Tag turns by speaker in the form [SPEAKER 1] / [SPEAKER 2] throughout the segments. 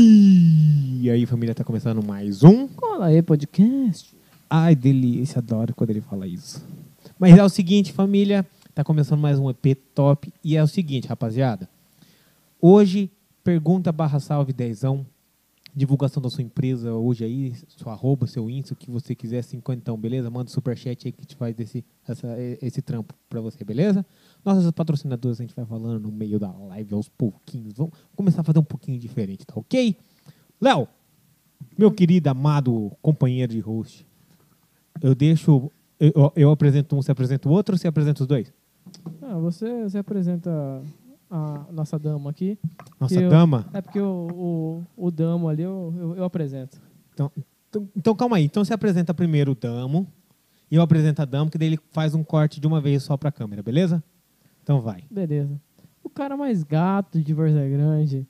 [SPEAKER 1] E aí, família, tá começando mais um.
[SPEAKER 2] Cola aí, podcast.
[SPEAKER 1] Ai, delícia, adoro quando ele fala isso. Mas é o seguinte, família, tá começando mais um EP top. E é o seguinte, rapaziada. Hoje, pergunta barra salve dezão. Divulgação da sua empresa hoje aí, sua arroba, seu insta, o que você quiser, cinquentão, beleza? Manda o superchat aí que te faz esse, essa- esse trampo pra você, beleza? Nossas patrocinadoras a gente vai falando no meio da live aos pouquinhos. Vamos começar a fazer um pouquinho diferente, tá ok? Léo, meu querido, amado companheiro de host, eu deixo. Eu, eu- eu apresento um, você apresenta o outro ou você apresenta os dois?
[SPEAKER 2] Ah, você, você apresenta a nossa dama aqui.
[SPEAKER 1] Nossa
[SPEAKER 2] Eu-
[SPEAKER 1] dama.
[SPEAKER 2] É porque o, o, o damo ali eu, eu, eu apresento.
[SPEAKER 1] Então, então, então calma aí. Então você apresenta primeiro o Damo e eu apresento a Damo, que daí ele faz um corte de uma vez só pra câmera, beleza? Então vai.
[SPEAKER 2] Beleza. O cara mais gato de Varza Grande.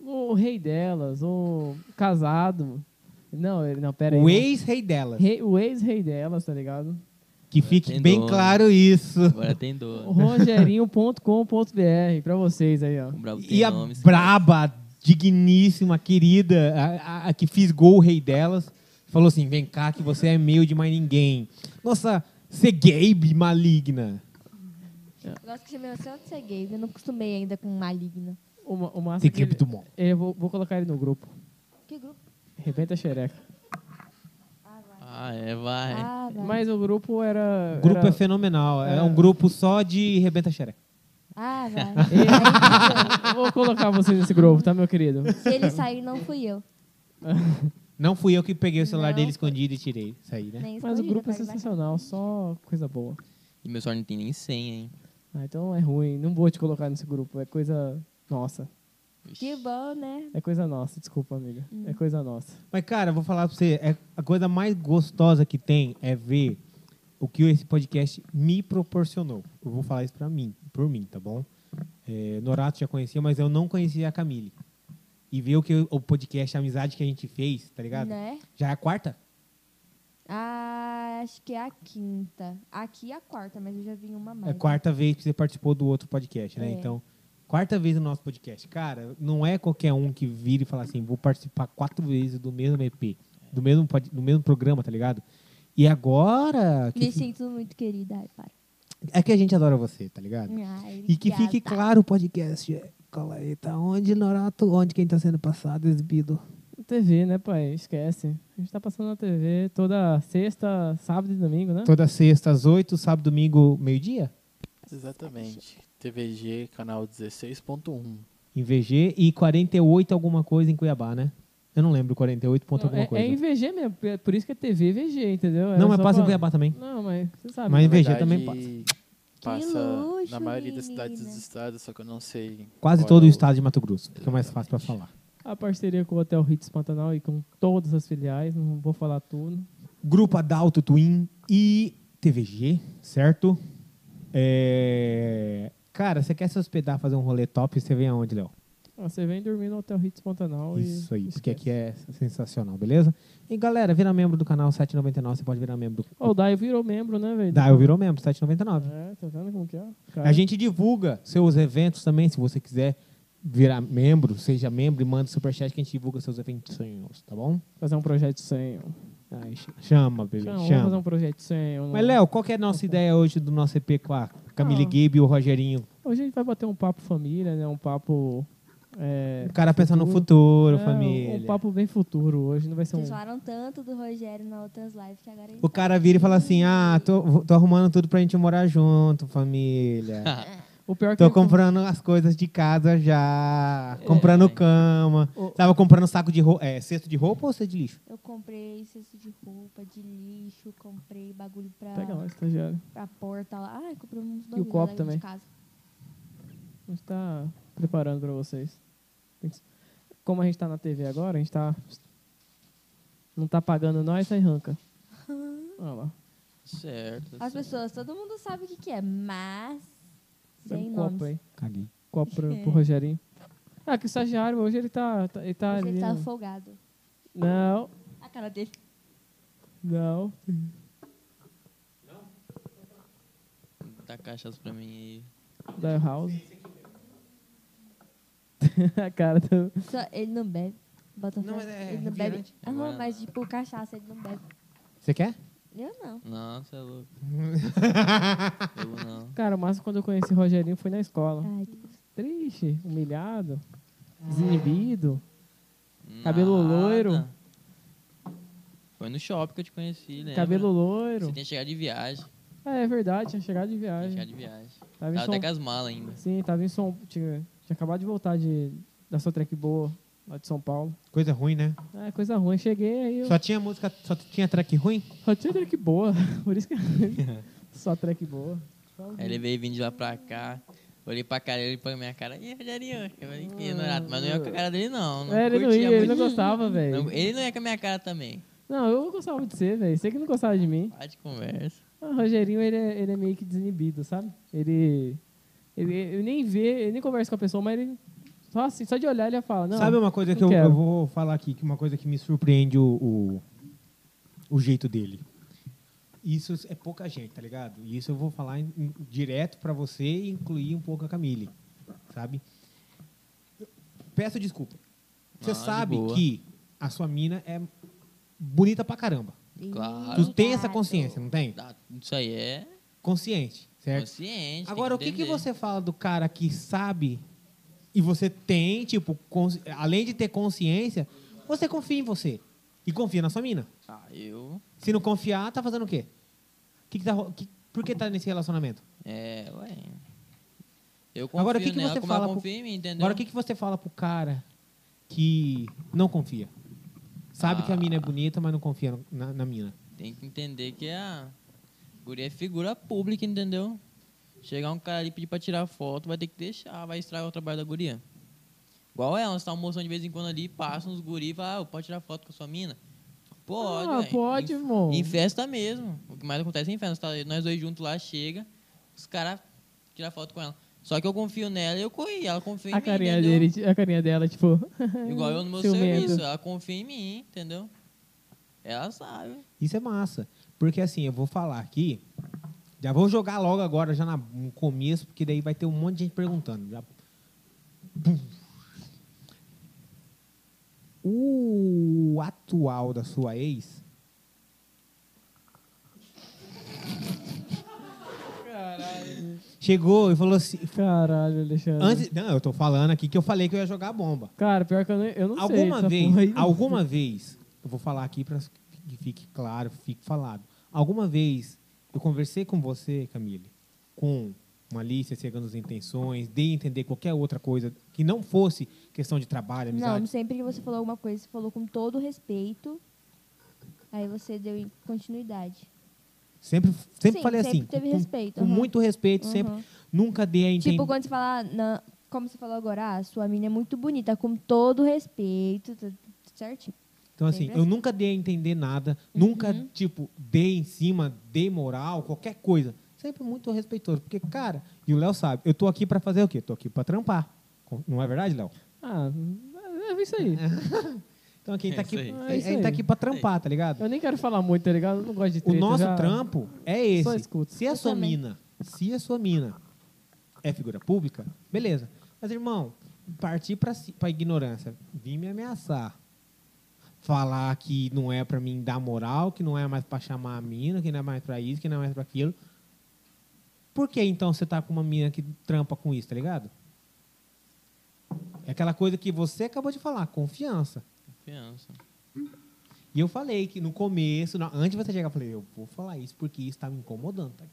[SPEAKER 2] O rei delas. O casado. Não, ele não, pera aí.
[SPEAKER 1] o
[SPEAKER 2] não.
[SPEAKER 1] ex-rei dela.
[SPEAKER 2] Rei- o ex-rei delas, tá ligado?
[SPEAKER 1] Que fique
[SPEAKER 3] Tem
[SPEAKER 1] bem
[SPEAKER 3] dono.
[SPEAKER 1] claro isso.
[SPEAKER 3] Agora tem
[SPEAKER 2] O
[SPEAKER 3] dor.
[SPEAKER 2] Rogerinho.com.br pra vocês aí, ó.
[SPEAKER 3] O Um Brabo tem
[SPEAKER 1] E a
[SPEAKER 3] nome, esse
[SPEAKER 1] braba, digníssima, querida, a, a- a que fisgou o rei delas, falou assim: vem cá que você é meio de mais ninguém. Nossa, cegueibe maligna.
[SPEAKER 4] Eu gosto que assim, meu santo ser é gay. Eu não acostumei ainda com maligna.
[SPEAKER 2] O, ma- o massa
[SPEAKER 1] Tem
[SPEAKER 2] que ele-
[SPEAKER 1] clipe do Mon.
[SPEAKER 2] eu vou, vou colocar ele no grupo.
[SPEAKER 4] Que grupo?
[SPEAKER 2] Rebenta a xereca.
[SPEAKER 3] cara. Ah, é, vai.
[SPEAKER 4] Ah, vai.
[SPEAKER 2] Mas o grupo era...
[SPEAKER 1] O grupo
[SPEAKER 2] era-
[SPEAKER 1] é fenomenal. É
[SPEAKER 2] era-
[SPEAKER 1] um grupo só de rebenta xereca.
[SPEAKER 4] Ah, vai.
[SPEAKER 1] é
[SPEAKER 2] Eu vou colocar vocês nesse grupo, tá, meu querido?
[SPEAKER 4] Se ele sair, não fui eu.
[SPEAKER 1] Não fui eu que peguei o celular
[SPEAKER 4] Não.
[SPEAKER 1] dele escondido e tirei. Isso aí, né?
[SPEAKER 4] Nem
[SPEAKER 2] Mas o
[SPEAKER 4] escolhi,
[SPEAKER 2] grupo é
[SPEAKER 4] tá debaixo.
[SPEAKER 2] sensacional, só coisa boa.
[SPEAKER 3] E meu celular não tem nem senha, hein?
[SPEAKER 2] Ah, então é ruim, não vou te colocar nesse grupo, é coisa nossa.
[SPEAKER 4] Que bom, né?
[SPEAKER 2] É coisa nossa, desculpa, amiga. É coisa nossa.
[SPEAKER 1] Mas, cara, eu vou falar pra você, é, a coisa mais gostosa que tem é ver o que esse podcast me proporcionou. Eu vou falar isso pra mim, por mim, tá bom? É, Norato já conhecia, mas eu não conhecia a Camille. E ver o que o podcast, a amizade que a gente fez, tá ligado?
[SPEAKER 4] Né?
[SPEAKER 1] Já é a quarta?
[SPEAKER 4] Ah, acho que é a quinta. Aqui é a quarta, mas eu já vim uma
[SPEAKER 1] É a
[SPEAKER 4] mais.
[SPEAKER 1] quarta vez que você participou do outro podcast, né?
[SPEAKER 4] É.
[SPEAKER 1] Então, quarta vez no nosso podcast. Cara, não é qualquer um que vira e fala assim, vou participar quatro vezes do mesmo EP, do mesmo, pod- do mesmo programa, tá ligado? E agora... que
[SPEAKER 4] Me
[SPEAKER 1] fi-
[SPEAKER 4] sinto muito querida. Ai, para.
[SPEAKER 1] É que a gente adora você, tá ligado?
[SPEAKER 4] Ai,
[SPEAKER 1] E que
[SPEAKER 4] obrigada.
[SPEAKER 1] fique claro o podcast. é, Cola aí, tá onde, Norato? Onde quem tá sendo passado, exibido?
[SPEAKER 2] TV, né, pai? Esquece. A gente tá passando na TV toda sexta, sábado e domingo, né?
[SPEAKER 1] Toda sexta às oito, sábado, domingo, meio-dia?
[SPEAKER 5] Exatamente. TVG, canal 16.1.
[SPEAKER 1] Em VG e 48 alguma coisa em Cuiabá, né? Eu não lembro, 48 ponto
[SPEAKER 2] Não,
[SPEAKER 1] alguma
[SPEAKER 2] é,
[SPEAKER 1] coisa.
[SPEAKER 2] é em VG mesmo, é por isso que é TV VG, entendeu? Era
[SPEAKER 1] não, mas
[SPEAKER 2] só
[SPEAKER 1] passa em
[SPEAKER 2] pra-
[SPEAKER 1] Cuiabá também.
[SPEAKER 2] Não, mas você sabe.
[SPEAKER 1] Mas em
[SPEAKER 2] né?
[SPEAKER 1] VG também
[SPEAKER 5] Passa
[SPEAKER 4] luxo,
[SPEAKER 5] na maioria das
[SPEAKER 4] menina.
[SPEAKER 5] cidades dos estados, só que eu não sei.
[SPEAKER 1] Quase
[SPEAKER 5] qual
[SPEAKER 1] todo
[SPEAKER 5] é
[SPEAKER 1] o estado de Mato Grosso. Fica mais fácil pra falar.
[SPEAKER 2] A parceria com o Hotel Hits Pantanal e com todas as filiais, não vou falar tudo.
[SPEAKER 1] Grupo Adalto Twin e TVG, certo? É... Cara, você quer se hospedar, fazer um rolê top? Você vem aonde, Léo?
[SPEAKER 2] Ah, Você vem dormir no Hotel Hits Pantanal e.
[SPEAKER 1] Isso aí, porque
[SPEAKER 2] esquece.
[SPEAKER 1] aqui é sensacional, beleza? E galera, vira membro do canal 799, você pode virar membro.
[SPEAKER 2] Ó, o Dai virou membro, né, velho?
[SPEAKER 1] Daí eu virou membro, 799.
[SPEAKER 2] É, tá vendo como que é?
[SPEAKER 1] A gente divulga seus eventos também, se você quiser virar membro, seja membro e manda superchat que a gente divulga seus eventinhos, tá bom?
[SPEAKER 2] Fazer um projeto sem.
[SPEAKER 1] Aí ch- chama, bebê,
[SPEAKER 2] Não,
[SPEAKER 1] chama.
[SPEAKER 2] vamos fazer um projeto sem. não.
[SPEAKER 1] Mas Léo, qual que é a nossa ideia hoje do nosso EP com a Camille
[SPEAKER 2] Ah.
[SPEAKER 1] Gabe e o Rogerinho?
[SPEAKER 2] Hoje a gente vai bater um papo família, né? Um papo. É,
[SPEAKER 1] O cara pensa no futuro,
[SPEAKER 2] é,
[SPEAKER 1] família.
[SPEAKER 2] Um papo bem futuro hoje, não vai ser um.
[SPEAKER 4] Vocês falaram tanto do Rogério na outras lives que agora ele...
[SPEAKER 1] O cara vira e fala assim: ah, tô, tô arrumando tudo pra gente morar junto, família.
[SPEAKER 2] O pior é que.
[SPEAKER 1] Tô comprando as coisas de casa já. Comprando cama.
[SPEAKER 2] O-
[SPEAKER 1] Tava comprando saco de roupa. É, cesto de roupa ou cesto de lixo?
[SPEAKER 4] Eu comprei cesto de roupa, de lixo, comprei bagulho pra,
[SPEAKER 2] Pega lá, estagiário.
[SPEAKER 4] pra porta lá. Ai, comprei uns
[SPEAKER 2] E o copo
[SPEAKER 4] bagulho
[SPEAKER 2] também.
[SPEAKER 4] de casa.
[SPEAKER 2] A gente tá preparando pra vocês. Tem que- Como a gente tá na TV agora, a gente tá. Não tá pagando nós, aí arranca. Olha lá.
[SPEAKER 3] Certo.
[SPEAKER 4] As pessoas, todo mundo sabe o que, que é, mas.
[SPEAKER 2] Pega
[SPEAKER 4] Sem
[SPEAKER 2] um copo
[SPEAKER 4] nomes.
[SPEAKER 2] aí.
[SPEAKER 1] Caguei.
[SPEAKER 2] copo pro, pro Rogerinho. Ah, que o estagiário hoje ele tá. tá- ele tá
[SPEAKER 4] Hoje
[SPEAKER 2] ali,
[SPEAKER 4] ele tá
[SPEAKER 2] né?
[SPEAKER 4] folgado.
[SPEAKER 2] Não,
[SPEAKER 4] A cara dele.
[SPEAKER 2] não.
[SPEAKER 3] Dá cachaça pra mim aí.
[SPEAKER 2] Da House. A cara do.
[SPEAKER 4] Só ele não bebe. Butterfly.
[SPEAKER 1] Não, mas é
[SPEAKER 4] ele não bebe.
[SPEAKER 1] refrigerante.
[SPEAKER 4] Aham,
[SPEAKER 3] Agora-
[SPEAKER 4] mas tipo, cachaça ele não bebe.
[SPEAKER 1] Você quer?
[SPEAKER 4] Eu não.
[SPEAKER 3] Não, você é louco. Eu não.
[SPEAKER 2] Cara, o máximo quando eu conheci o Rogerinho foi na escola. Ah.
[SPEAKER 4] Ai, Deus.
[SPEAKER 2] Triste, humilhado, desinibido. Cabelo
[SPEAKER 3] Nada.
[SPEAKER 2] loiro.
[SPEAKER 3] Foi no shopping que eu te conheci, lembra?
[SPEAKER 2] Cabelo loiro.
[SPEAKER 3] Você tinha chegado de viagem.
[SPEAKER 2] É, é verdade, tinha chegado de
[SPEAKER 3] Tinha
[SPEAKER 2] viagem.
[SPEAKER 3] chegado de viagem.
[SPEAKER 2] Tava em
[SPEAKER 3] Tava
[SPEAKER 2] São...
[SPEAKER 3] até com as malas ainda.
[SPEAKER 2] Sim, tava em São... Tinha... tinha acabado de voltar de... da sua track boa, lá de São Paulo.
[SPEAKER 1] Coisa ruim, né?
[SPEAKER 2] É, coisa ruim. Cheguei aí eu...
[SPEAKER 1] Só tinha música, só tinha track ruim?
[SPEAKER 2] Só tinha track boa, por isso que... Só track boa. Só-
[SPEAKER 3] Aí ele veio vindo de lá pra cá. Olhei pra cara dele, pra minha cara. Ih, Rogerinho. Eu falei, "Ih, ignorado. Mas não ia com a cara dele, não. não
[SPEAKER 2] É, ele não
[SPEAKER 3] curtia
[SPEAKER 2] ia, ele não
[SPEAKER 3] muito.
[SPEAKER 2] gostava, velho.
[SPEAKER 3] Não, ele não ia com a minha cara também.
[SPEAKER 2] Não, eu gostava de você, velho. Você que não gostava de mim.
[SPEAKER 3] Pá de conversa.
[SPEAKER 2] O Rogerinho, ele é, ele é meio que desinibido, sabe? Ele, ele, ele nem vê, ele nem conversa com a pessoa, mas ele só assim, só de olhar ele já fala, não.
[SPEAKER 1] Sabe uma coisa que
[SPEAKER 2] não
[SPEAKER 1] eu,
[SPEAKER 2] quero.
[SPEAKER 1] eu vou falar aqui, que uma coisa que me surpreende o, o, o jeito dele. Isso é pouca gente, tá ligado? E isso eu vou falar em- em- direto pra você e incluir um pouco a Camille, sabe? Peço desculpa. Você
[SPEAKER 3] Não, Ah, de
[SPEAKER 1] sabe
[SPEAKER 3] boa.
[SPEAKER 1] que a sua mina é bonita pra caramba.
[SPEAKER 3] Claro.
[SPEAKER 1] Tu tem essa consciência, não tem?
[SPEAKER 3] Dá- Isso aí é
[SPEAKER 1] Consciente, certo?
[SPEAKER 3] consciente. tem
[SPEAKER 1] Agora, o que, que
[SPEAKER 3] entender.
[SPEAKER 1] você fala do cara que sabe e você tem, tipo, consci- além de ter consciência, você confia em você e confia na sua mina.
[SPEAKER 3] Ah, eu.
[SPEAKER 1] Se não confiar, tá fazendo o quê? Que que tá ro- que- por que tá nesse relacionamento?
[SPEAKER 3] É, ué. Eu confio
[SPEAKER 1] Agora, o que que
[SPEAKER 3] nela
[SPEAKER 1] você
[SPEAKER 3] como
[SPEAKER 1] fala
[SPEAKER 3] ela
[SPEAKER 1] pro-
[SPEAKER 3] confia em mim, entendeu?
[SPEAKER 1] Agora, o que, que você fala pro cara que não confia? Sabe que a mina é bonita, mas não confia na, na mina.
[SPEAKER 3] Tem que entender que a guria é figura pública, entendeu? Chegar um cara ali e pedir pra tirar foto, vai ter que deixar, vai estragar o trabalho da guria. Igual ela, você tá almoçando de vez em quando ali, passa uns guri e fala, ah, pode tirar foto com a sua mina? Pode,
[SPEAKER 2] Ah,
[SPEAKER 3] véi.
[SPEAKER 2] pode,
[SPEAKER 3] Em-
[SPEAKER 2] irmão.
[SPEAKER 3] Em festa mesmo. O que mais acontece é em festa. Tá, nós dois juntos lá, chega, os caras tiram foto com ela. Só que eu confio nela e eu corri, ela confia em
[SPEAKER 2] a
[SPEAKER 3] mim,
[SPEAKER 2] carinha
[SPEAKER 3] entendeu?
[SPEAKER 2] dele, a carinha dela, tipo.
[SPEAKER 3] Igual eu no meu
[SPEAKER 2] ciumento.
[SPEAKER 3] serviço, ela confia em mim, entendeu? Ela sabe.
[SPEAKER 1] Isso é massa. Porque assim, eu vou falar aqui. Já vou jogar logo agora, já na- no começo, porque daí vai ter um monte de gente perguntando. Já... Bum. O atual da sua ex. Chegou e falou assim.
[SPEAKER 2] Caralho, Alexandre.
[SPEAKER 1] Antes, não, eu tô falando aqui que eu falei que eu ia jogar a bomba.
[SPEAKER 2] Cara, pior que eu não, eu não sei.
[SPEAKER 1] Alguma
[SPEAKER 2] dessa
[SPEAKER 1] vez,
[SPEAKER 2] porra aí.
[SPEAKER 1] alguma vez, eu vou falar aqui para que fique claro, fique falado. Alguma vez eu conversei com você, Camille, com malícia, cegando as intenções, dei a entender qualquer outra coisa que não fosse questão de trabalho, amizade.
[SPEAKER 4] Não, sempre que você falou alguma coisa, você falou com todo respeito. Aí você deu em- continuidade.
[SPEAKER 1] Sempre, sempre
[SPEAKER 4] Sim,
[SPEAKER 1] falei
[SPEAKER 4] sempre
[SPEAKER 1] assim,
[SPEAKER 4] teve
[SPEAKER 1] com,
[SPEAKER 4] respeito,
[SPEAKER 1] com
[SPEAKER 4] aham.
[SPEAKER 1] muito respeito, sempre.
[SPEAKER 4] Uhum.
[SPEAKER 1] Nunca dei a entender.
[SPEAKER 4] Tipo, quando você fala, "Na- como você falou agora, ah, sua mina é muito bonita, com todo respeito, tá tudo certinho.
[SPEAKER 1] Então,
[SPEAKER 2] É
[SPEAKER 1] assim,
[SPEAKER 4] Sempre
[SPEAKER 1] eu nunca dei a entender nada,
[SPEAKER 2] Uhum.
[SPEAKER 1] nunca, tipo, dei em cima, dei moral, qualquer coisa. Sempre muito respeitoso, porque, cara, e o Léo sabe, eu tô aqui pra fazer o quê? Tô aqui pra trampar. Com- Não é verdade, Léo?
[SPEAKER 2] Ah, é isso aí.
[SPEAKER 1] Então, quem tá
[SPEAKER 3] É
[SPEAKER 1] aqui,
[SPEAKER 3] isso
[SPEAKER 2] aí.
[SPEAKER 1] a
[SPEAKER 2] É isso
[SPEAKER 1] gente tá
[SPEAKER 2] aí.
[SPEAKER 1] aqui pra trampar, tá ligado?
[SPEAKER 2] Eu nem quero falar muito, tá ligado? Eu não gosto de
[SPEAKER 1] O
[SPEAKER 2] treta.
[SPEAKER 1] nosso
[SPEAKER 2] já-
[SPEAKER 1] trampo é esse.
[SPEAKER 2] Só escuto.
[SPEAKER 1] Se a
[SPEAKER 4] Eu
[SPEAKER 1] sua
[SPEAKER 4] também.
[SPEAKER 1] mina, se a sua mina é figura pública, beleza. Mas, irmão, partir pra, ci- pra ignorância, vir me ameaçar, falar que não é pra mim dar moral, que não é mais pra chamar a mina, que não é mais pra isso, que não é mais pra aquilo. Por que, então, você tá com uma mina que trampa com isso, tá ligado? É aquela coisa que você acabou de falar, confiança.
[SPEAKER 3] Confiança.
[SPEAKER 1] E eu falei que no começo, na- antes de você chegar, eu falei, eu vou falar isso porque isso tá me incomodando. Tá?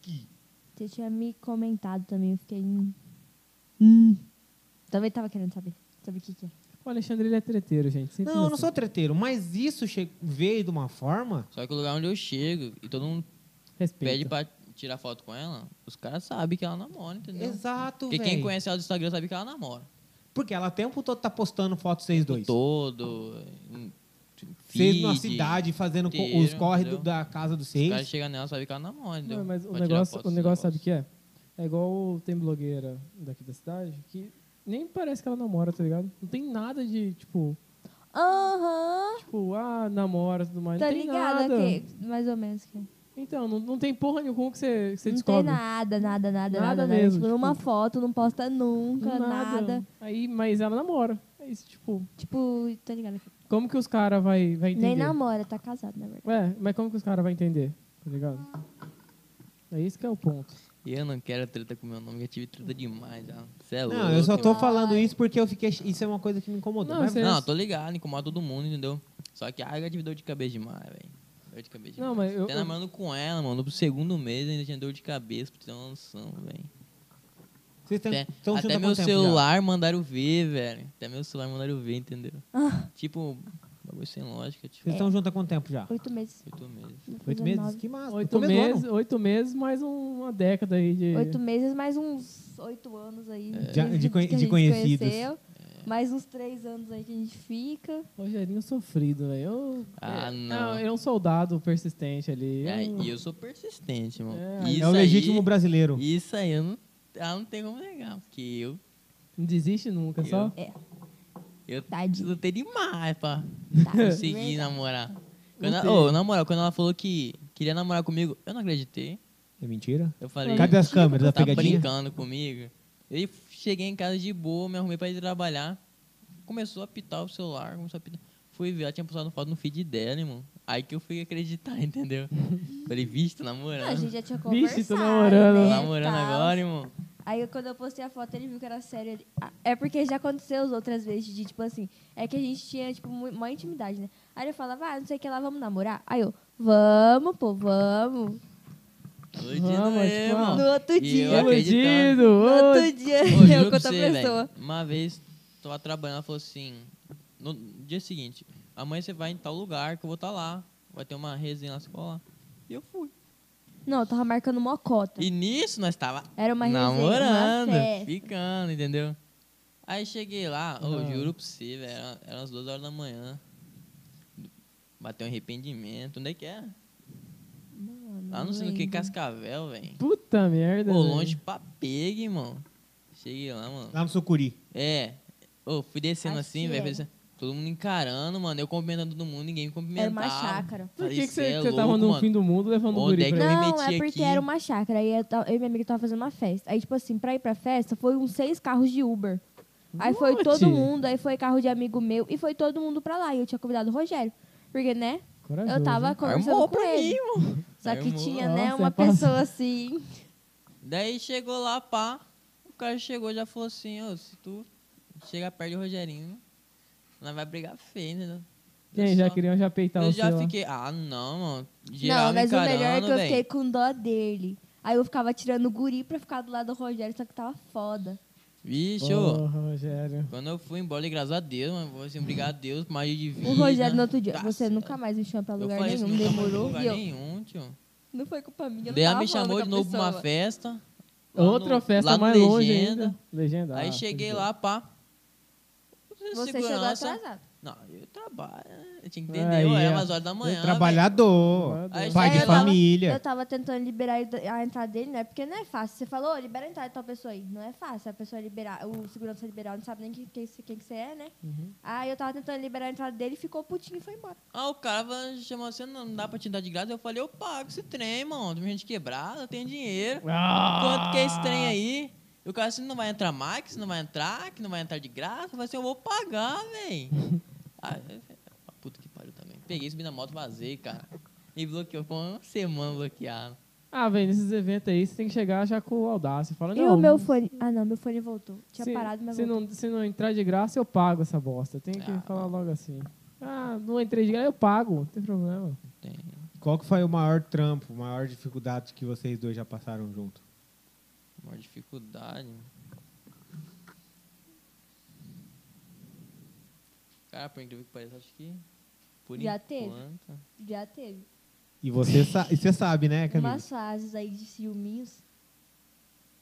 [SPEAKER 1] Que
[SPEAKER 4] Você tinha me comentado também, eu fiquei. "Hum, hum." Também tava querendo saber. Sabe o que, que é?
[SPEAKER 2] O Alexandre, ele é treteiro, gente. Simples
[SPEAKER 1] Não, eu não
[SPEAKER 2] assim.
[SPEAKER 1] sou treteiro, mas isso che- veio de uma forma.
[SPEAKER 3] Só que o lugar onde eu chego e todo mundo pede
[SPEAKER 2] Respeito.
[SPEAKER 3] pra tirar foto com ela, os caras sabem que ela namora, entendeu?
[SPEAKER 1] Exato,
[SPEAKER 3] Porque quem
[SPEAKER 1] velho.
[SPEAKER 3] conhece ela do Instagram sabe que ela namora.
[SPEAKER 1] Porque ela o tempo todo tá postando foto vocês dois.
[SPEAKER 3] Todo. em
[SPEAKER 1] Vocês na
[SPEAKER 3] feed,
[SPEAKER 1] cidade fazendo co-
[SPEAKER 3] inteiro,
[SPEAKER 1] os corre do-
[SPEAKER 3] entendeu?
[SPEAKER 1] da casa dos
[SPEAKER 3] Os caras
[SPEAKER 1] seis.
[SPEAKER 3] chegam nela sabe que ela namora, entendeu?
[SPEAKER 2] Não, mas o
[SPEAKER 3] Pra tirar
[SPEAKER 2] negócio,
[SPEAKER 3] foto
[SPEAKER 2] o
[SPEAKER 3] desse
[SPEAKER 2] negócio sabe o que é? É igual tem blogueira daqui da cidade que nem parece que ela namora, tá ligado? Não tem nada de, tipo,
[SPEAKER 4] Aham!
[SPEAKER 2] tipo, ah, namora e tudo mais.
[SPEAKER 4] Tá
[SPEAKER 2] não tem
[SPEAKER 4] ligado?
[SPEAKER 2] nada.
[SPEAKER 4] ok, mais ou menos. Que... é.
[SPEAKER 2] Então, não, não tem porra nenhuma que você, que você
[SPEAKER 4] não
[SPEAKER 2] descobre.
[SPEAKER 4] tem nada, nada, nada,
[SPEAKER 2] Nada
[SPEAKER 4] nada.
[SPEAKER 2] mesmo,
[SPEAKER 4] Tipo,
[SPEAKER 2] tipo-
[SPEAKER 4] numa foto, não posta nunca, nada.
[SPEAKER 2] Aí, mas ela namora. É isso, tipo,
[SPEAKER 4] Tipo, tá ligado?
[SPEAKER 2] como que os caras vai, vai entender?
[SPEAKER 4] Nem namora, tá casado, na verdade.
[SPEAKER 2] É, mas como que os caras vão entender? Tá ligado? É isso que é o ponto.
[SPEAKER 3] E eu não quero treta com meu nome, já tive treta demais. Já. Cê é
[SPEAKER 1] Não,
[SPEAKER 3] louco,
[SPEAKER 1] eu só tô
[SPEAKER 3] mano.
[SPEAKER 1] falando isso porque eu fiquei. Isso é uma coisa que me incomodou.
[SPEAKER 2] Não,
[SPEAKER 1] Vai-
[SPEAKER 2] você-
[SPEAKER 3] Não, eu tô ligado, incomoda todo mundo, entendeu? Só que a já tive dor de cabeça demais, velho. Dor de cabeça demais.
[SPEAKER 2] Não, mas eu-
[SPEAKER 3] Até namorando com ela, mano, no segundo mês ainda tinha dor de cabeça, pra você ter uma noção, velho.
[SPEAKER 1] Vocês tão-
[SPEAKER 3] é Até,
[SPEAKER 1] tão junto
[SPEAKER 3] até
[SPEAKER 1] há
[SPEAKER 3] meu
[SPEAKER 1] quanto então tempo já?
[SPEAKER 3] celular mandaram ver, velho. Até meu celular mandaram ver, entendeu? Tipo, bagulho sem lógica, tipo,
[SPEAKER 1] Vocês estão juntos há quanto tempo já?
[SPEAKER 4] Oito meses.
[SPEAKER 3] oito meses.
[SPEAKER 4] Vou fazer
[SPEAKER 1] Oito meses?
[SPEAKER 4] nove.
[SPEAKER 1] Que massa.
[SPEAKER 2] Oito
[SPEAKER 1] Começo do ano.
[SPEAKER 2] meses, oito meses, mais um- uma década aí de.
[SPEAKER 4] Oito meses, mais uns oito anos aí.
[SPEAKER 1] Já- de conhe-
[SPEAKER 4] que a
[SPEAKER 1] de
[SPEAKER 4] gente
[SPEAKER 1] conhecidos.
[SPEAKER 4] conheceu. Mais uns três anos aí que a gente fica.
[SPEAKER 2] Rogerinho sofrido, velho. Eu-
[SPEAKER 3] Ah,
[SPEAKER 2] é,
[SPEAKER 3] não.
[SPEAKER 2] é um soldado persistente ali.
[SPEAKER 3] É,
[SPEAKER 2] Eu-
[SPEAKER 3] e eu sou persistente, mano.
[SPEAKER 2] É,
[SPEAKER 1] É o legítimo
[SPEAKER 3] aí,
[SPEAKER 1] brasileiro.
[SPEAKER 3] Isso aí, eu não, ah, não tem como negar, porque eu,
[SPEAKER 2] Não desiste nunca,
[SPEAKER 3] Eu-
[SPEAKER 2] só.
[SPEAKER 3] eu
[SPEAKER 4] Tadinho.
[SPEAKER 3] lutei demais pra
[SPEAKER 4] Tá,
[SPEAKER 3] conseguir
[SPEAKER 4] verdade.
[SPEAKER 3] namorar. Quando
[SPEAKER 2] tem.
[SPEAKER 3] ela, ô, na moral, quando ela falou que queria namorar comigo, eu não acreditei.
[SPEAKER 1] É mentira?
[SPEAKER 3] Eu falei,
[SPEAKER 1] Cadê as câmeras da
[SPEAKER 3] tá
[SPEAKER 1] pegadinha?
[SPEAKER 3] brincando comigo? Eu cheguei em casa de boa, me arrumei pra ir trabalhar. Começou a apitar o celular, começou a apitar. Fui ver, ela tinha postado foto no feed dela, irmão. Aí que eu fui acreditar, entendeu? Falei, vixe, tô
[SPEAKER 4] A gente
[SPEAKER 3] namorando.
[SPEAKER 4] já tinha conversado.
[SPEAKER 2] Vixe, tô namorando.
[SPEAKER 3] É. Tô
[SPEAKER 4] né,
[SPEAKER 3] namorando
[SPEAKER 4] tal.
[SPEAKER 3] agora, irmão.
[SPEAKER 4] Aí quando eu postei a foto, ele viu que era sério. ele- Ah, É porque já aconteceu as outras vezes de, tipo assim, é que a gente tinha, tipo, mu- maior intimidade, né? Aí ele falava, ah, não sei o que lá, vamos namorar? Aí eu, vamos, pô, vamos.
[SPEAKER 3] Hoje
[SPEAKER 2] Vamos,
[SPEAKER 3] não é,
[SPEAKER 2] tipo,
[SPEAKER 3] irmão.
[SPEAKER 4] No outro
[SPEAKER 3] E
[SPEAKER 4] dia.
[SPEAKER 3] eu acreditando.
[SPEAKER 2] Iludido!
[SPEAKER 4] No
[SPEAKER 2] ô,
[SPEAKER 4] outro dia,
[SPEAKER 3] Ô, juro
[SPEAKER 4] É eu
[SPEAKER 3] pra
[SPEAKER 4] conto a
[SPEAKER 3] você, velho,
[SPEAKER 4] pessoa.
[SPEAKER 3] Uma vez, tava trabalhando, ela falou assim, no dia seguinte, amanhã você vai em tal lugar que eu vou estar lá. Vai ter uma resenha lá, você cola lá. E eu fui.
[SPEAKER 4] Não, eu tava marcando mocota.
[SPEAKER 3] E nisso nós tava
[SPEAKER 4] Era uma resenha,
[SPEAKER 3] namorando,
[SPEAKER 4] uma festa.
[SPEAKER 3] ficando, entendeu? Aí cheguei lá, ô,
[SPEAKER 2] Uhum.
[SPEAKER 3] juro pra você, velho, era- eram as duas horas da manhã. Bateu um arrependimento, onde é que é?
[SPEAKER 4] Mano,
[SPEAKER 3] Lá não sei no que,
[SPEAKER 4] lembro.
[SPEAKER 3] Cascavel, velho.
[SPEAKER 2] Puta merda.
[SPEAKER 3] Pô,
[SPEAKER 2] velho.
[SPEAKER 3] longe pra pegue, irmão. Cheguei lá, mano.
[SPEAKER 1] Lá no Sucuri.
[SPEAKER 3] É. Ô, fui descendo
[SPEAKER 4] Acho
[SPEAKER 3] assim,
[SPEAKER 4] que é.
[SPEAKER 3] velho.
[SPEAKER 4] era.
[SPEAKER 3] pensando- Todo mundo encarando, mano. Eu cumprimentando todo mundo, ninguém me
[SPEAKER 4] Era
[SPEAKER 3] cumprimentava.
[SPEAKER 4] uma chácara.
[SPEAKER 2] Por
[SPEAKER 3] Falei,
[SPEAKER 2] que
[SPEAKER 3] "Cê
[SPEAKER 2] você
[SPEAKER 3] é
[SPEAKER 2] tava
[SPEAKER 3] louco,
[SPEAKER 2] no
[SPEAKER 3] mano."
[SPEAKER 2] fim do mundo levando
[SPEAKER 3] Ô,
[SPEAKER 2] um guri
[SPEAKER 3] onde é que
[SPEAKER 2] pra
[SPEAKER 3] eu me
[SPEAKER 4] Não,
[SPEAKER 3] meti
[SPEAKER 4] é porque
[SPEAKER 3] aqui.
[SPEAKER 4] era uma chácara. Aí eu, tava- eu e minha amiga tava fazendo uma festa. Aí, tipo assim, pra ir pra festa, foi uns seis carros de Uber. Aí foi
[SPEAKER 2] What?
[SPEAKER 4] todo mundo, aí foi carro de amigo meu, e foi todo mundo pra lá. E eu tinha convidado o Rogério. Porque, né?
[SPEAKER 2] Corajoso,
[SPEAKER 4] Eu tava
[SPEAKER 2] hein?
[SPEAKER 4] conversando
[SPEAKER 3] Armou
[SPEAKER 4] com
[SPEAKER 3] pra
[SPEAKER 4] ele.
[SPEAKER 3] mim, mano.
[SPEAKER 4] Só que
[SPEAKER 3] Armou.
[SPEAKER 4] tinha, né,
[SPEAKER 2] Nossa,
[SPEAKER 4] uma
[SPEAKER 2] é fácil.
[SPEAKER 4] pessoa assim.
[SPEAKER 3] Daí chegou lá, pá. O cara chegou e já falou assim, ô, se tu chegar perto do Rogerinho, nós vai brigar feio, entendeu? Eu
[SPEAKER 2] Quem já
[SPEAKER 3] só-
[SPEAKER 2] queriam já peitar
[SPEAKER 3] Eu
[SPEAKER 2] o
[SPEAKER 3] já
[SPEAKER 2] seu lá.
[SPEAKER 3] fiquei, ah, não, mano. Geral
[SPEAKER 4] um né? Não,
[SPEAKER 3] me
[SPEAKER 4] mas o melhor é
[SPEAKER 3] encarando,
[SPEAKER 4] que eu
[SPEAKER 3] véi.
[SPEAKER 4] fiquei com dó dele. Aí eu ficava tirando o guri pra ficar do lado do Rogério, só que tava foda.
[SPEAKER 3] Vixe, ô.
[SPEAKER 2] Porra, Rogério.
[SPEAKER 3] Quando eu fui embora, graças a Deus, mano. Vou assim, obrigado a Deus, por magia de vida.
[SPEAKER 4] O Rogério no outro dia,
[SPEAKER 3] Tá
[SPEAKER 4] você
[SPEAKER 3] certo.
[SPEAKER 4] nunca mais me chama pra
[SPEAKER 3] Eu
[SPEAKER 4] lugar
[SPEAKER 3] falei isso,
[SPEAKER 4] nenhum,
[SPEAKER 3] nunca mais vou
[SPEAKER 4] demorou.
[SPEAKER 3] lugar
[SPEAKER 4] E eu,
[SPEAKER 3] nenhum, tio.
[SPEAKER 4] não foi culpa minha, eu não
[SPEAKER 3] Daí
[SPEAKER 4] tava
[SPEAKER 3] me chamou
[SPEAKER 4] falando
[SPEAKER 3] de
[SPEAKER 4] com a
[SPEAKER 3] novo pra uma
[SPEAKER 4] pessoa.
[SPEAKER 3] festa. lá
[SPEAKER 2] Outra
[SPEAKER 3] no- lá
[SPEAKER 2] festa
[SPEAKER 3] no
[SPEAKER 2] mais longe
[SPEAKER 3] Legenda.
[SPEAKER 2] ainda. Legenda.
[SPEAKER 3] Aí
[SPEAKER 2] ah,
[SPEAKER 3] cheguei
[SPEAKER 2] pode
[SPEAKER 3] lá, pá.
[SPEAKER 4] Você chegou atrasado.
[SPEAKER 3] Não, eu trabalho. né? Eu tinha que
[SPEAKER 2] Aí, é.
[SPEAKER 3] entender, eu
[SPEAKER 2] ó.
[SPEAKER 3] era umas horas da manhã.
[SPEAKER 1] Ô,
[SPEAKER 3] velho.
[SPEAKER 1] trabalhador.
[SPEAKER 3] né?
[SPEAKER 2] Aí
[SPEAKER 1] Pai
[SPEAKER 4] Aí
[SPEAKER 1] de
[SPEAKER 4] É, eu tava-
[SPEAKER 1] família.
[SPEAKER 4] Eu tava tentando liberar a entrada dele, né? Porque não é fácil. Você falou, "Ô, libera a entrada de tal pessoa aí. Não é fácil a pessoa liberar, o segurança liberal não sabe nem quem, quem, quem que você é, né? Aí eu tava tentando liberar a entrada dele, ficou putinho e foi embora.
[SPEAKER 3] Ah, o cara vai- chamou assim, não dá pra te dar de graça. Eu falei, eu pago esse trem, mano. Tem gente quebrada, eu tenho dinheiro.
[SPEAKER 2] Ah!
[SPEAKER 3] Quanto que é esse trem aí? E o cara assim, não vai entrar mais, que você não vai entrar, que não vai entrar de graça. Eu falei assim, eu vou pagar, velho. ah, eu falei, "Ah, puta que pariu também. Peguei, subi na moto, vazei, cara. E bloqueou, ficou uma semana bloqueado.
[SPEAKER 2] Ah, velho, nesses eventos aí você tem que chegar já com audácia. Fala,
[SPEAKER 4] E
[SPEAKER 2] não,
[SPEAKER 4] o meu fone. Ah, não, meu fone voltou. Tinha
[SPEAKER 2] se,
[SPEAKER 4] parado, mas
[SPEAKER 2] se
[SPEAKER 4] voltou.
[SPEAKER 2] não, se não entrar de graça, eu pago essa bosta. Tem que
[SPEAKER 3] Ah,
[SPEAKER 2] falar logo assim. Ah, não entrei de graça, eu pago. Não tem problema.
[SPEAKER 3] Tem.
[SPEAKER 1] Qual que foi o maior trampo, maior dificuldade que vocês dois já passaram junto?
[SPEAKER 3] Uma dificuldade. Cara, por incrível que pareça, acho que. Por
[SPEAKER 4] Já teve?
[SPEAKER 3] enquanto.
[SPEAKER 4] Já teve
[SPEAKER 1] E você, sa- e você sabe, né, Camila?
[SPEAKER 4] umas fases aí de ciúminhos.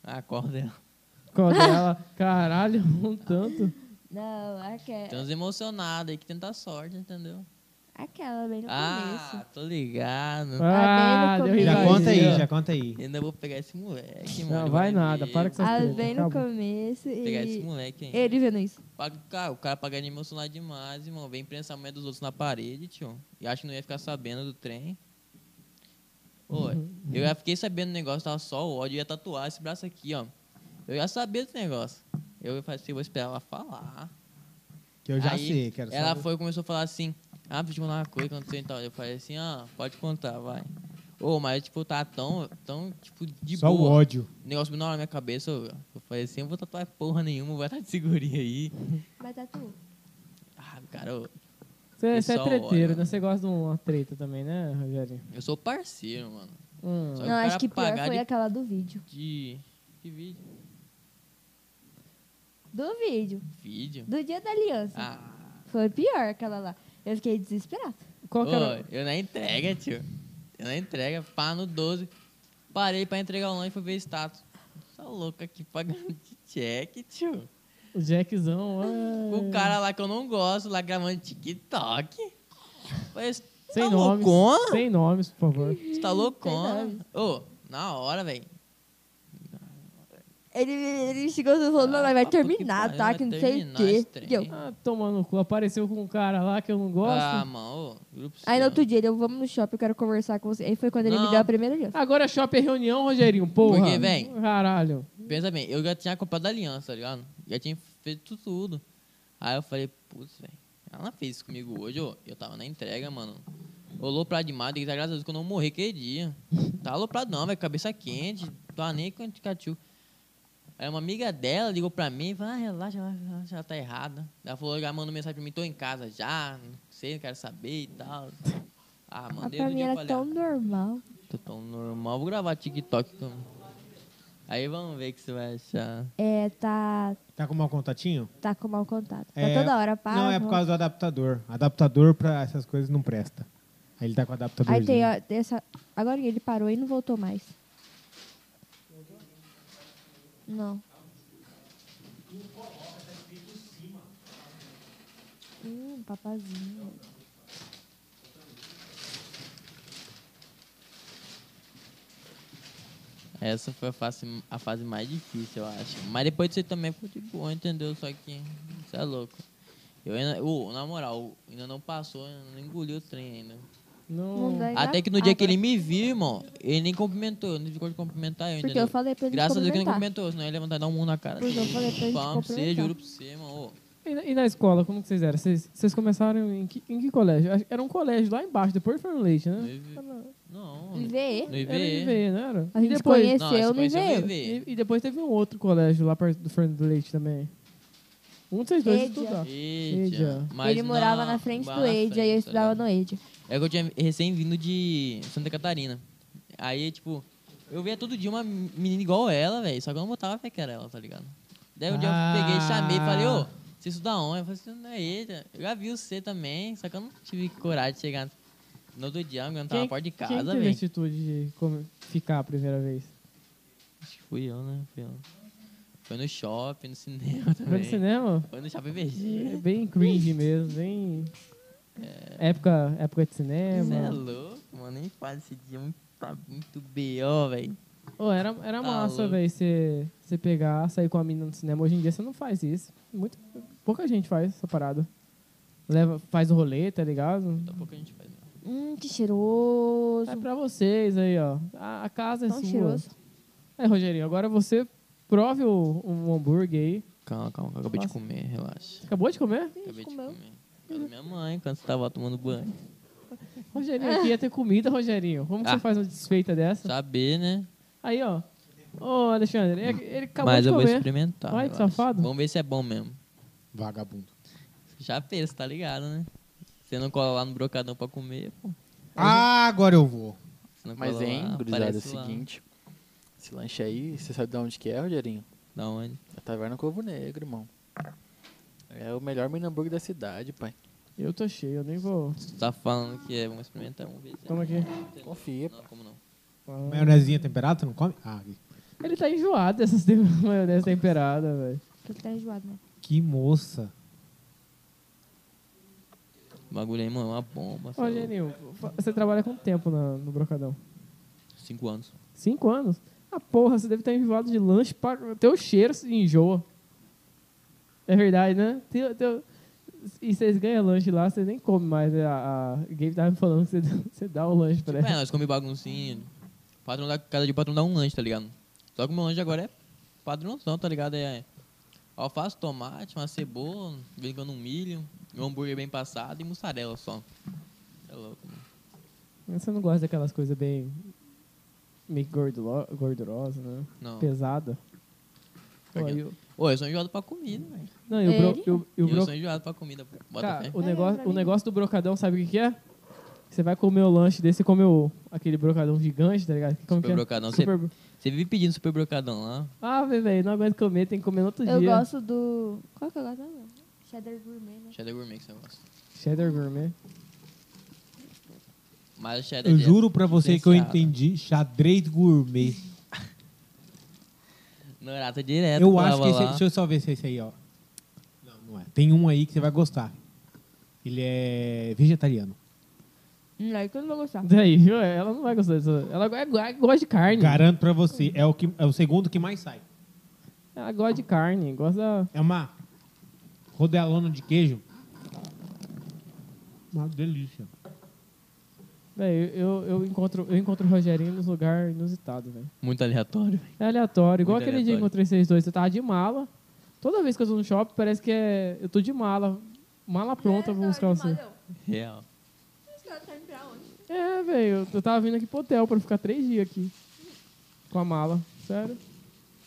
[SPEAKER 3] Ah, corda ela.
[SPEAKER 2] Quando ela, caralho, um tanto.
[SPEAKER 4] Não, aquela.
[SPEAKER 3] Tem uns emocionados aí que tenta a sorte, entendeu?
[SPEAKER 4] Aquela bem no
[SPEAKER 3] ah,
[SPEAKER 4] começo.
[SPEAKER 3] tô ligado.
[SPEAKER 2] Ah,
[SPEAKER 4] Tá bem no
[SPEAKER 2] deu
[SPEAKER 4] começo.
[SPEAKER 1] Já
[SPEAKER 2] risadinha.
[SPEAKER 1] conta aí, já conta aí.
[SPEAKER 3] Ainda vou pegar esse moleque,
[SPEAKER 2] Não,
[SPEAKER 3] mano.
[SPEAKER 2] vai
[SPEAKER 3] ver.
[SPEAKER 2] nada, para com essas-
[SPEAKER 4] Ah,
[SPEAKER 2] Acabou.
[SPEAKER 4] bem no começo.
[SPEAKER 3] Vou Pegar esse
[SPEAKER 4] E...
[SPEAKER 3] moleque, hein?
[SPEAKER 4] Ele vendo isso.
[SPEAKER 3] Paga- Cara, o cara pagando emocionado demais, irmão. Vem prensar a mulher dos outros na parede, tio. E acho que não ia ficar sabendo do trem. Pô,
[SPEAKER 1] Uhum.
[SPEAKER 3] eu já fiquei sabendo do negócio, tava só o ódio. Eu ia tatuar esse braço aqui, ó. Eu já sabia desse negócio. Eu falei assim, vou esperar ela falar.
[SPEAKER 1] Que eu já
[SPEAKER 3] Aí,
[SPEAKER 1] sei, quero
[SPEAKER 3] Ela
[SPEAKER 1] saber.
[SPEAKER 3] foi e começou a falar assim, ah, vou te contar uma coisa que aconteceu e tal. Eu falei assim, ah, pode contar, vai. Ô, mas, tipo, tá tão, tão, tipo, de
[SPEAKER 1] Só o
[SPEAKER 3] boa.
[SPEAKER 1] ódio.
[SPEAKER 3] O negócio na hora na minha cabeça, eu, eu falei assim, eu vou tatuar porra nenhuma, vai estar de segurinha aí.
[SPEAKER 4] Mas tá tu.
[SPEAKER 3] Ah, cara, eu,
[SPEAKER 2] Você você é
[SPEAKER 3] Pessoal,
[SPEAKER 2] treteiro,
[SPEAKER 3] olha.
[SPEAKER 2] né? Você gosta de uma treta também, né, Rogério?
[SPEAKER 3] eu sou parceiro, mano.
[SPEAKER 2] Hum.
[SPEAKER 3] Só- Aí o
[SPEAKER 4] Não, acho
[SPEAKER 3] cara
[SPEAKER 4] que pior
[SPEAKER 3] apagar
[SPEAKER 4] foi
[SPEAKER 3] de-
[SPEAKER 4] aquela do vídeo.
[SPEAKER 3] De. Que vídeo?
[SPEAKER 4] Do vídeo.
[SPEAKER 3] Vídeo?
[SPEAKER 4] Do dia da aliança.
[SPEAKER 3] Ah.
[SPEAKER 4] Foi pior aquela lá. Eu fiquei desesperada.
[SPEAKER 2] Qual que era?
[SPEAKER 3] Ô, eu na entrega, tio. Eu na entrega, pá no 12. Parei pra entregar o lanche e fui ver status. Essa louca aqui pagando de cheque, tio.
[SPEAKER 2] O Jackzão. Ah,
[SPEAKER 3] O
[SPEAKER 4] Hum.
[SPEAKER 2] ai.
[SPEAKER 3] cara lá que eu não gosto, lá gravando TikTok. Falei, "Cê
[SPEAKER 2] Sem
[SPEAKER 3] tá
[SPEAKER 2] nomes.
[SPEAKER 3] loucona?
[SPEAKER 2] Sem nomes, por favor.
[SPEAKER 3] Você tá
[SPEAKER 4] Sem
[SPEAKER 3] loucona? Ô, na hora, velho.
[SPEAKER 4] Ele, ele chegou e falou, não, mas vai
[SPEAKER 3] Ah, puta que
[SPEAKER 4] terminar,
[SPEAKER 3] pariu,
[SPEAKER 4] tá?
[SPEAKER 3] vai
[SPEAKER 4] Que não sei o
[SPEAKER 3] terminar esse
[SPEAKER 4] quê.
[SPEAKER 3] trem.
[SPEAKER 4] E eu,
[SPEAKER 2] Ah, tomando no cu. Apareceu com um cara lá que eu não gosto.
[SPEAKER 3] Ah, mano, ô. juro pra você,
[SPEAKER 4] Aí no
[SPEAKER 3] ó.
[SPEAKER 4] outro dia ele, eu vamos no shopping, eu quero conversar com você. Aí foi quando ele me
[SPEAKER 3] Não.
[SPEAKER 4] deu a primeira aliança.
[SPEAKER 2] Agora shopping é reunião, Rogerinho, porra.
[SPEAKER 3] Por quê, véi?
[SPEAKER 2] Caralho.
[SPEAKER 3] Pensa bem, eu já tinha comprado a aliança, tá ligado? Já tinha feito tudo. Aí eu falei, putz, velho, ela não fez isso comigo hoje, ô. Eu tava na entrega, mano. Rolou pra demais, tem que dar graças a Deus que eu não morri aquele dia. Tá aloprado não, velho, cabeça quente, tô nem com anticatiu. Aí uma amiga dela ligou pra mim e falou, ah, relaxa, relaxa, ela tá errada. Ela falou, ela mandou mensagem pra mim, tô em casa já, não sei, não quero saber e tal. Ah,
[SPEAKER 4] Ah,
[SPEAKER 3] mandei outro
[SPEAKER 4] pra mim
[SPEAKER 3] dia eu
[SPEAKER 4] era
[SPEAKER 3] falei, ah,
[SPEAKER 4] tão normal.
[SPEAKER 3] tô tão normal, vou gravar TikTok. com- Aí vamos ver o que você vai achar.
[SPEAKER 4] É, tá,
[SPEAKER 1] Tá com mau contatinho?
[SPEAKER 4] tá com mau contato. Tá
[SPEAKER 1] É,
[SPEAKER 4] toda hora, para.
[SPEAKER 1] Não, é por
[SPEAKER 4] vamos-
[SPEAKER 1] causa do adaptador. Adaptador pra essas coisas não presta. Aí ele tá com o adaptador.
[SPEAKER 4] Aí tem, ó, tem essa... Agora ele parou e não voltou mais. Não. Hum, papazinho.
[SPEAKER 3] Essa foi a fase, a fase mais difícil, eu acho. Mas depois disso aí também ficou de boa, entendeu? Só que isso é louco. Eu ainda, ô, na moral, ainda não passou, ainda não engoliu o trem ainda.
[SPEAKER 2] Não.
[SPEAKER 4] Não dá. Ainda-
[SPEAKER 3] Hum, Até que no dia
[SPEAKER 4] ah,
[SPEAKER 3] que ele
[SPEAKER 4] agora-
[SPEAKER 3] me viu, irmão, ele nem cumprimentou, ele não ficou de cumprimentar eu,
[SPEAKER 4] Porque
[SPEAKER 3] entendeu?
[SPEAKER 4] eu falei pra ele
[SPEAKER 3] Graças a Deus que ele não
[SPEAKER 4] cumprimentar.
[SPEAKER 3] cumprimentou, senão ele ia levantar e dar um mundo na cara.
[SPEAKER 4] Pois eu falei pra ele te
[SPEAKER 3] Vamos, você,
[SPEAKER 4] cumprimentar.
[SPEAKER 3] juro pra você, irmão. ô.
[SPEAKER 2] E, na- e na escola, como que vocês eram? Vocês, vocês começaram em que, em que colégio? Acho que Era um colégio lá embaixo, depois foi no leite,
[SPEAKER 3] No
[SPEAKER 2] né?
[SPEAKER 3] IV- Não, no
[SPEAKER 4] Vê?
[SPEAKER 2] Era em
[SPEAKER 3] IV.
[SPEAKER 2] IVE, não era?
[SPEAKER 4] A gente
[SPEAKER 2] e depois,
[SPEAKER 4] conhece-
[SPEAKER 3] Não,
[SPEAKER 4] Esse eu não
[SPEAKER 3] esse conheceu no
[SPEAKER 4] veio.
[SPEAKER 3] IV.
[SPEAKER 2] e, e depois teve um outro colégio lá perto do Fernando do Leite também. Um de vocês dois
[SPEAKER 4] Edia.
[SPEAKER 2] estudar.
[SPEAKER 3] Eita,
[SPEAKER 2] Eita.
[SPEAKER 3] mas
[SPEAKER 4] ele morava
[SPEAKER 3] não,
[SPEAKER 4] na frente do
[SPEAKER 3] lá na
[SPEAKER 4] Ed, aí eu
[SPEAKER 3] frente, tá
[SPEAKER 4] estudava
[SPEAKER 3] ligado?
[SPEAKER 4] no Ed.
[SPEAKER 3] É que eu tinha recém vindo de Santa Catarina. Aí, tipo, eu via todo dia uma menina igual ela, velho. Só que eu não botava fé que era ela, tá ligado? Daí um dia
[SPEAKER 1] Ah.
[SPEAKER 3] eu peguei, e chamei e falei, ô, você estuda onde? Eu falei assim, não é ele. Eu já vi você também, só que eu não tive coragem de chegar no outro dia, eu tava tá na porta de
[SPEAKER 2] quem
[SPEAKER 3] casa,
[SPEAKER 2] teve a
[SPEAKER 3] velho.
[SPEAKER 2] atitude de como- ficar a primeira vez?
[SPEAKER 3] Acho que fui eu, né? Fui eu. Foi no shopping, no cinema também.
[SPEAKER 2] Foi no cinema?
[SPEAKER 3] Foi no shopping
[SPEAKER 2] É
[SPEAKER 3] VG.
[SPEAKER 2] bem cringe mesmo, bem... Época, época de
[SPEAKER 3] Você é
[SPEAKER 2] cinema.
[SPEAKER 3] louco, mano. Nem faz esse dia muito, tá muito B.O., velho.
[SPEAKER 2] Ô, era, era
[SPEAKER 3] Tá
[SPEAKER 2] massa,
[SPEAKER 3] louco.
[SPEAKER 2] velho, você você pegar, sair com a mina no cinema. Hoje em dia você não faz isso. Muito, pouca gente faz essa parada. Leva, faz o rolê, tá ligado?
[SPEAKER 3] Daqui a pouco a gente faz. né?
[SPEAKER 4] Hum, que cheiroso. Tá
[SPEAKER 2] É pra vocês aí, ó. A, a casa é
[SPEAKER 4] Tão
[SPEAKER 2] sua.
[SPEAKER 4] cheiroso.
[SPEAKER 2] É, Rogerinho, agora você prove o, um hambúrguer aí.
[SPEAKER 3] Calma, calma, que eu acabei
[SPEAKER 2] Nossa.
[SPEAKER 3] de comer, relaxa.
[SPEAKER 2] Você acabou de comer?
[SPEAKER 3] Acabei de
[SPEAKER 4] comeu.
[SPEAKER 3] comer. Casa da minha mãe, quando você tava tomando banho.
[SPEAKER 2] Rogerinho, aqui ia ter comida, Rogerinho. Como que
[SPEAKER 3] Ah.
[SPEAKER 2] você faz uma desfeita dessa?
[SPEAKER 3] Saber, né?
[SPEAKER 2] Aí, ó. Ô, Alexandre, ele, ele acabou
[SPEAKER 3] Mas
[SPEAKER 2] de
[SPEAKER 3] eu vou
[SPEAKER 2] comer.
[SPEAKER 3] experimentar.
[SPEAKER 2] Vai,
[SPEAKER 3] relaxa.
[SPEAKER 2] safado.
[SPEAKER 3] Vamos ver se é bom mesmo.
[SPEAKER 1] Vagabundo.
[SPEAKER 3] Já fez, tá ligado, né? Você não cola lá no brocadão pra comer, pô.
[SPEAKER 1] Ah, agora eu vou.
[SPEAKER 3] Você não
[SPEAKER 5] Mas,
[SPEAKER 3] cola
[SPEAKER 5] hein,
[SPEAKER 3] lá,
[SPEAKER 5] gurizada, é o
[SPEAKER 3] aparece lá.
[SPEAKER 5] seguinte. Esse lanche aí, você sabe de onde que é, Rogerinho?
[SPEAKER 3] Da onde?
[SPEAKER 5] A Taverna Corvo Negro, irmão. É o melhor mini hambúrguer da cidade, pai.
[SPEAKER 2] Eu tô cheio, eu nem vou.
[SPEAKER 3] Você tá falando que é, vamos experimentar, vamos ver. se é
[SPEAKER 2] Toma aqui.
[SPEAKER 3] bom.
[SPEAKER 5] Confia,
[SPEAKER 3] Não, como não?
[SPEAKER 2] Ah.
[SPEAKER 1] Maionezinha temperada, tu não come? Ah, aqui.
[SPEAKER 2] Ele tá enjoado dessas tem- maionese temperada, velho.
[SPEAKER 4] Ele tá enjoado, né?
[SPEAKER 1] que moça.
[SPEAKER 3] O bagulho aí, mano, é uma bomba. cê é
[SPEAKER 2] Ô,
[SPEAKER 3] louco.
[SPEAKER 2] Geninho, você trabalha quanto tempo na- no Brocadão?
[SPEAKER 3] Cinco anos.
[SPEAKER 2] Cinco anos? Ah, porra, você deve estar enjoado de lanche. Pra... Teu cheiro se enjoa. É verdade, né? Teu- teu- E vocês ganham lanche lá, vocês nem comem mais. né? A, a Gabe tava me falando que você dá- você dá o lanche pra
[SPEAKER 3] Tipo, é,
[SPEAKER 2] ela.
[SPEAKER 3] nós comemos baguncinho. Patrão dá, cada dia o patrão dá um lanche, tá ligado? Só que o meu lanche agora é padrãozão, tá ligado? É Alface, tomate, uma cebola, de vez em quando um milho, um hambúrguer bem passado e mussarela só. É louco, mano. é.
[SPEAKER 2] Você não gosta daquelas coisas bem. meio gordulo- gordurosa, né?
[SPEAKER 3] Não.
[SPEAKER 2] Pesada. Pô,
[SPEAKER 3] Porque-
[SPEAKER 2] e o-
[SPEAKER 3] Ô, eu sou enjoado pra comida, velho.
[SPEAKER 2] Não, e o, bro,
[SPEAKER 4] Ele?
[SPEAKER 2] e o, e o
[SPEAKER 3] Eu,
[SPEAKER 2] bro-
[SPEAKER 3] sou enjoado pra comida, pô. bota
[SPEAKER 2] Cara,
[SPEAKER 3] fé.
[SPEAKER 2] o,
[SPEAKER 4] É,
[SPEAKER 2] negócio,
[SPEAKER 4] pra
[SPEAKER 2] o
[SPEAKER 4] mim.
[SPEAKER 2] negócio do brocadão, sabe o que, que é? Você vai comer o lanche desse e comer o, aquele brocadão gigante, tá ligado? Como que
[SPEAKER 3] Super
[SPEAKER 2] é?
[SPEAKER 3] brocadão. Você
[SPEAKER 2] Super bro-
[SPEAKER 3] você vive pedindo super brocadão lá.
[SPEAKER 2] Ah, velho, não aguento comer, tem que comer no outro
[SPEAKER 4] Eu
[SPEAKER 2] dia.
[SPEAKER 4] gosto do. Qual que eu gosto? mesmo? Cheddar gourmet, né?
[SPEAKER 3] Cheddar gourmet que você gosta.
[SPEAKER 2] Cheddar gourmet.
[SPEAKER 3] Mas o cheddar é
[SPEAKER 1] Eu
[SPEAKER 3] de-
[SPEAKER 1] juro pra você que eu
[SPEAKER 3] diferenciado.
[SPEAKER 1] entendi xadrez gourmet.
[SPEAKER 3] Norata direto.
[SPEAKER 1] Eu acho
[SPEAKER 3] colava
[SPEAKER 1] que esse,
[SPEAKER 3] lá.
[SPEAKER 1] deixa eu só ver se é esse aí, ó. Não, não é. Tem um aí que você vai gostar. Ele é vegetariano.
[SPEAKER 4] Não, é que eu não vou gostar.
[SPEAKER 2] Daí, viu? ela não vai gostar disso. Ela, go- go- gosta de carne.
[SPEAKER 1] Garanto pra você, é o que é o segundo que mais sai.
[SPEAKER 2] Ela gosta de carne, gosta.
[SPEAKER 1] É uma rodelona de queijo. Uma delícia.
[SPEAKER 2] Véi, eu, eu, encontro, eu encontro o Rogerinho nos lugares inusitados, velho.
[SPEAKER 3] Muito aleatório, velho.
[SPEAKER 2] É aleatório. Igual
[SPEAKER 3] Muito
[SPEAKER 2] aquele dia que eu encontrei vocês dois, eu tava de mala. Toda vez que eu tô no shopping, parece que é, eu tô de mala. Mala
[SPEAKER 4] É,
[SPEAKER 2] pronta pra buscar você.
[SPEAKER 3] Real.
[SPEAKER 4] tá
[SPEAKER 2] É, velho, eu tava vindo aqui pro hotel pra ficar três dias aqui. Com a mala, sério.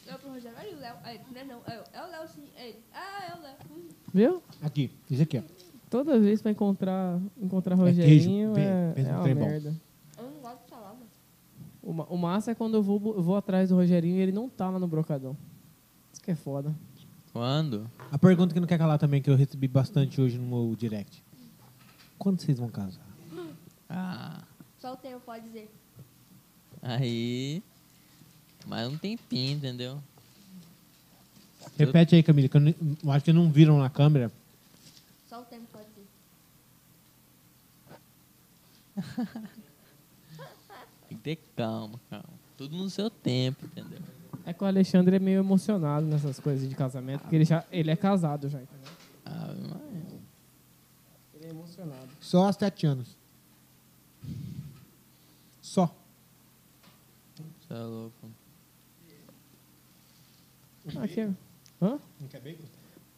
[SPEAKER 4] Eu pro Rogério, olha É o Léo. Aí, ele, não é não, é o- é o Léo sim, é ele. Ah, é o Léo. Hum.
[SPEAKER 2] Viu?
[SPEAKER 1] Aqui, esse aqui, ó.
[SPEAKER 2] Toda vez pra encontrar, encontrar
[SPEAKER 1] queijo,
[SPEAKER 2] Rogerinho
[SPEAKER 1] pe-
[SPEAKER 2] é,
[SPEAKER 1] pensa
[SPEAKER 2] é
[SPEAKER 1] no
[SPEAKER 2] uma
[SPEAKER 1] trem bom.
[SPEAKER 2] merda.
[SPEAKER 4] Eu não gosto de salada.
[SPEAKER 2] O, ma- o massa é quando eu vou, bu- eu vou atrás do Rogerinho e ele não tá lá no brocadão. Isso que é foda.
[SPEAKER 3] Quando?
[SPEAKER 1] A pergunta que não quer calar também, que eu recebi bastante hoje no meu direct. Quando vocês vão casar?
[SPEAKER 3] Ah.
[SPEAKER 4] Só o tempo pode dizer.
[SPEAKER 3] Aí. Mas um tempinho, entendeu?
[SPEAKER 1] Repete aí, Camila, que eu n- eu acho que não viram na câmera.
[SPEAKER 4] Só o tempo pode dizer.
[SPEAKER 3] Tem que ter calma, calma. Tudo no seu tempo, entendeu?
[SPEAKER 2] É que o Alexandre é meio emocionado nessas coisas de casamento, porque ele, já, ele é casado já, entendeu?
[SPEAKER 3] Ah, mas...
[SPEAKER 2] Ele é emocionado.
[SPEAKER 1] Só aos sete anos. Só.
[SPEAKER 3] Você é louco.
[SPEAKER 2] Aqui, é- hã?
[SPEAKER 1] Não quer bacon?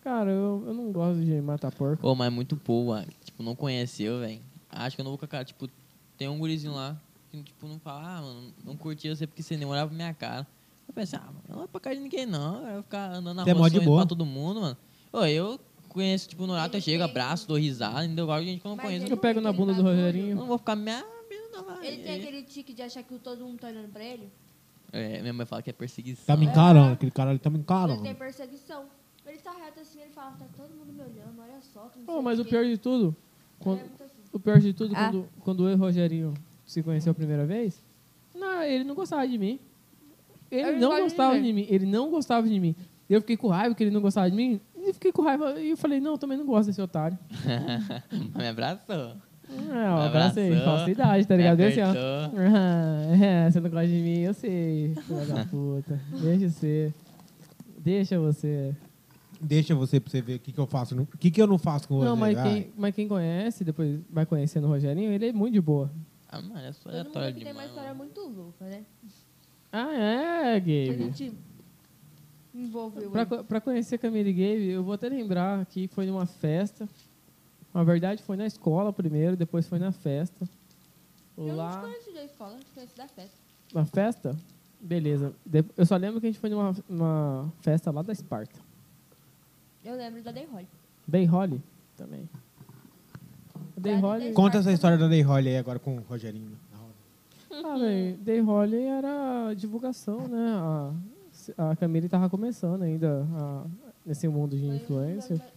[SPEAKER 2] Cara, eu, eu não gosto de matar porco.
[SPEAKER 3] Pô, mas é muito boa. Tipo, não conheceu, velho. Acho que eu não vou com a cara. Tipo, tem um gurizinho lá que, tipo, não fala, ah, mano, não curtia você porque você nem olhava pra minha cara. Eu pensei, ah, mano, eu não olho pra cara de ninguém, não. Eu vou ficar andando na
[SPEAKER 1] Você é
[SPEAKER 3] rua
[SPEAKER 1] mó de
[SPEAKER 3] sorrindo
[SPEAKER 1] boa.
[SPEAKER 3] pra todo mundo, mano. Ô, eu conheço, tipo, no Norato, eu chego, abraço, dou risada, entendeu? Agora gente que eu não
[SPEAKER 4] Mas
[SPEAKER 3] conheço.
[SPEAKER 4] ele
[SPEAKER 2] Eu pego na bunda do
[SPEAKER 3] Eu
[SPEAKER 2] Rogerinho.
[SPEAKER 3] não vou ficar me abrindo lá.
[SPEAKER 4] Ele tem
[SPEAKER 3] E-
[SPEAKER 4] aquele tique de achar que todo mundo tá olhando pra ele.
[SPEAKER 3] É, minha mãe fala que é perseguição.
[SPEAKER 1] Tá me encarando, aquele cara ali tá me
[SPEAKER 4] Ele tem
[SPEAKER 1] encarando.
[SPEAKER 4] perseguição. Ele tá reto assim, ele fala, tá todo mundo me olhando, olha só. Que não
[SPEAKER 2] Pô,
[SPEAKER 4] sei
[SPEAKER 2] Oh, mas o
[SPEAKER 4] quê."
[SPEAKER 2] pior de tudo,
[SPEAKER 4] Ele é
[SPEAKER 2] quando,
[SPEAKER 4] muito assim.
[SPEAKER 2] o pior de tudo,
[SPEAKER 4] Ah.
[SPEAKER 2] quando, quando eu e o Rogerinho se conheceu a primeira vez, não, ele não gostava de mim. Ele
[SPEAKER 4] Eu não
[SPEAKER 2] não
[SPEAKER 4] gosto de
[SPEAKER 2] gostava de
[SPEAKER 4] ninguém.
[SPEAKER 2] mim, ele não gostava de mim. Eu fiquei com raiva que ele não gostava de mim, e fiquei com raiva, e eu falei, não, eu também não gosto desse otário.
[SPEAKER 3] Mas me abraçou.
[SPEAKER 2] É, eu abracei,
[SPEAKER 3] Abraçou,
[SPEAKER 2] falsidade, tá ligado?
[SPEAKER 3] me
[SPEAKER 2] Eu assim, ó.
[SPEAKER 3] apertou.
[SPEAKER 2] Ah, é, você não gosta de mim, eu sei, filha da puta. Deixa você. Deixa você.
[SPEAKER 1] Deixa você pra você ver o que, que eu faço. no- O que, que eu não faço com você.
[SPEAKER 2] Não, mas
[SPEAKER 1] vai.
[SPEAKER 2] quem, mas quem conhece, depois vai conhecendo o Rogerinho, ele é muito de boa.
[SPEAKER 3] Ah, mano, é só
[SPEAKER 4] Todo mundo
[SPEAKER 3] aleatório
[SPEAKER 4] aqui tem uma
[SPEAKER 3] demais.
[SPEAKER 4] história
[SPEAKER 3] mano.
[SPEAKER 4] muito louca, né?
[SPEAKER 2] Ah, é,
[SPEAKER 4] A
[SPEAKER 2] Gabe.
[SPEAKER 4] gente tipo, envolveu
[SPEAKER 2] Pra,
[SPEAKER 4] ele.
[SPEAKER 2] co- pra conhecer Camille Gabe, eu vou até lembrar que foi numa festa. Na verdade, foi na escola primeiro, depois foi na festa.
[SPEAKER 4] Eu não te
[SPEAKER 2] Lá
[SPEAKER 4] conheci da escola, te conheci da festa.
[SPEAKER 2] na festa? Beleza. De- Eu só lembro que a gente foi numa numa festa lá da Esparta.
[SPEAKER 4] Eu lembro da Day Holly.
[SPEAKER 2] Day Holly também. Day
[SPEAKER 4] Lá de
[SPEAKER 2] Holly.
[SPEAKER 4] Day-
[SPEAKER 1] Conta essa história da Day Holly aí agora com o Rogerinho. na roda.
[SPEAKER 2] Ah, velho, Day Holly era divulgação, né? A, a Camille tava começando ainda a- nesse mundo de
[SPEAKER 4] Foi um
[SPEAKER 2] influencer,
[SPEAKER 4] dos meus-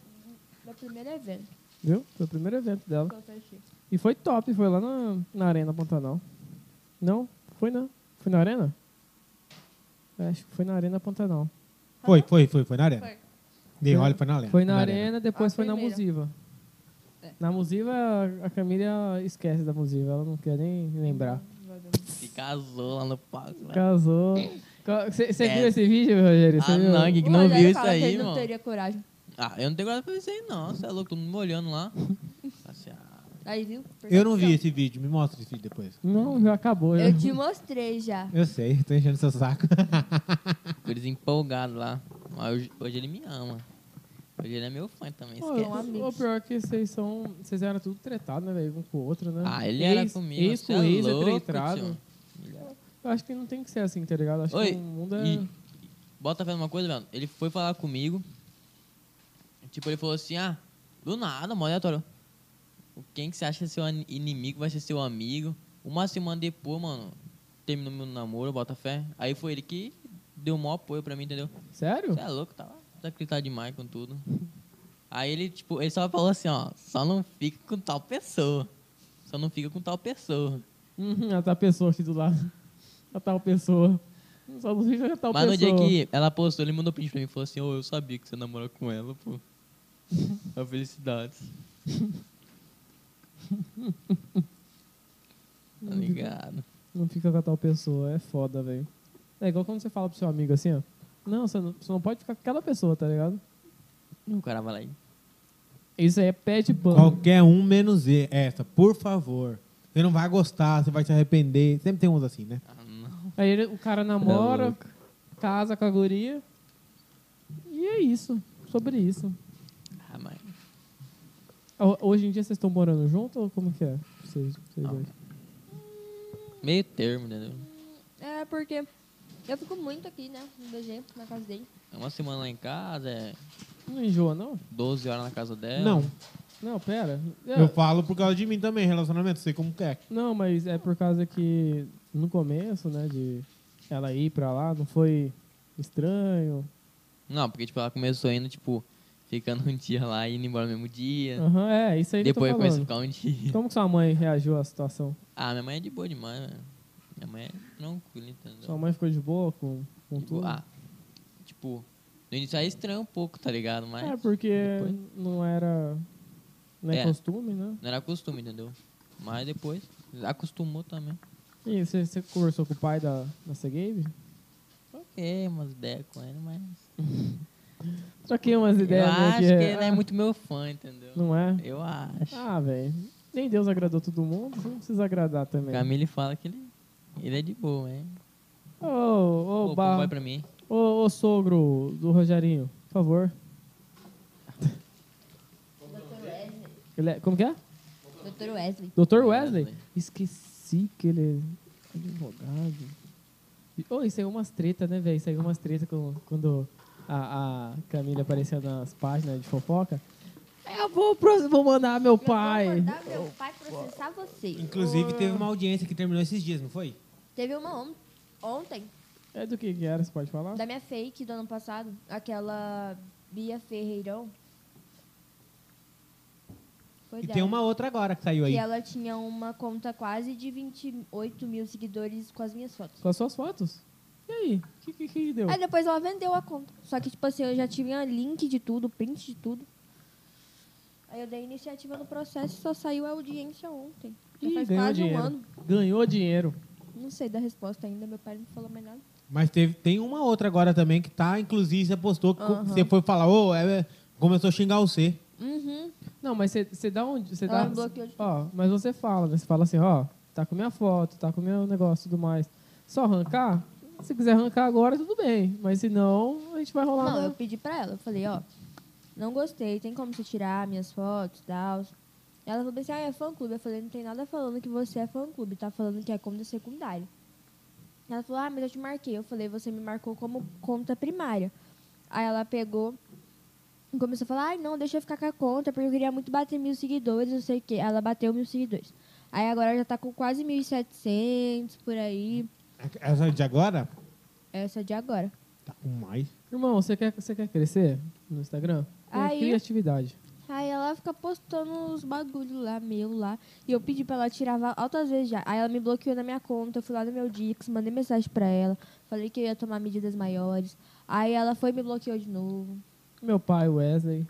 [SPEAKER 4] Meu primeiro evento
[SPEAKER 2] viu? Foi o primeiro evento dela.
[SPEAKER 4] que eu assisti.
[SPEAKER 2] E foi top, foi lá na, na Arena Pantanal. Não? Foi não. Foi na Arena? É, acho que foi na Arena Pantanal.
[SPEAKER 1] Foi, foi, foi, foi na arena.
[SPEAKER 4] Foi.
[SPEAKER 1] Day Holly foi na
[SPEAKER 3] É,
[SPEAKER 1] arena.
[SPEAKER 2] Foi na, arena, depois
[SPEAKER 4] A
[SPEAKER 2] foi na
[SPEAKER 4] primeira.
[SPEAKER 2] Musiva.
[SPEAKER 4] É.
[SPEAKER 2] Na Musiva, a- a Camila esquece da Musiva, ela não quer nem lembrar.
[SPEAKER 3] Se casou lá no palco.
[SPEAKER 4] É.
[SPEAKER 3] velho.
[SPEAKER 2] Casou. Você
[SPEAKER 3] É.
[SPEAKER 2] viu esse vídeo, Rogério? Cê
[SPEAKER 3] Ah,
[SPEAKER 2] viu?
[SPEAKER 3] não, que que
[SPEAKER 4] O
[SPEAKER 3] não
[SPEAKER 4] Rogério
[SPEAKER 3] viu isso
[SPEAKER 4] fala que
[SPEAKER 3] aí,
[SPEAKER 4] ele
[SPEAKER 3] mano.
[SPEAKER 4] não teria coragem.
[SPEAKER 3] Ah, eu não tenho coragem pra fazer isso aí, não. Você é louco, todo mundo me olhando lá. Assim, ah,
[SPEAKER 4] Aí, viu?
[SPEAKER 1] Eu não vi
[SPEAKER 4] Perseguição.
[SPEAKER 1] esse vídeo, me mostra esse vídeo depois.
[SPEAKER 2] Não, já acabou. Já.
[SPEAKER 4] Eu te mostrei já.
[SPEAKER 1] Eu sei, tô enchendo seu saco.
[SPEAKER 3] eles empolgados lá. Mas hoje, hoje ele me ama. Hoje ele é meu fã também,
[SPEAKER 2] Pô,
[SPEAKER 3] esquece.
[SPEAKER 4] eu- amigos.
[SPEAKER 2] o pior é que vocês são. Vocês eram tudo tretado, né, velho? Um com o outro, né?
[SPEAKER 3] Ah, ele era comigo.
[SPEAKER 2] Ex
[SPEAKER 3] cê
[SPEAKER 2] com ex, é,
[SPEAKER 3] louco,
[SPEAKER 2] tretado.
[SPEAKER 3] tio. Ele é-
[SPEAKER 2] Eu acho que não tem que ser assim, tá ligado? Acho
[SPEAKER 3] Oi,
[SPEAKER 2] que o mundo é.
[SPEAKER 3] E bota fazendo uma coisa, velho. Ele foi falar comigo. Tipo, ele falou assim, ah, do nada, mó aleatório. Quem que você acha que é seu ani- inimigo vai ser seu amigo? Uma semana depois, mano, terminou meu namoro, bota fé. Aí foi ele que deu o maior apoio pra mim, entendeu?
[SPEAKER 2] Sério?
[SPEAKER 3] Você é louco, tava desacreditado demais com tudo. Aí ele, tipo, ele só falou assim, ó, só não fica com tal pessoa. Só não fica com tal pessoa.
[SPEAKER 2] Uhum, a tal pessoa aqui do lado. A tal pessoa. Só não fica com a tal
[SPEAKER 3] Mas no
[SPEAKER 2] pessoa.
[SPEAKER 3] dia que ela postou, ele mandou print pra mim e falou assim, ô, eu sabia que você namora com ela, pô. A felicidade. tá ligado?
[SPEAKER 2] Não fica com a tal pessoa, é foda, velho. É igual quando você fala pro seu amigo assim, ó. Não, você não, você não pode ficar com aquela pessoa, tá ligado?
[SPEAKER 3] E o cara vai lá e...
[SPEAKER 2] Isso aí é pé de pano.
[SPEAKER 1] Qualquer um menos e- essa, por favor. Você não vai gostar, você vai se arrepender. Sempre tem uns assim, né?
[SPEAKER 3] Ah, não.
[SPEAKER 2] Aí ele- o cara namora,
[SPEAKER 3] Tá
[SPEAKER 2] casa com a guria. E é isso. Sobre isso.
[SPEAKER 3] Ah, mas...
[SPEAKER 2] Ho- Hoje em dia vocês estão morando junto ou como que é? Vocês, vocês
[SPEAKER 3] Não.
[SPEAKER 2] dois?
[SPEAKER 3] Meio termo, entendeu?
[SPEAKER 4] É porque eu fico muito aqui, né? No BG, na casa dele.
[SPEAKER 3] É uma semana lá em casa, é
[SPEAKER 2] Não enjoa, não?
[SPEAKER 3] 12 horas na casa dela.
[SPEAKER 1] Não,
[SPEAKER 2] Não, pera. É,
[SPEAKER 1] eu falo por causa de mim também, relacionamento, sei como que é.
[SPEAKER 2] Não, mas é por causa que no começo, né, de ela ir pra lá, não foi estranho.
[SPEAKER 3] Não, porque, tipo, ela começou indo, tipo, ficando um dia lá e indo embora no mesmo dia.
[SPEAKER 2] Aham, é, isso aí que eu tô
[SPEAKER 3] Depois começou a
[SPEAKER 2] falando.
[SPEAKER 3] ficar um dia.
[SPEAKER 2] Como que sua mãe reagiu à situação?
[SPEAKER 3] Ah, minha mãe é de boa demais, velho. Minha mãe é tranquila, entendeu?
[SPEAKER 2] Sua mãe ficou de boa com, com
[SPEAKER 3] Tipo,
[SPEAKER 2] tudo?
[SPEAKER 3] ah, tipo, no início é estranho um pouco, tá ligado? Mas
[SPEAKER 2] é, porque
[SPEAKER 3] depois-
[SPEAKER 2] não era... Não é,
[SPEAKER 3] É.
[SPEAKER 2] costume, né?
[SPEAKER 3] não era costume, entendeu? Mas depois acostumou também.
[SPEAKER 2] E você, você conversou com o pai da, dessa Gabe?
[SPEAKER 3] Ok, umas ideias com ele, mas.
[SPEAKER 2] Troquei umas
[SPEAKER 3] eu
[SPEAKER 2] ideias, né?
[SPEAKER 3] acho que ele não
[SPEAKER 2] ah,
[SPEAKER 3] é muito meu fã, entendeu?
[SPEAKER 2] Não é?
[SPEAKER 3] Eu acho.
[SPEAKER 2] Ah, velho. Nem Deus agradou todo mundo, não precisa agradar também.
[SPEAKER 3] Camille fala que ele, ele é de boa, hein?
[SPEAKER 2] Ô, ô,
[SPEAKER 3] Pô,
[SPEAKER 2] Barro.
[SPEAKER 3] vai pra mim.
[SPEAKER 2] Ô, ô, sogro do Rogerinho, por favor.
[SPEAKER 4] Dr. Wesley.
[SPEAKER 2] Ele é- como que é?
[SPEAKER 4] Dr. Wesley.
[SPEAKER 2] Dr. Wesley.
[SPEAKER 3] Wesley.
[SPEAKER 2] Esqueci que ele é advogado. E- Ô, isso aí é umas treta, né, velho? Isso aí é umas treta com- quando a, a Camila apareceu nas páginas de fofoca. É, Eu vou, pro- vou mandar meu pai.
[SPEAKER 4] Eu vou mandar meu pai processar você.
[SPEAKER 1] Inclusive,
[SPEAKER 4] Ah,
[SPEAKER 1] teve uma audiência que terminou esses dias, não foi?
[SPEAKER 4] Teve uma on- ontem,
[SPEAKER 2] É do que que era, você pode falar?
[SPEAKER 4] da minha fake do ano passado, aquela Bia Ferreirão. Foi
[SPEAKER 1] E
[SPEAKER 4] dela.
[SPEAKER 1] tem uma outra agora que saiu aí.
[SPEAKER 4] Que é ela tinha uma conta quase de 28 mil seguidores com as minhas fotos.
[SPEAKER 2] Com as suas fotos. E aí? O que, que que deu?
[SPEAKER 4] Aí depois ela vendeu a conta. Só que, tipo assim, eu já tinha link de tudo, print de tudo. Aí eu dei iniciativa no processo e só saiu a audiência ontem. Já
[SPEAKER 2] Ih,
[SPEAKER 4] faz
[SPEAKER 2] ganhou
[SPEAKER 4] quase
[SPEAKER 2] dinheiro.
[SPEAKER 4] um ano.
[SPEAKER 2] Ganhou dinheiro.
[SPEAKER 4] Não sei da resposta ainda, meu pai não falou mais nada.
[SPEAKER 1] Mas teve, tem uma outra agora também que tá, inclusive, você postou, que
[SPEAKER 4] Aham.
[SPEAKER 1] você foi falar, ô, é- começou a xingar você.
[SPEAKER 4] Uhum.
[SPEAKER 2] Não, mas você- você dá um. Você
[SPEAKER 4] Ela
[SPEAKER 2] dá,
[SPEAKER 4] me Ah, bloqueou de
[SPEAKER 2] ó, mas você fala, né? Você fala assim, ó, tá com minha foto, tá com meu negócio e tudo mais. Só arrancar? Se quiser arrancar agora, tudo bem. Mas se não, a gente vai rolar.
[SPEAKER 4] Não,
[SPEAKER 2] né?
[SPEAKER 4] eu pedi pra ela. Eu falei, ó, não gostei, tem como você tirar minhas fotos e tal. Ela falou assim, ah, é fã-clube. Eu falei, não tem nada falando que você é fã-clube, tá falando que é conta secundária. Ela falou, ah, mas eu te marquei. Eu falei, você me marcou como conta primária. Aí ela pegou e começou a falar, ai, não, deixa eu ficar com a conta, porque eu queria muito bater mil seguidores, não sei o quê. Ela bateu mil seguidores. Aí agora já tá com quase 1.700, por aí.
[SPEAKER 1] É, Essa de agora?
[SPEAKER 4] Essa de agora.
[SPEAKER 1] Tá com mais.
[SPEAKER 2] Irmão, você quer, você quer crescer no Instagram? Tem
[SPEAKER 4] Aí-
[SPEAKER 2] criatividade.
[SPEAKER 4] Aí ela fica postando os bagulho lá, meu lá. E eu pedi pra ela tirar va- altas vezes já. Aí ela me bloqueou na minha conta, eu fui lá no meu Dix, mandei mensagem pra ela. Falei que eu ia tomar medidas maiores. Aí ela foi e me bloqueou de novo.
[SPEAKER 2] Meu pai, Wesley.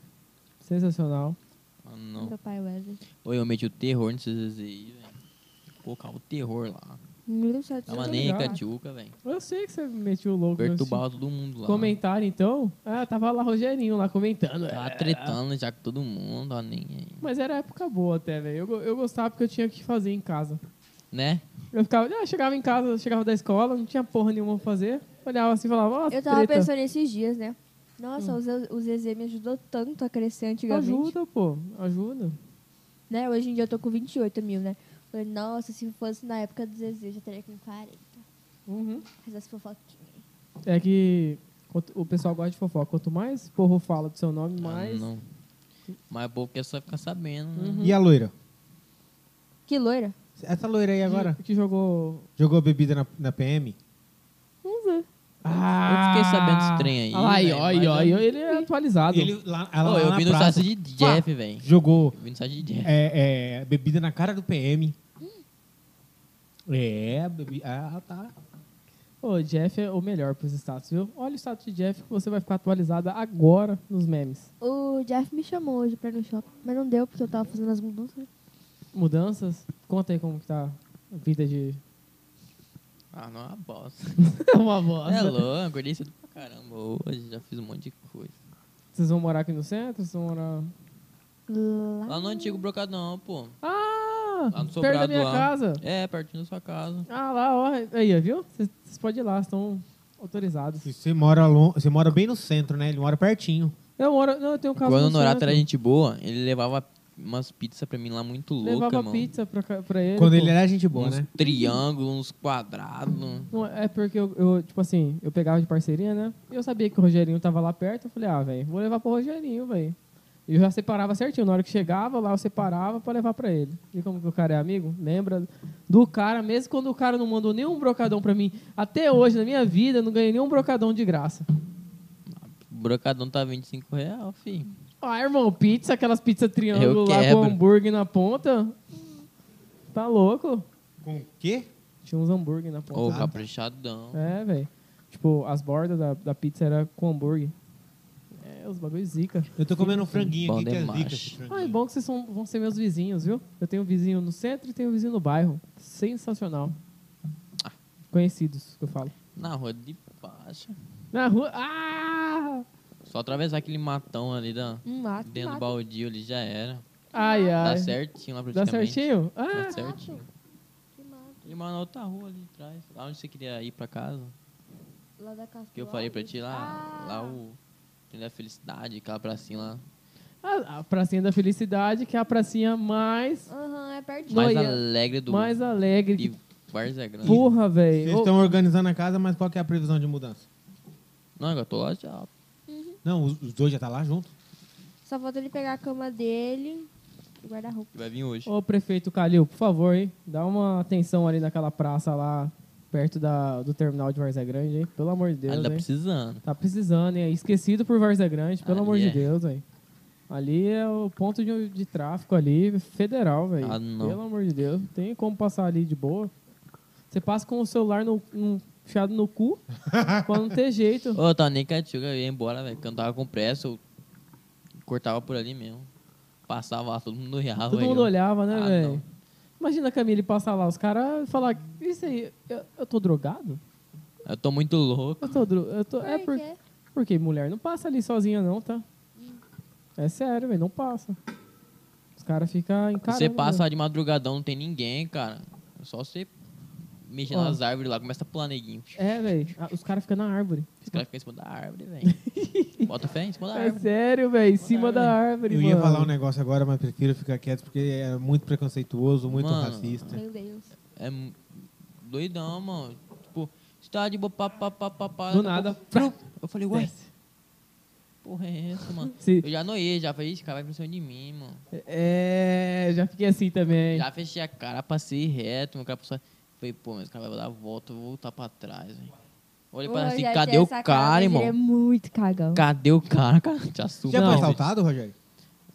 [SPEAKER 2] Sensacional.
[SPEAKER 3] Ah, não.
[SPEAKER 4] Meu pai Wesley.
[SPEAKER 3] Ou eu meti o terror nesses aí, velho. Colocar o terror lá.
[SPEAKER 2] é
[SPEAKER 4] 1.700.
[SPEAKER 3] Tava nem
[SPEAKER 2] ligado.
[SPEAKER 3] catiuca, velho.
[SPEAKER 2] Eu sei que você meteu o louco. nesse
[SPEAKER 3] Perturbava todo mundo lá. né?
[SPEAKER 2] Comentário, então. Ah, tava lá Rogerinho lá comentando.
[SPEAKER 3] Tava
[SPEAKER 2] É.
[SPEAKER 3] tretando já com todo mundo, ó, nem aí.
[SPEAKER 2] Mas era época boa até, velho. Eu, go- eu gostava porque eu tinha o que fazer em casa.
[SPEAKER 3] Né?
[SPEAKER 2] Eu ficava, ah, chegava em casa, chegava da escola, não tinha porra nenhuma pra fazer. Olhava assim e falava, ó,
[SPEAKER 4] Eu tava
[SPEAKER 2] treta. Hum.
[SPEAKER 4] pensando nesses dias, né? Nossa, o Ze- o Zezé me ajudou tanto a crescer antigamente.
[SPEAKER 2] Ajuda, pô. Ajuda.
[SPEAKER 4] Né? Hoje em dia eu tô com 28 mil, né? Falei, nossa, se fosse na época do Zezé, eu já teria com 40.
[SPEAKER 2] Uhum.
[SPEAKER 4] Faz as fofoquinhas. aí.
[SPEAKER 2] É que quanto- o pessoal gosta de fofoca. Quanto mais porro fala do seu nome, mais.
[SPEAKER 3] Ah, Não. Mas é bom porque é só ficar sabendo. né?
[SPEAKER 2] Uhum.
[SPEAKER 1] E a loira?
[SPEAKER 4] Que loira.
[SPEAKER 1] Essa loira aí agora
[SPEAKER 2] Que, que jogou.
[SPEAKER 1] jogou bebida na, na PM?
[SPEAKER 4] Vamos ver.
[SPEAKER 3] Eu fiquei sabendo desse trem aí.
[SPEAKER 2] Ah. Ai,
[SPEAKER 3] velho,
[SPEAKER 2] ai,
[SPEAKER 3] mas
[SPEAKER 2] ai,
[SPEAKER 3] eu-
[SPEAKER 2] ai, ele é atualizado.
[SPEAKER 1] Ele lá, ela
[SPEAKER 3] Pô,
[SPEAKER 1] lá
[SPEAKER 3] eu
[SPEAKER 1] na
[SPEAKER 3] vi no
[SPEAKER 1] praça
[SPEAKER 3] site de Jeff, velho.
[SPEAKER 1] jogou
[SPEAKER 3] Eu vi no site de Jeff.
[SPEAKER 1] é, é, bebida na cara do PM. É, bebi... ah, tá.
[SPEAKER 2] Ô, Jeff é o melhor pros status, viu? Olha o status de Jeff que você vai ficar atualizada agora nos memes.
[SPEAKER 4] O Jeff me chamou hoje pra ir no shopping, mas não deu porque eu tava fazendo as mudanças. né?
[SPEAKER 2] Mudanças? Conta aí como que tá a vida de.
[SPEAKER 3] Ah, não é uma bosta.
[SPEAKER 2] Uma voz.
[SPEAKER 3] É louco, acordei cedo pra caramba. Hoje já fiz um monte de coisa.
[SPEAKER 2] Vocês vão morar aqui no centro? Vocês vão morar.
[SPEAKER 4] Lá.
[SPEAKER 3] Lá no antigo brocadão, pô.
[SPEAKER 2] Ah!
[SPEAKER 3] Lá
[SPEAKER 2] perto
[SPEAKER 3] no
[SPEAKER 2] da
[SPEAKER 3] sobrado
[SPEAKER 2] minha
[SPEAKER 3] lá.
[SPEAKER 2] casa.
[SPEAKER 3] É, pertinho da sua casa.
[SPEAKER 2] Ah, lá, ó. Aí, ó, viu? Vocês vocês podem ir lá, estão autorizados.
[SPEAKER 1] E Você mora, lon... Você mora bem no centro, né? Ele mora pertinho.
[SPEAKER 2] Eu moro. Não, eu tenho um caso
[SPEAKER 3] Quando o
[SPEAKER 2] no
[SPEAKER 3] Norato
[SPEAKER 2] centro.
[SPEAKER 3] era gente boa, ele levava umas pizzas pra mim lá muito louca,
[SPEAKER 2] Levava
[SPEAKER 3] mano.
[SPEAKER 2] pizza pra, ca- pra ele.
[SPEAKER 3] é
[SPEAKER 1] Quando
[SPEAKER 2] pô.
[SPEAKER 1] ele era gente boa,
[SPEAKER 3] uns
[SPEAKER 1] né?
[SPEAKER 3] triângulos, uns quadrados.
[SPEAKER 2] Não, é porque eu, eu, tipo assim, eu pegava de parceria, né? E eu sabia que o Rogerinho tava lá perto. Eu falei, ah, velho, vou levar pro Rogerinho, velho. E eu já separava certinho. Na hora que chegava lá, eu separava pra levar pra ele. E como que o cara é amigo? Lembra do cara, mesmo quando o cara não mandou nenhum brocadão pra mim. Até hoje, na minha vida, eu não ganhei nenhum brocadão de graça.
[SPEAKER 3] O brocadão tá 25 real, fi.
[SPEAKER 2] Ah, irmão, pizza, aquelas pizzas triângulo
[SPEAKER 3] Eu
[SPEAKER 2] lá com
[SPEAKER 3] quebro.
[SPEAKER 2] hambúrguer na ponta. Tá louco?
[SPEAKER 1] Com o quê?
[SPEAKER 2] Tinha uns hambúrguer na ponta.
[SPEAKER 3] Ô, caprichadão.
[SPEAKER 2] É, velho. Tipo, as bordas da, da pizza era com hambúrguer. É, os bagulhos zica.
[SPEAKER 1] Eu tô comendo um franguinho
[SPEAKER 3] Bom
[SPEAKER 1] aqui, que é
[SPEAKER 3] demais.
[SPEAKER 1] zica esse
[SPEAKER 2] Ah, é
[SPEAKER 1] franguinho.
[SPEAKER 2] bom que vocês são- vão ser meus vizinhos, viu? Eu tenho um vizinho no centro e tenho um vizinho no bairro. Sensacional. Conhecidos, que eu falo.
[SPEAKER 3] Na rua de baixo.
[SPEAKER 2] Na rua... Ah!
[SPEAKER 3] Só atravessar aquele matão ali da,
[SPEAKER 4] Um mato.
[SPEAKER 3] dentro do
[SPEAKER 4] mato.
[SPEAKER 3] baldio ali já era.
[SPEAKER 2] Ai, ai.
[SPEAKER 3] Dá certinho lá
[SPEAKER 2] Dá
[SPEAKER 3] praticamente. É.
[SPEAKER 2] certinho? Ah!
[SPEAKER 3] Dá certinho.
[SPEAKER 4] tá Que mato.
[SPEAKER 3] E mano, outra rua ali atrás. Lá onde você queria ir pra casa.
[SPEAKER 4] Lá da casa
[SPEAKER 3] Que eu
[SPEAKER 4] do
[SPEAKER 3] falei pra
[SPEAKER 4] Alves.
[SPEAKER 3] ti lá.
[SPEAKER 4] Ah.
[SPEAKER 3] Lá o. Tem da felicidade, aquela pracinha lá.
[SPEAKER 2] ah, A, a pracinha da felicidade, que é a pracinha mais,
[SPEAKER 4] Aham, é pertinho.
[SPEAKER 3] Mais
[SPEAKER 2] Noia.
[SPEAKER 3] alegre do.
[SPEAKER 2] mais alegre.
[SPEAKER 3] E
[SPEAKER 2] Que
[SPEAKER 3] Várzea Grande.
[SPEAKER 2] porra, velho.
[SPEAKER 1] Vocês
[SPEAKER 2] Ô,
[SPEAKER 1] estão organizando a casa, mas qual que é a previsão de mudança?
[SPEAKER 3] Não, eu tô lá já.
[SPEAKER 1] Não, os, os dois já tá lá junto?
[SPEAKER 4] Só falta ele pegar a cama dele e o guarda-roupa.
[SPEAKER 3] Vai vir hoje.
[SPEAKER 2] Ô, prefeito Calil, por favor, hein? Dá uma atenção ali naquela praça lá, perto da, do terminal de Varzé Grande, hein? Pelo amor de Deus,
[SPEAKER 3] Ali tá
[SPEAKER 2] hein?
[SPEAKER 3] precisando.
[SPEAKER 2] Tá precisando, hein? Esquecido por Varzé Grande, pelo
[SPEAKER 3] Ali
[SPEAKER 2] amor de
[SPEAKER 3] é.
[SPEAKER 2] Deus, hein? Ali é o ponto de, de tráfico ali, federal, velho.
[SPEAKER 3] Ah, não.
[SPEAKER 2] Pelo amor de Deus, tem como passar ali de boa. Você passa com o celular no, no, fechado no cu, pra não ter jeito.
[SPEAKER 3] Ô, eu tava nem catiuga, eu ia embora, velho. Porque eu não tava com pressa, eu cortava por ali mesmo. Passava lá, todo mundo olhava.
[SPEAKER 2] Todo
[SPEAKER 3] aí,
[SPEAKER 2] mundo
[SPEAKER 3] ó.
[SPEAKER 2] olhava, né,
[SPEAKER 3] Ah,
[SPEAKER 2] velho?
[SPEAKER 3] não.
[SPEAKER 2] Imagina a Camille passar lá, os caras falar, isso aí, eu, eu tô drogado?
[SPEAKER 3] Eu tô muito louco.
[SPEAKER 2] Eu tô, dro- eu tô, é por, porque mulher não passa ali sozinha não, tá? É sério, velho, não passa. Os caras ficam encarando. né?
[SPEAKER 3] você passa
[SPEAKER 2] velho.
[SPEAKER 3] lá de madrugadão, não tem ninguém, cara. É Só você mexer
[SPEAKER 2] Ó.
[SPEAKER 3] nas árvores lá, começa a pular neguinho.
[SPEAKER 2] É, velho, ah, os caras ficam na árvore.
[SPEAKER 3] Os caras ficam em cima da árvore, velho. Bota fé em cima da
[SPEAKER 2] É
[SPEAKER 3] árvore.
[SPEAKER 2] sério, velho, em cima da árvore,
[SPEAKER 1] Eu ia
[SPEAKER 2] mano.
[SPEAKER 1] falar um negócio agora, mas prefiro ficar quieto porque é muito preconceituoso, muito
[SPEAKER 3] Mano.
[SPEAKER 1] racista.
[SPEAKER 4] Meu Deus.
[SPEAKER 3] É mu- doidão, mano. Tipo, você tá de boa, pá, pá, pá, pá, pá.
[SPEAKER 2] Do
[SPEAKER 3] daqui a
[SPEAKER 2] nada,
[SPEAKER 3] pouco-
[SPEAKER 2] prum,
[SPEAKER 3] Eu falei, ué,
[SPEAKER 2] desce.
[SPEAKER 3] porra é essa, mano?
[SPEAKER 2] Se-
[SPEAKER 3] Eu já noiei, já falei, esse cara vai pra cima de mim, mano.
[SPEAKER 2] É, já fiquei assim também.
[SPEAKER 3] Já fechei a cara, passei reto, meu cara passou. Falei, pô, mas o cara vai dar a volta, eu vou voltar pra trás, velho. Olhei pra
[SPEAKER 4] Ô,
[SPEAKER 3] trás assim,
[SPEAKER 4] Rogério,
[SPEAKER 3] cadê
[SPEAKER 4] tem
[SPEAKER 3] o
[SPEAKER 4] essa
[SPEAKER 3] cara,
[SPEAKER 4] mas
[SPEAKER 3] irmão?
[SPEAKER 4] Ele é muito cagão.
[SPEAKER 3] Cadê o cara, cara? Te assusta.
[SPEAKER 1] Já
[SPEAKER 2] Não,
[SPEAKER 1] foi
[SPEAKER 2] bicho.
[SPEAKER 1] assaltado, Rogério?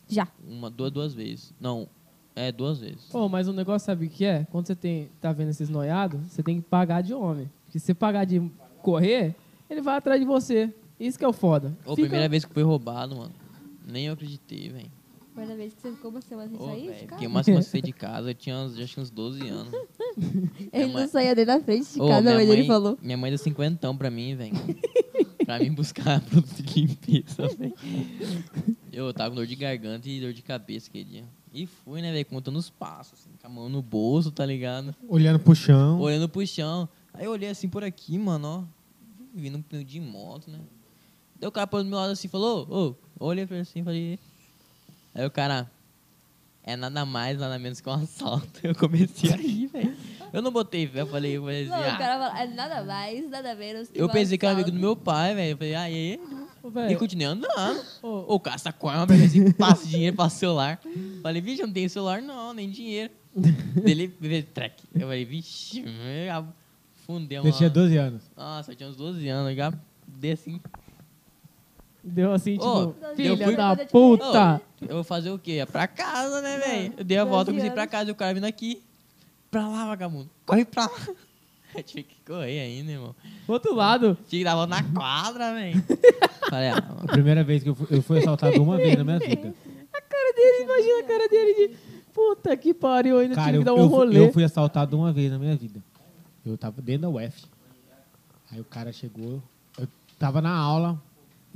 [SPEAKER 4] Já.
[SPEAKER 3] Uma, duas, duas vezes. Não, é duas vezes.
[SPEAKER 2] Pô, mas um negócio sabe o que é? Quando você tem, tá vendo esses noiados, você tem que pagar de homem. Porque se você pagar de correr, ele vai atrás de você. Isso que é o foda.
[SPEAKER 3] Ô,
[SPEAKER 2] Fica-
[SPEAKER 3] primeira vez que foi roubado, mano. Nem eu acreditei, velho.
[SPEAKER 4] Mas a vez que você ficou uma semana sem
[SPEAKER 3] Ô,
[SPEAKER 4] sair,
[SPEAKER 3] velho,
[SPEAKER 4] cara,
[SPEAKER 3] Fiquei umas semanas sem de casa, eu tinha uns, já tinha uns 12 anos.
[SPEAKER 4] ele
[SPEAKER 3] minha mãe-
[SPEAKER 4] não saía nem na frente de
[SPEAKER 3] Ô,
[SPEAKER 4] casa,
[SPEAKER 3] minha
[SPEAKER 4] mas
[SPEAKER 3] mãe-
[SPEAKER 4] ele falou.
[SPEAKER 3] Minha mãe deu cinquentão pra mim, velho. pra mim buscar produto de limpeza, velho. Eu tava com dor de garganta e dor de cabeça aquele dia. E fui, né, velho, contando os passos, assim, com a mão no bolso, tá ligado?
[SPEAKER 1] Olhando pro chão.
[SPEAKER 3] Olhando pro chão. Aí eu olhei assim por aqui, mano, ó. Vindo de moto, né? Daí o cara pôs do meu lado assim e falou, ô, ô, olhei pra ele assim e falei. Aí o cara, é nada mais, nada menos que um assalto. Eu comecei a rir, velho. Eu não botei fé, eu falei, eu falei assim,
[SPEAKER 4] Não, o
[SPEAKER 3] "Ah".
[SPEAKER 4] cara fala, "É nada mais, nada menos. que
[SPEAKER 3] Eu
[SPEAKER 4] um
[SPEAKER 3] pensei que era amigo do
[SPEAKER 4] assalto."
[SPEAKER 3] meu pai, velho. Eu falei, aí.
[SPEAKER 2] Ô,
[SPEAKER 3] E
[SPEAKER 2] velho,
[SPEAKER 3] continuei andando.
[SPEAKER 2] ô,
[SPEAKER 3] O cara sacou a arma, pegou assim, passa dinheiro, passa celular. Falei, vixe, eu não tenho celular não, nem dinheiro. Daí Ele veio, track. Eu falei, vixe, eu afundei uma...
[SPEAKER 1] Você tinha 12 anos.
[SPEAKER 3] Nossa, eu tinha uns 12 anos, já desse assim.
[SPEAKER 2] deu assim, tipo,
[SPEAKER 3] Ô, eu
[SPEAKER 2] filha
[SPEAKER 3] fui-
[SPEAKER 2] da
[SPEAKER 4] Ô,
[SPEAKER 2] puta.
[SPEAKER 3] Ô, eu vou fazer o quê? É pra casa, né, velho? Eu dei a volta,
[SPEAKER 4] 12
[SPEAKER 3] comecei pra
[SPEAKER 4] anos.
[SPEAKER 3] casa e o cara vindo aqui. Pra lá, vagabundo. Corre pra lá. Eu tive que correr ainda, irmão.
[SPEAKER 2] Outro lado.
[SPEAKER 3] Tinha que dar a volta na quadra, velho. Falei, ah, mano.
[SPEAKER 1] A primeira vez que eu fui, eu fui assaltado uma vez na minha vida.
[SPEAKER 2] A cara dele, imagina a cara dele de. Puta que pariu, ainda
[SPEAKER 1] Cara,
[SPEAKER 2] tive
[SPEAKER 1] eu,
[SPEAKER 2] que dar um
[SPEAKER 1] eu, fui-
[SPEAKER 2] rolê.
[SPEAKER 1] eu fui assaltado uma vez na minha vida. Eu tava dentro da UF. Aí o cara chegou, eu tava na aula,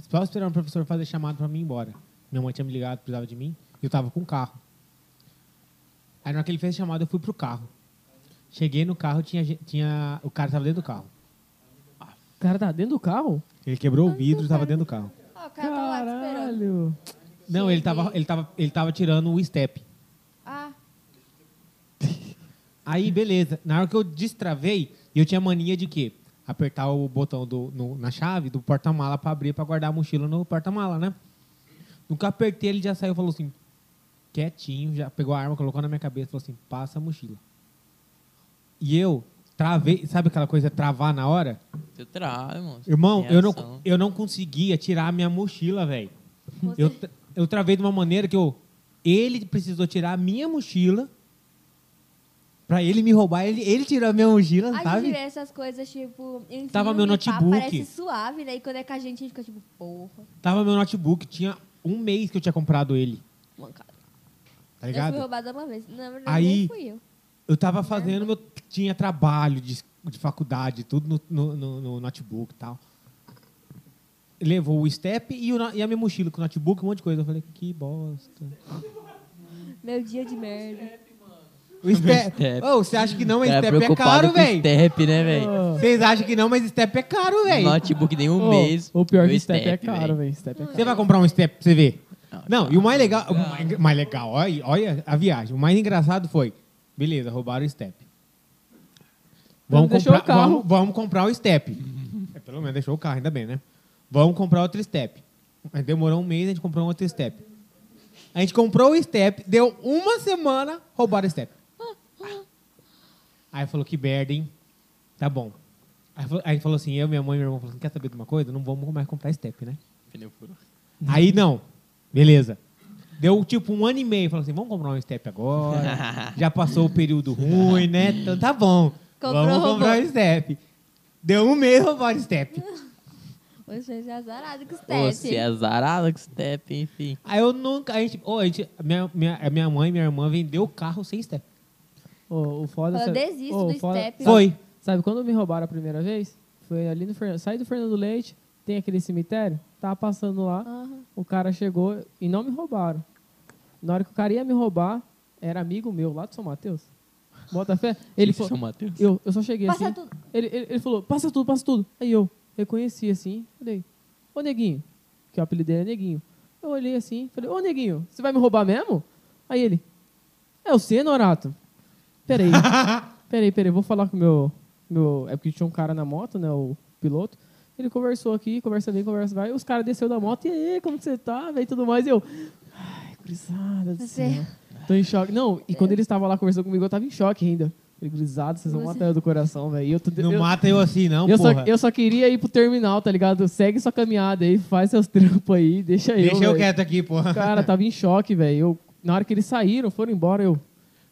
[SPEAKER 1] só esperando o professor fazer chamado pra mim ir embora. Minha mãe tinha me ligado, precisava de mim, e eu tava com o carro. Aí na hora que ele fez a chamada, eu fui pro carro. Cheguei no carro, tinha, ge- tinha, o cara tava dentro do carro.
[SPEAKER 2] O cara tá dentro do carro?
[SPEAKER 1] Ele quebrou o vidro, tava dentro do carro.
[SPEAKER 4] Ó, o cara tá lá te esperando.
[SPEAKER 2] Caralho.
[SPEAKER 1] Não, ele tava, ele tava, ele tava tirando o step.
[SPEAKER 4] Ah,
[SPEAKER 1] Aí, beleza. Na hora que eu destravei, eu tinha mania de quê? Apertar o botão do, no- na chave do porta-mala pra abrir pra guardar a mochila no porta-mala, né? Nunca apertei, ele já saiu e falou assim, quietinho, já pegou a arma, colocou na minha cabeça, falou assim, passa a mochila. E eu travei, sabe aquela coisa travar na hora?
[SPEAKER 3] Você trava, irmão. Você
[SPEAKER 1] Irmão,
[SPEAKER 3] tem
[SPEAKER 1] eu não,
[SPEAKER 3] reação.
[SPEAKER 1] eu não conseguia tirar a minha mochila, velho.
[SPEAKER 4] você-
[SPEAKER 1] Eu, tra- eu travei de uma maneira que eu. Ele precisou tirar a minha mochila pra ele me roubar. Ele, ele tirou a minha mochila,
[SPEAKER 4] a gente
[SPEAKER 1] sabe?
[SPEAKER 4] vê essas coisas, tipo, em
[SPEAKER 1] Tava
[SPEAKER 4] filme,
[SPEAKER 1] meu
[SPEAKER 4] pá,
[SPEAKER 1] notebook.
[SPEAKER 4] Parece suave, né? E quando é com a gente, a gente fica tipo, porra,
[SPEAKER 1] Tava meu notebook, tinha um mês que eu tinha comprado ele,
[SPEAKER 4] mancada.
[SPEAKER 1] tá
[SPEAKER 4] eu fui
[SPEAKER 1] ligado?
[SPEAKER 4] roubada uma vez. Não, não
[SPEAKER 1] Aí-
[SPEAKER 4] nem fui eu.
[SPEAKER 1] Eu tava fazendo, meu, tinha trabalho de, de faculdade, tudo no, no, no- no notebook e tal. Levou o step e, o no- e a minha mochila com o notebook, um monte de coisa. Eu falei, que bosta.
[SPEAKER 4] Meu dia de merda.
[SPEAKER 1] O step.
[SPEAKER 3] step.
[SPEAKER 1] Ô, você acha que não, mas
[SPEAKER 3] Cara,
[SPEAKER 1] step é
[SPEAKER 3] preocupado
[SPEAKER 1] caro,
[SPEAKER 3] com
[SPEAKER 1] velho.
[SPEAKER 3] step, né, velho?
[SPEAKER 1] Vocês acham que não, mas step é caro, velho.
[SPEAKER 3] Notebook nem um
[SPEAKER 2] Ô,
[SPEAKER 3] mês.
[SPEAKER 2] O pior
[SPEAKER 3] meu
[SPEAKER 2] que o step, é caro,
[SPEAKER 3] véi.
[SPEAKER 2] velho. Step é caro.
[SPEAKER 1] Você vai comprar um step pra você ver? Não, e o mais legal, o
[SPEAKER 3] legal.
[SPEAKER 1] mais, mais legal, olha, olha a viagem. O mais engraçado foi, beleza, roubaram o step. Vamos
[SPEAKER 2] deixou
[SPEAKER 1] comprar,
[SPEAKER 2] o carro.
[SPEAKER 1] Vamos, vamos comprar o step. É, pelo menos deixou o carro, ainda bem, né? Vamos comprar outro step. Mas demorou um mês, a gente comprou um outro step. A gente comprou o step, deu uma semana, roubaram o step. Aí falou, que merda, hein? Tá bom. Aí falou- aí falou assim, eu, minha mãe e meu irmão falou assim, quer saber de uma coisa? Não vamos mais comprar step, né?
[SPEAKER 3] Pneu furou.
[SPEAKER 1] Aí não. Beleza. Deu tipo um ano e meio. Falou assim: vamos comprar um step agora. Já passou o período ruim, né? Então tá bom.
[SPEAKER 4] Comprou,
[SPEAKER 1] vamos comprar
[SPEAKER 4] roubou.
[SPEAKER 1] um step. Deu um mês roubaram o step.
[SPEAKER 4] Você é azarado com os
[SPEAKER 3] Ô, Você é
[SPEAKER 4] testes.
[SPEAKER 3] zarado com step, enfim.
[SPEAKER 1] Aí eu nunca. A gente. ô, a gente minha, minha, a minha mãe e minha irmã vendeu o carro sem step.
[SPEAKER 2] Ô, o foda
[SPEAKER 4] Fala,
[SPEAKER 2] sabe-
[SPEAKER 4] desisto
[SPEAKER 2] ô, o
[SPEAKER 4] do
[SPEAKER 2] foda-
[SPEAKER 4] step.
[SPEAKER 1] Foi.
[SPEAKER 2] Sabe quando me roubaram a primeira vez? Foi ali no Fernando. Saí do Fernando Leite, tem aquele cemitério. Tava passando lá,
[SPEAKER 4] Aham.
[SPEAKER 2] o cara chegou e não me roubaram. Na hora que o cara ia me roubar, era amigo meu lá de São Mateus. Bota fé. Ele
[SPEAKER 3] São
[SPEAKER 2] falou.
[SPEAKER 3] Mateus.
[SPEAKER 2] Eu, eu só cheguei
[SPEAKER 4] Passa
[SPEAKER 2] assim.
[SPEAKER 4] tudo.
[SPEAKER 2] Ele, ele, ele falou, passa tudo, passa tudo. Aí eu reconheci assim, falei, ô neguinho, que o apelido dele é neguinho. Eu olhei assim, falei, ô neguinho, você vai me roubar mesmo? Aí ele, é o C, Norato. Peraí, peraí, peraí, vou falar com o meu, meu. É porque tinha um cara na moto, né, o piloto. Ele conversou aqui, conversa bem, conversa vai. Os caras desceu da moto, e aí, como que você tá, velho, e tudo mais. E eu, ai, grisada do
[SPEAKER 4] Você-
[SPEAKER 2] céu. Tô em choque. Não, e quando ele estava lá conversando comigo, eu tava em choque ainda. Falei, grisado, vocês vão
[SPEAKER 4] Você-
[SPEAKER 2] matar eu do coração, velho. E eu tô-
[SPEAKER 1] Não
[SPEAKER 2] eu-
[SPEAKER 1] mata eu assim, não,
[SPEAKER 2] eu só,
[SPEAKER 1] porra.
[SPEAKER 2] eu só queria ir pro terminal, tá ligado? Segue sua caminhada aí, faz seus trampos aí, deixa eu.
[SPEAKER 1] Deixa eu,
[SPEAKER 2] velho.
[SPEAKER 1] quieto aqui, porra.
[SPEAKER 2] Cara, tava em choque, velho. Eu- Na hora que eles saíram, foram embora, eu.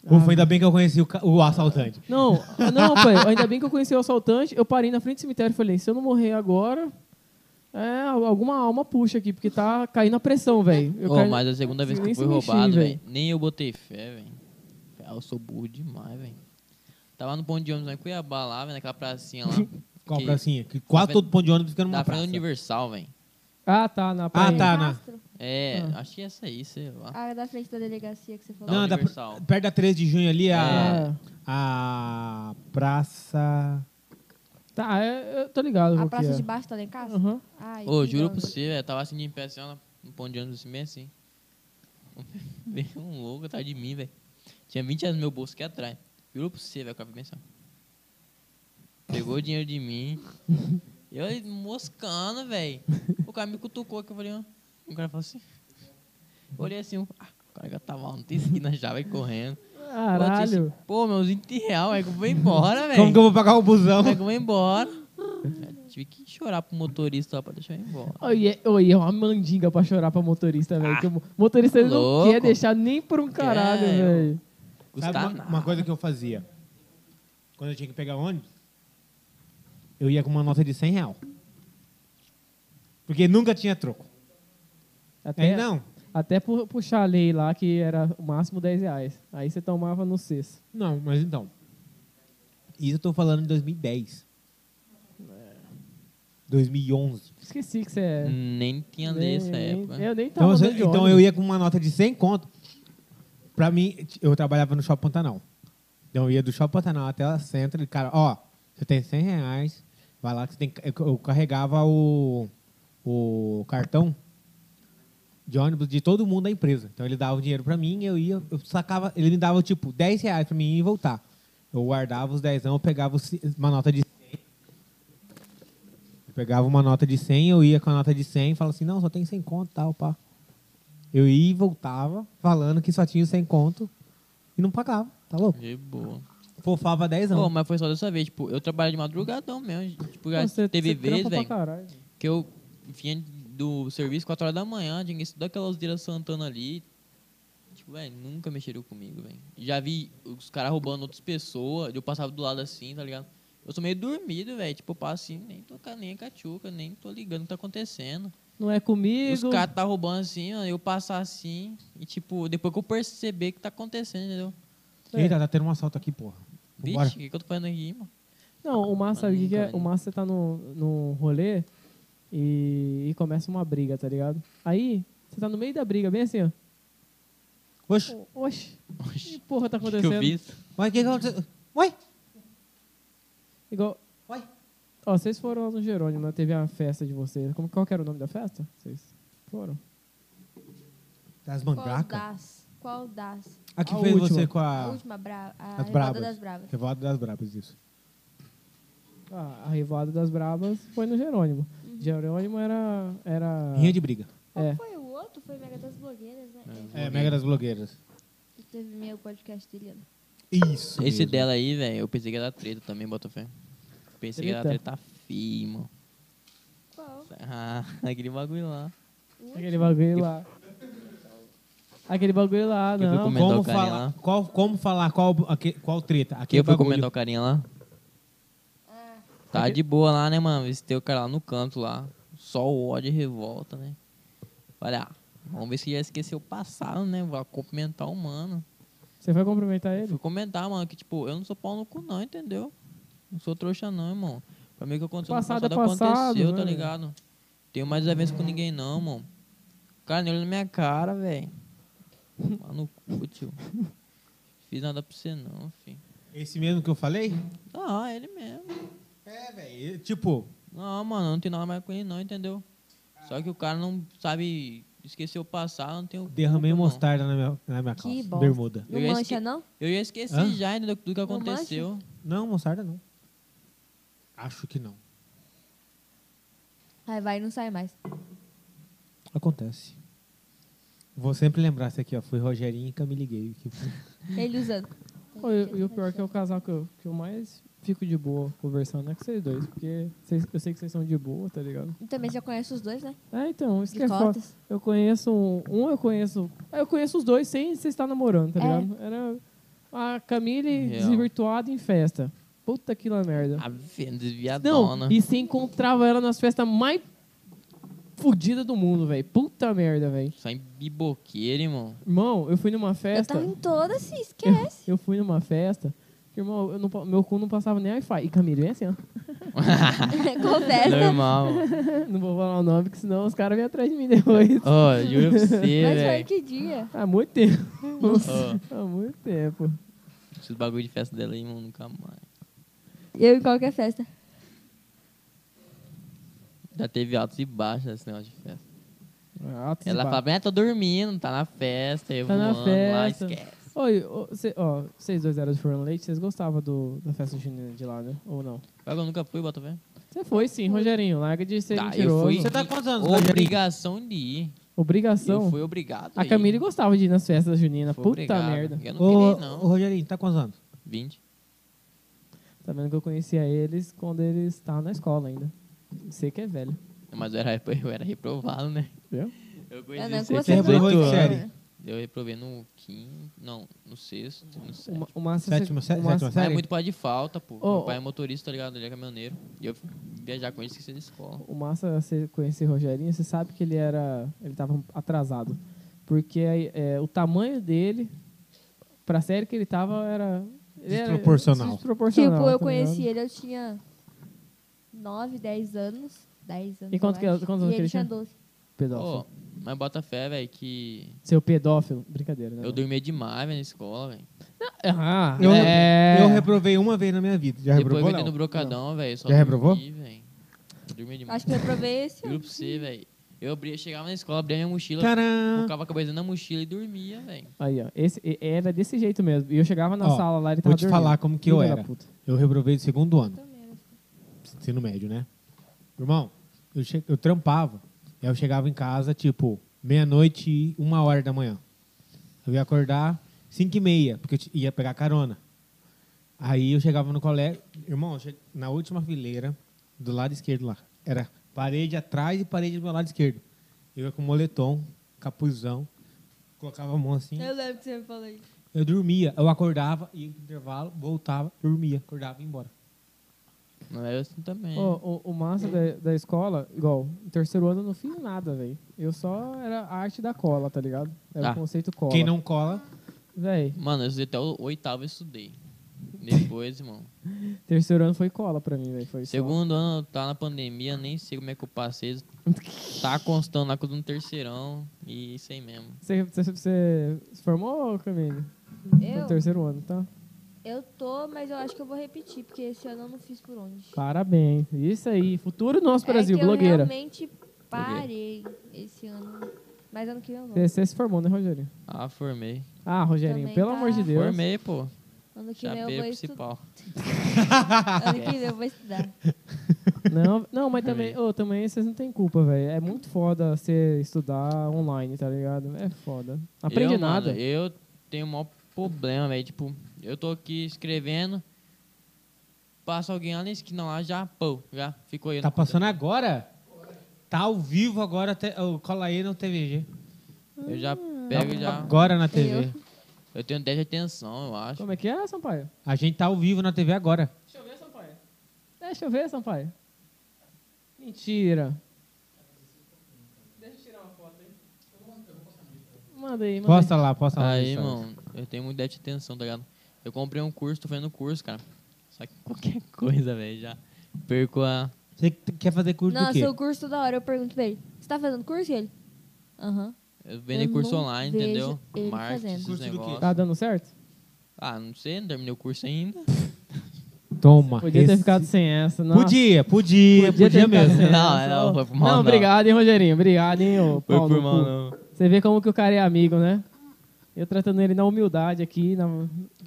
[SPEAKER 2] Ah.
[SPEAKER 1] Ufa, ainda bem que eu conheci o, ca- o assaltante.
[SPEAKER 2] Não, ah, não, pai. Ainda bem que eu conheci o assaltante. Eu parei na frente do cemitério e falei: se eu não morrer agora, é, alguma alma puxa aqui, porque tá caindo a pressão, velho. Eu
[SPEAKER 3] Ô,
[SPEAKER 2] caí-
[SPEAKER 3] mas a segunda vez que
[SPEAKER 2] nem
[SPEAKER 3] eu fui
[SPEAKER 2] se mexi,
[SPEAKER 3] roubado,
[SPEAKER 2] velho.
[SPEAKER 3] velho, nem eu botei fé, velho. Ah, Eu sou burro demais, velho. Tava no ponto de ônibus lá em Cuiabá, lá, velho, naquela pracinha lá.
[SPEAKER 1] Qual
[SPEAKER 3] Que-
[SPEAKER 1] pracinha? Que quase
[SPEAKER 3] Da
[SPEAKER 1] todo ponto de ônibus fica numa
[SPEAKER 3] Da frente
[SPEAKER 1] praça.
[SPEAKER 3] do Universal, velho.
[SPEAKER 2] Ah, tá, na
[SPEAKER 1] Ah,
[SPEAKER 2] praia.
[SPEAKER 1] tá, na,
[SPEAKER 4] Castro,
[SPEAKER 3] É,
[SPEAKER 2] Ah.
[SPEAKER 3] acho que é essa aí, sei lá.
[SPEAKER 4] a da frente da delegacia que você falou.
[SPEAKER 1] não, da,
[SPEAKER 3] Universal. É.
[SPEAKER 1] perto da 13 de junho ali, a,
[SPEAKER 2] É.
[SPEAKER 1] a praça...
[SPEAKER 2] Tá, é, eu tô ligado.
[SPEAKER 4] A
[SPEAKER 2] qual que
[SPEAKER 4] praça
[SPEAKER 2] é.
[SPEAKER 4] de baixo tá lá em casa?
[SPEAKER 2] Aham.
[SPEAKER 1] É
[SPEAKER 4] Ai,
[SPEAKER 3] Ô, juro
[SPEAKER 1] né?
[SPEAKER 3] pra
[SPEAKER 4] droga.
[SPEAKER 3] você, velho. Tava assim de pé assim, ó, um pão de ônibus assim, bem assim. Veio um louco atrás de mim, velho. Tinha 20 reais no meu bolso que atrás. Juro pra você, velho, com a bênção. Pegou o dinheiro de mim. Eu aí, moscando, velho. O cara me cutucou que eu falei, ó. O cara falou assim. Eu olhei assim, eu- ah, o cara já tava lá, não tem esquina já, vai correndo. Eu botei assim,
[SPEAKER 2] Caralho.
[SPEAKER 3] Pô, meus 20 reais, é que eu vou embora, velho.
[SPEAKER 1] Como que eu vou pagar o busão?
[SPEAKER 3] Como é que eu vou embora? Eu tive que chorar pro motorista ó, pra deixar eu ir embora.
[SPEAKER 2] Oh, e, é, oh, e é uma mandinga pra chorar pra motorista, velho. que o mo- motorista ele não
[SPEAKER 3] Ah, louco.
[SPEAKER 2] quer deixar nem por um caralho,
[SPEAKER 3] É, eu-
[SPEAKER 2] velho.
[SPEAKER 3] Custa
[SPEAKER 1] Sabe uma,
[SPEAKER 3] nada.
[SPEAKER 1] uma coisa que eu fazia? Quando eu tinha que pegar ônibus, eu ia com uma nota de 100 real. Porque nunca tinha troco.
[SPEAKER 2] Até,
[SPEAKER 3] É.
[SPEAKER 1] Aí não,
[SPEAKER 2] até pu- puxar a lei lá, que era o máximo 10 reais. Aí você tomava no sexto.
[SPEAKER 1] não, mas então. Isso eu tô falando em 2010.
[SPEAKER 3] É.
[SPEAKER 1] 2011.
[SPEAKER 2] Esqueci que você é.
[SPEAKER 3] Nem tinha lei nessa
[SPEAKER 2] nem-
[SPEAKER 3] época.
[SPEAKER 2] Eu nem
[SPEAKER 1] Então,
[SPEAKER 2] tava
[SPEAKER 1] você-
[SPEAKER 2] andando de
[SPEAKER 1] então eu
[SPEAKER 2] ônibus.
[SPEAKER 1] ia com uma nota de 100 conto. Pra mim, t- eu trabalhava no Shopping Pantanal. Então eu ia do Shopping Pantanal até a centro e cara, ó, você tem 100 reais, vai lá que você tem que- Eu, eu carregava o, o cartão de ônibus de todo mundo da empresa. Então ele dava o dinheiro pra mim, eu ia, eu sacava, ele me dava tipo 10 reais pra mim ir e voltar. Eu guardava os 10, eu pegava o ci- uma nota de 100. Eu pegava uma nota de 100, eu ia com a nota de 100 e falava assim, não, só tem 100 conto e tal, pá. Eu ia e voltava falando que só tinha os 100 conto e não pagava, tá louco?
[SPEAKER 3] De boa.
[SPEAKER 1] Fofava 10
[SPEAKER 3] Pô,
[SPEAKER 1] anos.
[SPEAKER 3] mas foi só dessa vez. Tipo, eu trabalhei de madrugadão mesmo. Tipo, já
[SPEAKER 2] Você-
[SPEAKER 3] teve
[SPEAKER 2] você trampa
[SPEAKER 3] vezes,
[SPEAKER 2] pra
[SPEAKER 3] velho,
[SPEAKER 2] caralho.
[SPEAKER 3] que eu vinha do serviço 4 horas da manhã, tinha que estudar aquela osdeira Santana ali. Tipo, velho, nunca mexeram comigo, velho. Já vi os caras roubando outras pessoas, eu passava do lado assim, tá ligado? Eu sou meio dormido, velho. Tipo, eu passo assim, nem tô ca- nem cachuca, nem tô ligando o que tá acontecendo.
[SPEAKER 2] Não é comigo.
[SPEAKER 3] Os caras tá roubando assim, ó, eu passar assim, e tipo, depois que eu perceber o que tá acontecendo, entendeu?
[SPEAKER 1] Eita, tá tendo um assalto aqui, porra. Vambora.
[SPEAKER 3] Vixe, o que, que eu tô fazendo aqui, mano?
[SPEAKER 2] Não, o Márcio sabe o que, que é?
[SPEAKER 3] Nunca,
[SPEAKER 2] O
[SPEAKER 3] né?
[SPEAKER 2] Márcio tá no, no rolê e, e começa uma briga, tá ligado? Aí, você tá no meio da briga, bem assim, ó.
[SPEAKER 1] Oxe,
[SPEAKER 2] O- Oxe, que porra tá
[SPEAKER 3] O que que
[SPEAKER 2] acontecendo?
[SPEAKER 3] eu vi?
[SPEAKER 1] mas o que que aconteceu? Ué?
[SPEAKER 2] Igual.
[SPEAKER 1] Oi?
[SPEAKER 2] Ó, vocês foram lá no Jerônimo, né? Teve a festa de vocês. Como, qual que era o nome da festa? Vocês foram?
[SPEAKER 1] Das
[SPEAKER 4] Qual
[SPEAKER 1] mandracas?
[SPEAKER 4] das? Qual das?
[SPEAKER 1] A que
[SPEAKER 2] A
[SPEAKER 1] fez
[SPEAKER 2] última.
[SPEAKER 1] você com
[SPEAKER 4] A
[SPEAKER 1] a
[SPEAKER 4] última brava. A
[SPEAKER 1] Ah, As
[SPEAKER 4] revolta
[SPEAKER 1] bravas.
[SPEAKER 4] das bravas.
[SPEAKER 1] revolta das brabas, isso.
[SPEAKER 2] Ah, a Revoada das Brabas foi no Jerônimo. Jerônimo era. era
[SPEAKER 1] Rinha de briga.
[SPEAKER 4] Qual
[SPEAKER 2] É.
[SPEAKER 4] foi o outro? Foi Mega das Blogueiras, né?
[SPEAKER 1] É, mega das blogueiras.
[SPEAKER 3] É.
[SPEAKER 4] Que teve meio podcast dele. né?
[SPEAKER 1] Isso
[SPEAKER 3] Esse
[SPEAKER 1] mesmo.
[SPEAKER 3] dela aí, velho, eu pensei que era treta também, Botafé. Pensei que era
[SPEAKER 2] Treta?
[SPEAKER 3] treta feia, mano.
[SPEAKER 4] Qual?
[SPEAKER 3] Ah, aquele bagulho lá.
[SPEAKER 2] Aquele bagulho lá. Aquele bagulho lá,
[SPEAKER 3] Que foi
[SPEAKER 2] não.
[SPEAKER 3] comer-
[SPEAKER 1] Como
[SPEAKER 3] Comentar o cara
[SPEAKER 1] falar,
[SPEAKER 3] lá.
[SPEAKER 1] qual, como falar qual, aque- qual treta?
[SPEAKER 3] Quem
[SPEAKER 1] Aquele
[SPEAKER 3] foi
[SPEAKER 1] bagulho.
[SPEAKER 3] comentar o carinha lá? Tá de boa lá, né, mano? Esse teu cara lá no canto lá. Só o ódio e revolta, né? Olha, ah, vamos ver se já esqueceu o passado, né? Vou cumprimentar o mano.
[SPEAKER 2] Você foi cumprimentar ele?
[SPEAKER 3] Fui comentar, mano, que tipo, eu não sou pau no cu, não, entendeu? Não sou trouxa, não, irmão. Pra mim o que aconteceu
[SPEAKER 2] Passado é
[SPEAKER 3] no passado,
[SPEAKER 2] passado,
[SPEAKER 3] aconteceu,
[SPEAKER 2] né,
[SPEAKER 3] tá
[SPEAKER 2] velho?
[SPEAKER 3] ligado? Tenho mais desavença com ninguém, não, mano. Cara, nem olha na minha cara, velho. Mano, cu, tio. Fiz nada pra você, não, filho.
[SPEAKER 1] Esse mesmo que eu falei?
[SPEAKER 3] Ah, ele mesmo.
[SPEAKER 1] É, velho. Tipo,
[SPEAKER 3] Não, mano, não tem nada mais com ele, não, entendeu? Só que o cara não sabe esquecer o passado, não tem o.
[SPEAKER 1] derramei
[SPEAKER 3] culpa, não.
[SPEAKER 1] mostarda na minha, na minha
[SPEAKER 4] Que
[SPEAKER 1] calça.
[SPEAKER 4] bosta.
[SPEAKER 1] Bermuda.
[SPEAKER 4] Não
[SPEAKER 3] Eu ia
[SPEAKER 4] mancha,
[SPEAKER 3] esque-
[SPEAKER 4] não?
[SPEAKER 3] Eu já esqueci
[SPEAKER 1] Hã?
[SPEAKER 3] já entendeu, do que
[SPEAKER 4] Não mancha?
[SPEAKER 3] aconteceu.
[SPEAKER 1] Não, mostarda não. Acho que não.
[SPEAKER 4] Aí vai e não sai mais.
[SPEAKER 1] Acontece. Vou sempre lembrar isso aqui, ó. Fui Rogerinho e Camille Gay. Que...
[SPEAKER 4] Ele usando.
[SPEAKER 2] Pô, e, e o pior é que é o casal que eu, que eu mais fico de boa conversando é com vocês dois, porque vocês- eu sei que vocês são de boa, tá ligado?
[SPEAKER 4] E também já conhece os dois, né?
[SPEAKER 2] É, então, isso
[SPEAKER 4] De
[SPEAKER 2] que é foda.
[SPEAKER 4] cotas.
[SPEAKER 2] Eu conheço um, um eu conheço. ah, Eu conheço os dois sem você estar namorando, tá
[SPEAKER 4] É.
[SPEAKER 2] ligado? Era a Camille
[SPEAKER 3] Real.
[SPEAKER 2] desvirtuada em festa. Puta que lá merda.
[SPEAKER 3] A venda Tá desviadona.
[SPEAKER 2] Não, e você encontrava ela nas festas mais fodidas do mundo, velho. Puta merda, velho.
[SPEAKER 3] Só em biboqueira, irmão.
[SPEAKER 2] Irmão, eu fui numa
[SPEAKER 4] Eu
[SPEAKER 2] festa.
[SPEAKER 4] tava em todas, se esquece.
[SPEAKER 2] Eu fui numa festa. que, Irmão, eu não pa- meu cu não passava nem Wi-Fi. E Camille, vem assim, ó.
[SPEAKER 4] Confessa.
[SPEAKER 3] Normal.
[SPEAKER 2] Não vou falar o nome, que senão os caras vêm atrás de mim depois.
[SPEAKER 3] Ó, juro pra você,
[SPEAKER 4] Mas
[SPEAKER 1] é.
[SPEAKER 4] foi
[SPEAKER 3] velho.
[SPEAKER 4] que dia?
[SPEAKER 2] Há muito tempo.
[SPEAKER 3] Ó,
[SPEAKER 2] Há muito tempo.
[SPEAKER 3] esses bagulho de festa dela aí, mano, nunca mais.
[SPEAKER 4] Eu em qualquer festa.
[SPEAKER 3] Já teve altos e baixos nesse negócio de festa.
[SPEAKER 2] Altos e
[SPEAKER 3] Ela
[SPEAKER 2] baixos.
[SPEAKER 3] fala, é, tô dormindo, tá na festa, eu
[SPEAKER 2] Tá na
[SPEAKER 3] voando lá,
[SPEAKER 2] festa.
[SPEAKER 3] esquece.
[SPEAKER 2] Oi, ô, cê- ó, vocês dois eram de Forno Leite, vocês gostavam do, da festa junina de lá, né? Ou não?
[SPEAKER 3] Pior que eu nunca fui, bota fé.
[SPEAKER 2] Você foi sim, Rogerinho. Larga de ser
[SPEAKER 3] Tá, eu
[SPEAKER 2] mentiroso.
[SPEAKER 3] fui.
[SPEAKER 1] Você tá há quantos anos, Rogerinho?
[SPEAKER 3] Obrigação de ir.
[SPEAKER 2] Obrigação.
[SPEAKER 3] Eu fui obrigado.
[SPEAKER 2] A
[SPEAKER 3] ir.
[SPEAKER 2] Camille gostava de ir nas festas juninas.
[SPEAKER 3] Fui
[SPEAKER 2] Puta
[SPEAKER 3] obrigado.
[SPEAKER 2] merda.
[SPEAKER 3] Eu não
[SPEAKER 1] Ô,
[SPEAKER 3] queria,
[SPEAKER 1] ô,
[SPEAKER 3] não.
[SPEAKER 1] Rogerinho, tá quantos anos?
[SPEAKER 3] 20.
[SPEAKER 2] Tá vendo que eu conhecia eles quando eles estavam na escola ainda. Você que é velho.
[SPEAKER 3] Mas eu era, eu era reprovado, né?
[SPEAKER 2] Viu?
[SPEAKER 3] Eu
[SPEAKER 4] É,
[SPEAKER 3] conheci
[SPEAKER 4] não, É.
[SPEAKER 3] você
[SPEAKER 4] com
[SPEAKER 1] Você
[SPEAKER 3] com
[SPEAKER 4] certeza.
[SPEAKER 3] 18
[SPEAKER 1] reprovou em que
[SPEAKER 3] anos.
[SPEAKER 1] série?
[SPEAKER 3] Eu reprovei no quinto, não, no sexto, no sétimo.
[SPEAKER 2] Uma, uma
[SPEAKER 1] Sétima sé- sétima
[SPEAKER 2] uma-
[SPEAKER 3] Mas é
[SPEAKER 1] série?
[SPEAKER 3] muito pai de falta, pô.
[SPEAKER 2] Ô,
[SPEAKER 3] Meu pai
[SPEAKER 2] ô.
[SPEAKER 3] é motorista, tá ligado? Ele é caminhoneiro. E eu fui viajar com ele esqueci da escola.
[SPEAKER 2] O massa, você conhecer o Rogerinho, você sabe que ele era. Ele tava atrasado. Porque é, o tamanho dele, pra série que ele tava, era. ele era
[SPEAKER 1] Desproporcional.
[SPEAKER 2] desproporcional.
[SPEAKER 4] Tipo,
[SPEAKER 2] tá
[SPEAKER 4] eu
[SPEAKER 2] ligado?
[SPEAKER 4] conheci ele, eu tinha 9, 10 anos. 10 anos.
[SPEAKER 2] E quanto
[SPEAKER 4] eu
[SPEAKER 2] que- é
[SPEAKER 4] acho.
[SPEAKER 2] quantos anos
[SPEAKER 4] e
[SPEAKER 2] que ele
[SPEAKER 4] ele tinha
[SPEAKER 2] tinha?
[SPEAKER 4] 12.
[SPEAKER 2] Pedófilo.
[SPEAKER 3] Pô, mas bota fé, velho, que
[SPEAKER 2] Seu pedófilo. Brincadeira, né?
[SPEAKER 3] eu dormia demais, velho, na escola, velho.
[SPEAKER 2] Ah,
[SPEAKER 1] Eu,
[SPEAKER 2] é.
[SPEAKER 1] eu reprovei uma vez na minha vida. Já
[SPEAKER 3] Depois
[SPEAKER 1] reprovou,
[SPEAKER 3] eu entrei
[SPEAKER 1] Léo?
[SPEAKER 3] no brocadão, velho. só
[SPEAKER 1] Já reprovou?
[SPEAKER 3] dormi, velho. Eu Dormia demais.
[SPEAKER 4] Acho que eu provei esse
[SPEAKER 3] Juro
[SPEAKER 4] ano.
[SPEAKER 3] pra você, velho. Eu abria, chegava na escola, abria minha mochila,
[SPEAKER 1] Tcharam!
[SPEAKER 3] colocava a cabeça na mochila e dormia, velho.
[SPEAKER 2] Aí, ó. Esse, e- era desse jeito mesmo. E eu chegava na
[SPEAKER 1] Ó,
[SPEAKER 2] sala lá e ele tava
[SPEAKER 1] Vou te
[SPEAKER 2] dormindo.
[SPEAKER 1] falar como que eu
[SPEAKER 2] Filho da
[SPEAKER 1] era.
[SPEAKER 2] puta.
[SPEAKER 1] Eu reprovei do segundo ano.
[SPEAKER 4] Também era assim.
[SPEAKER 1] ensino médio, né? Irmão, eu, che- eu trampava. Aí eu chegava em casa, tipo, meia-noite e uma hora da manhã. Eu ia acordar cinco e meia, porque eu ti- ia pegar carona. Aí eu chegava no colégio... Irmão, eu che- na última fileira, do lado esquerdo lá. Era parede atrás e parede do meu lado esquerdo. Eu ia com moletom, capuzão, colocava a mão assim...
[SPEAKER 4] Eu lembro que você me falou isso.
[SPEAKER 1] Eu dormia, eu acordava, ia pro intervalo, voltava, dormia, acordava e ia embora.
[SPEAKER 3] Não era assim também.
[SPEAKER 2] Ó, o, o massa da, da escola, igual, no terceiro ano eu não fiz nada, velho. Eu só era a arte da cola, tá ligado? Era
[SPEAKER 3] Ah.
[SPEAKER 2] o conceito cola.
[SPEAKER 1] Quem não cola...
[SPEAKER 2] Véi,
[SPEAKER 3] Mano, eu estudei até o oitavo eu estudei. Depois, irmão.
[SPEAKER 2] terceiro ano foi cola pra mim, velho. Foi tipo, só-
[SPEAKER 3] Segundo ano, tá na pandemia, nem sei como é que eu passei. Tá constando lá com no terceirão e isso aí mesmo.
[SPEAKER 2] Você, você, você se formou, Camille? No
[SPEAKER 4] Eu,
[SPEAKER 2] terceiro ano, tá?
[SPEAKER 4] eu tô, mas eu acho que eu vou repetir, porque esse ano eu não fiz por onde.
[SPEAKER 2] Parabéns. Isso aí. Futuro nosso Brasil,
[SPEAKER 4] é que eu
[SPEAKER 2] blogueira.
[SPEAKER 4] realmente parei esse ano. Mas ano que vem eu volto.
[SPEAKER 2] Você, você se formou, né, Rogerinho?
[SPEAKER 3] Ah, formei.
[SPEAKER 2] Ah, Rogerinho,
[SPEAKER 4] Também
[SPEAKER 2] pelo
[SPEAKER 4] tá.
[SPEAKER 2] amor de Deus.
[SPEAKER 3] Formei, pô.
[SPEAKER 4] Ano que vem eu
[SPEAKER 3] Chapeiro
[SPEAKER 4] vou estudar.
[SPEAKER 3] principal.
[SPEAKER 4] Ano que vem eu vou estudar.
[SPEAKER 2] Não, não
[SPEAKER 3] É
[SPEAKER 2] mas também, ô, também vocês não têm culpa, velho. É muito foda você estudar online, tá ligado? É foda. Não Aprende
[SPEAKER 3] eu,
[SPEAKER 2] nada.
[SPEAKER 3] Mano, eu tenho o maior problema, velho. Tipo, eu tô aqui escrevendo, passa alguém lá na esquina lá, já, pô, já ficou aí.
[SPEAKER 1] Tá passando agora? Tá ao vivo agora, te- o cola aí no TVG.
[SPEAKER 3] né? Eu já pego e já.
[SPEAKER 1] Agora na TV.
[SPEAKER 3] Eu tenho 10 de atenção, eu acho.
[SPEAKER 2] Como é que é, Sampaio?
[SPEAKER 1] A gente tá ao vivo na TV agora.
[SPEAKER 2] Deixa eu ver, Sampaio. Deixa eu ver, Sampaio. Mentira. Deixa eu tirar uma foto aí. Manda aí, manda aí.
[SPEAKER 1] Posta lá, posta lá.
[SPEAKER 3] Aí,
[SPEAKER 1] Gustavo.
[SPEAKER 3] mano, eu tenho muito déficit de atenção, tá ligado? Eu comprei um curso, tô fazendo curso, cara. Só que qualquer coisa, velho, já perco a.
[SPEAKER 1] Você que- quer fazer curso do
[SPEAKER 4] Não,
[SPEAKER 1] quê?
[SPEAKER 4] seu curso toda hora eu pergunto pra ele. Você tá fazendo curso? E ele? Aham.
[SPEAKER 3] Eu vendo
[SPEAKER 4] Eu
[SPEAKER 3] curso
[SPEAKER 4] não
[SPEAKER 3] online,
[SPEAKER 4] vejo
[SPEAKER 3] entendeu?
[SPEAKER 4] ele
[SPEAKER 3] Marketing,
[SPEAKER 4] fazendo.
[SPEAKER 3] esses
[SPEAKER 1] Curso do quê?
[SPEAKER 3] negócios.
[SPEAKER 2] Tá dando certo?
[SPEAKER 3] Ah, não sei, não terminei o curso ainda. Ah,
[SPEAKER 1] Toma.
[SPEAKER 2] Podia ter
[SPEAKER 1] Esse-
[SPEAKER 2] ficado sem essa. Nossa.
[SPEAKER 1] Podia, podia,
[SPEAKER 2] Podia
[SPEAKER 1] podia,
[SPEAKER 2] ter ficado
[SPEAKER 1] mesmo.
[SPEAKER 2] sem
[SPEAKER 3] Não,
[SPEAKER 2] essa,
[SPEAKER 3] não,
[SPEAKER 2] ó.
[SPEAKER 3] foi por mal,
[SPEAKER 2] Não,
[SPEAKER 3] não.
[SPEAKER 2] obrigado, hein, Rogerinho. Obrigado, hein, ô pau no cu. Você vê como que o cara é amigo, né? Eu tratando ele na humildade aqui, na...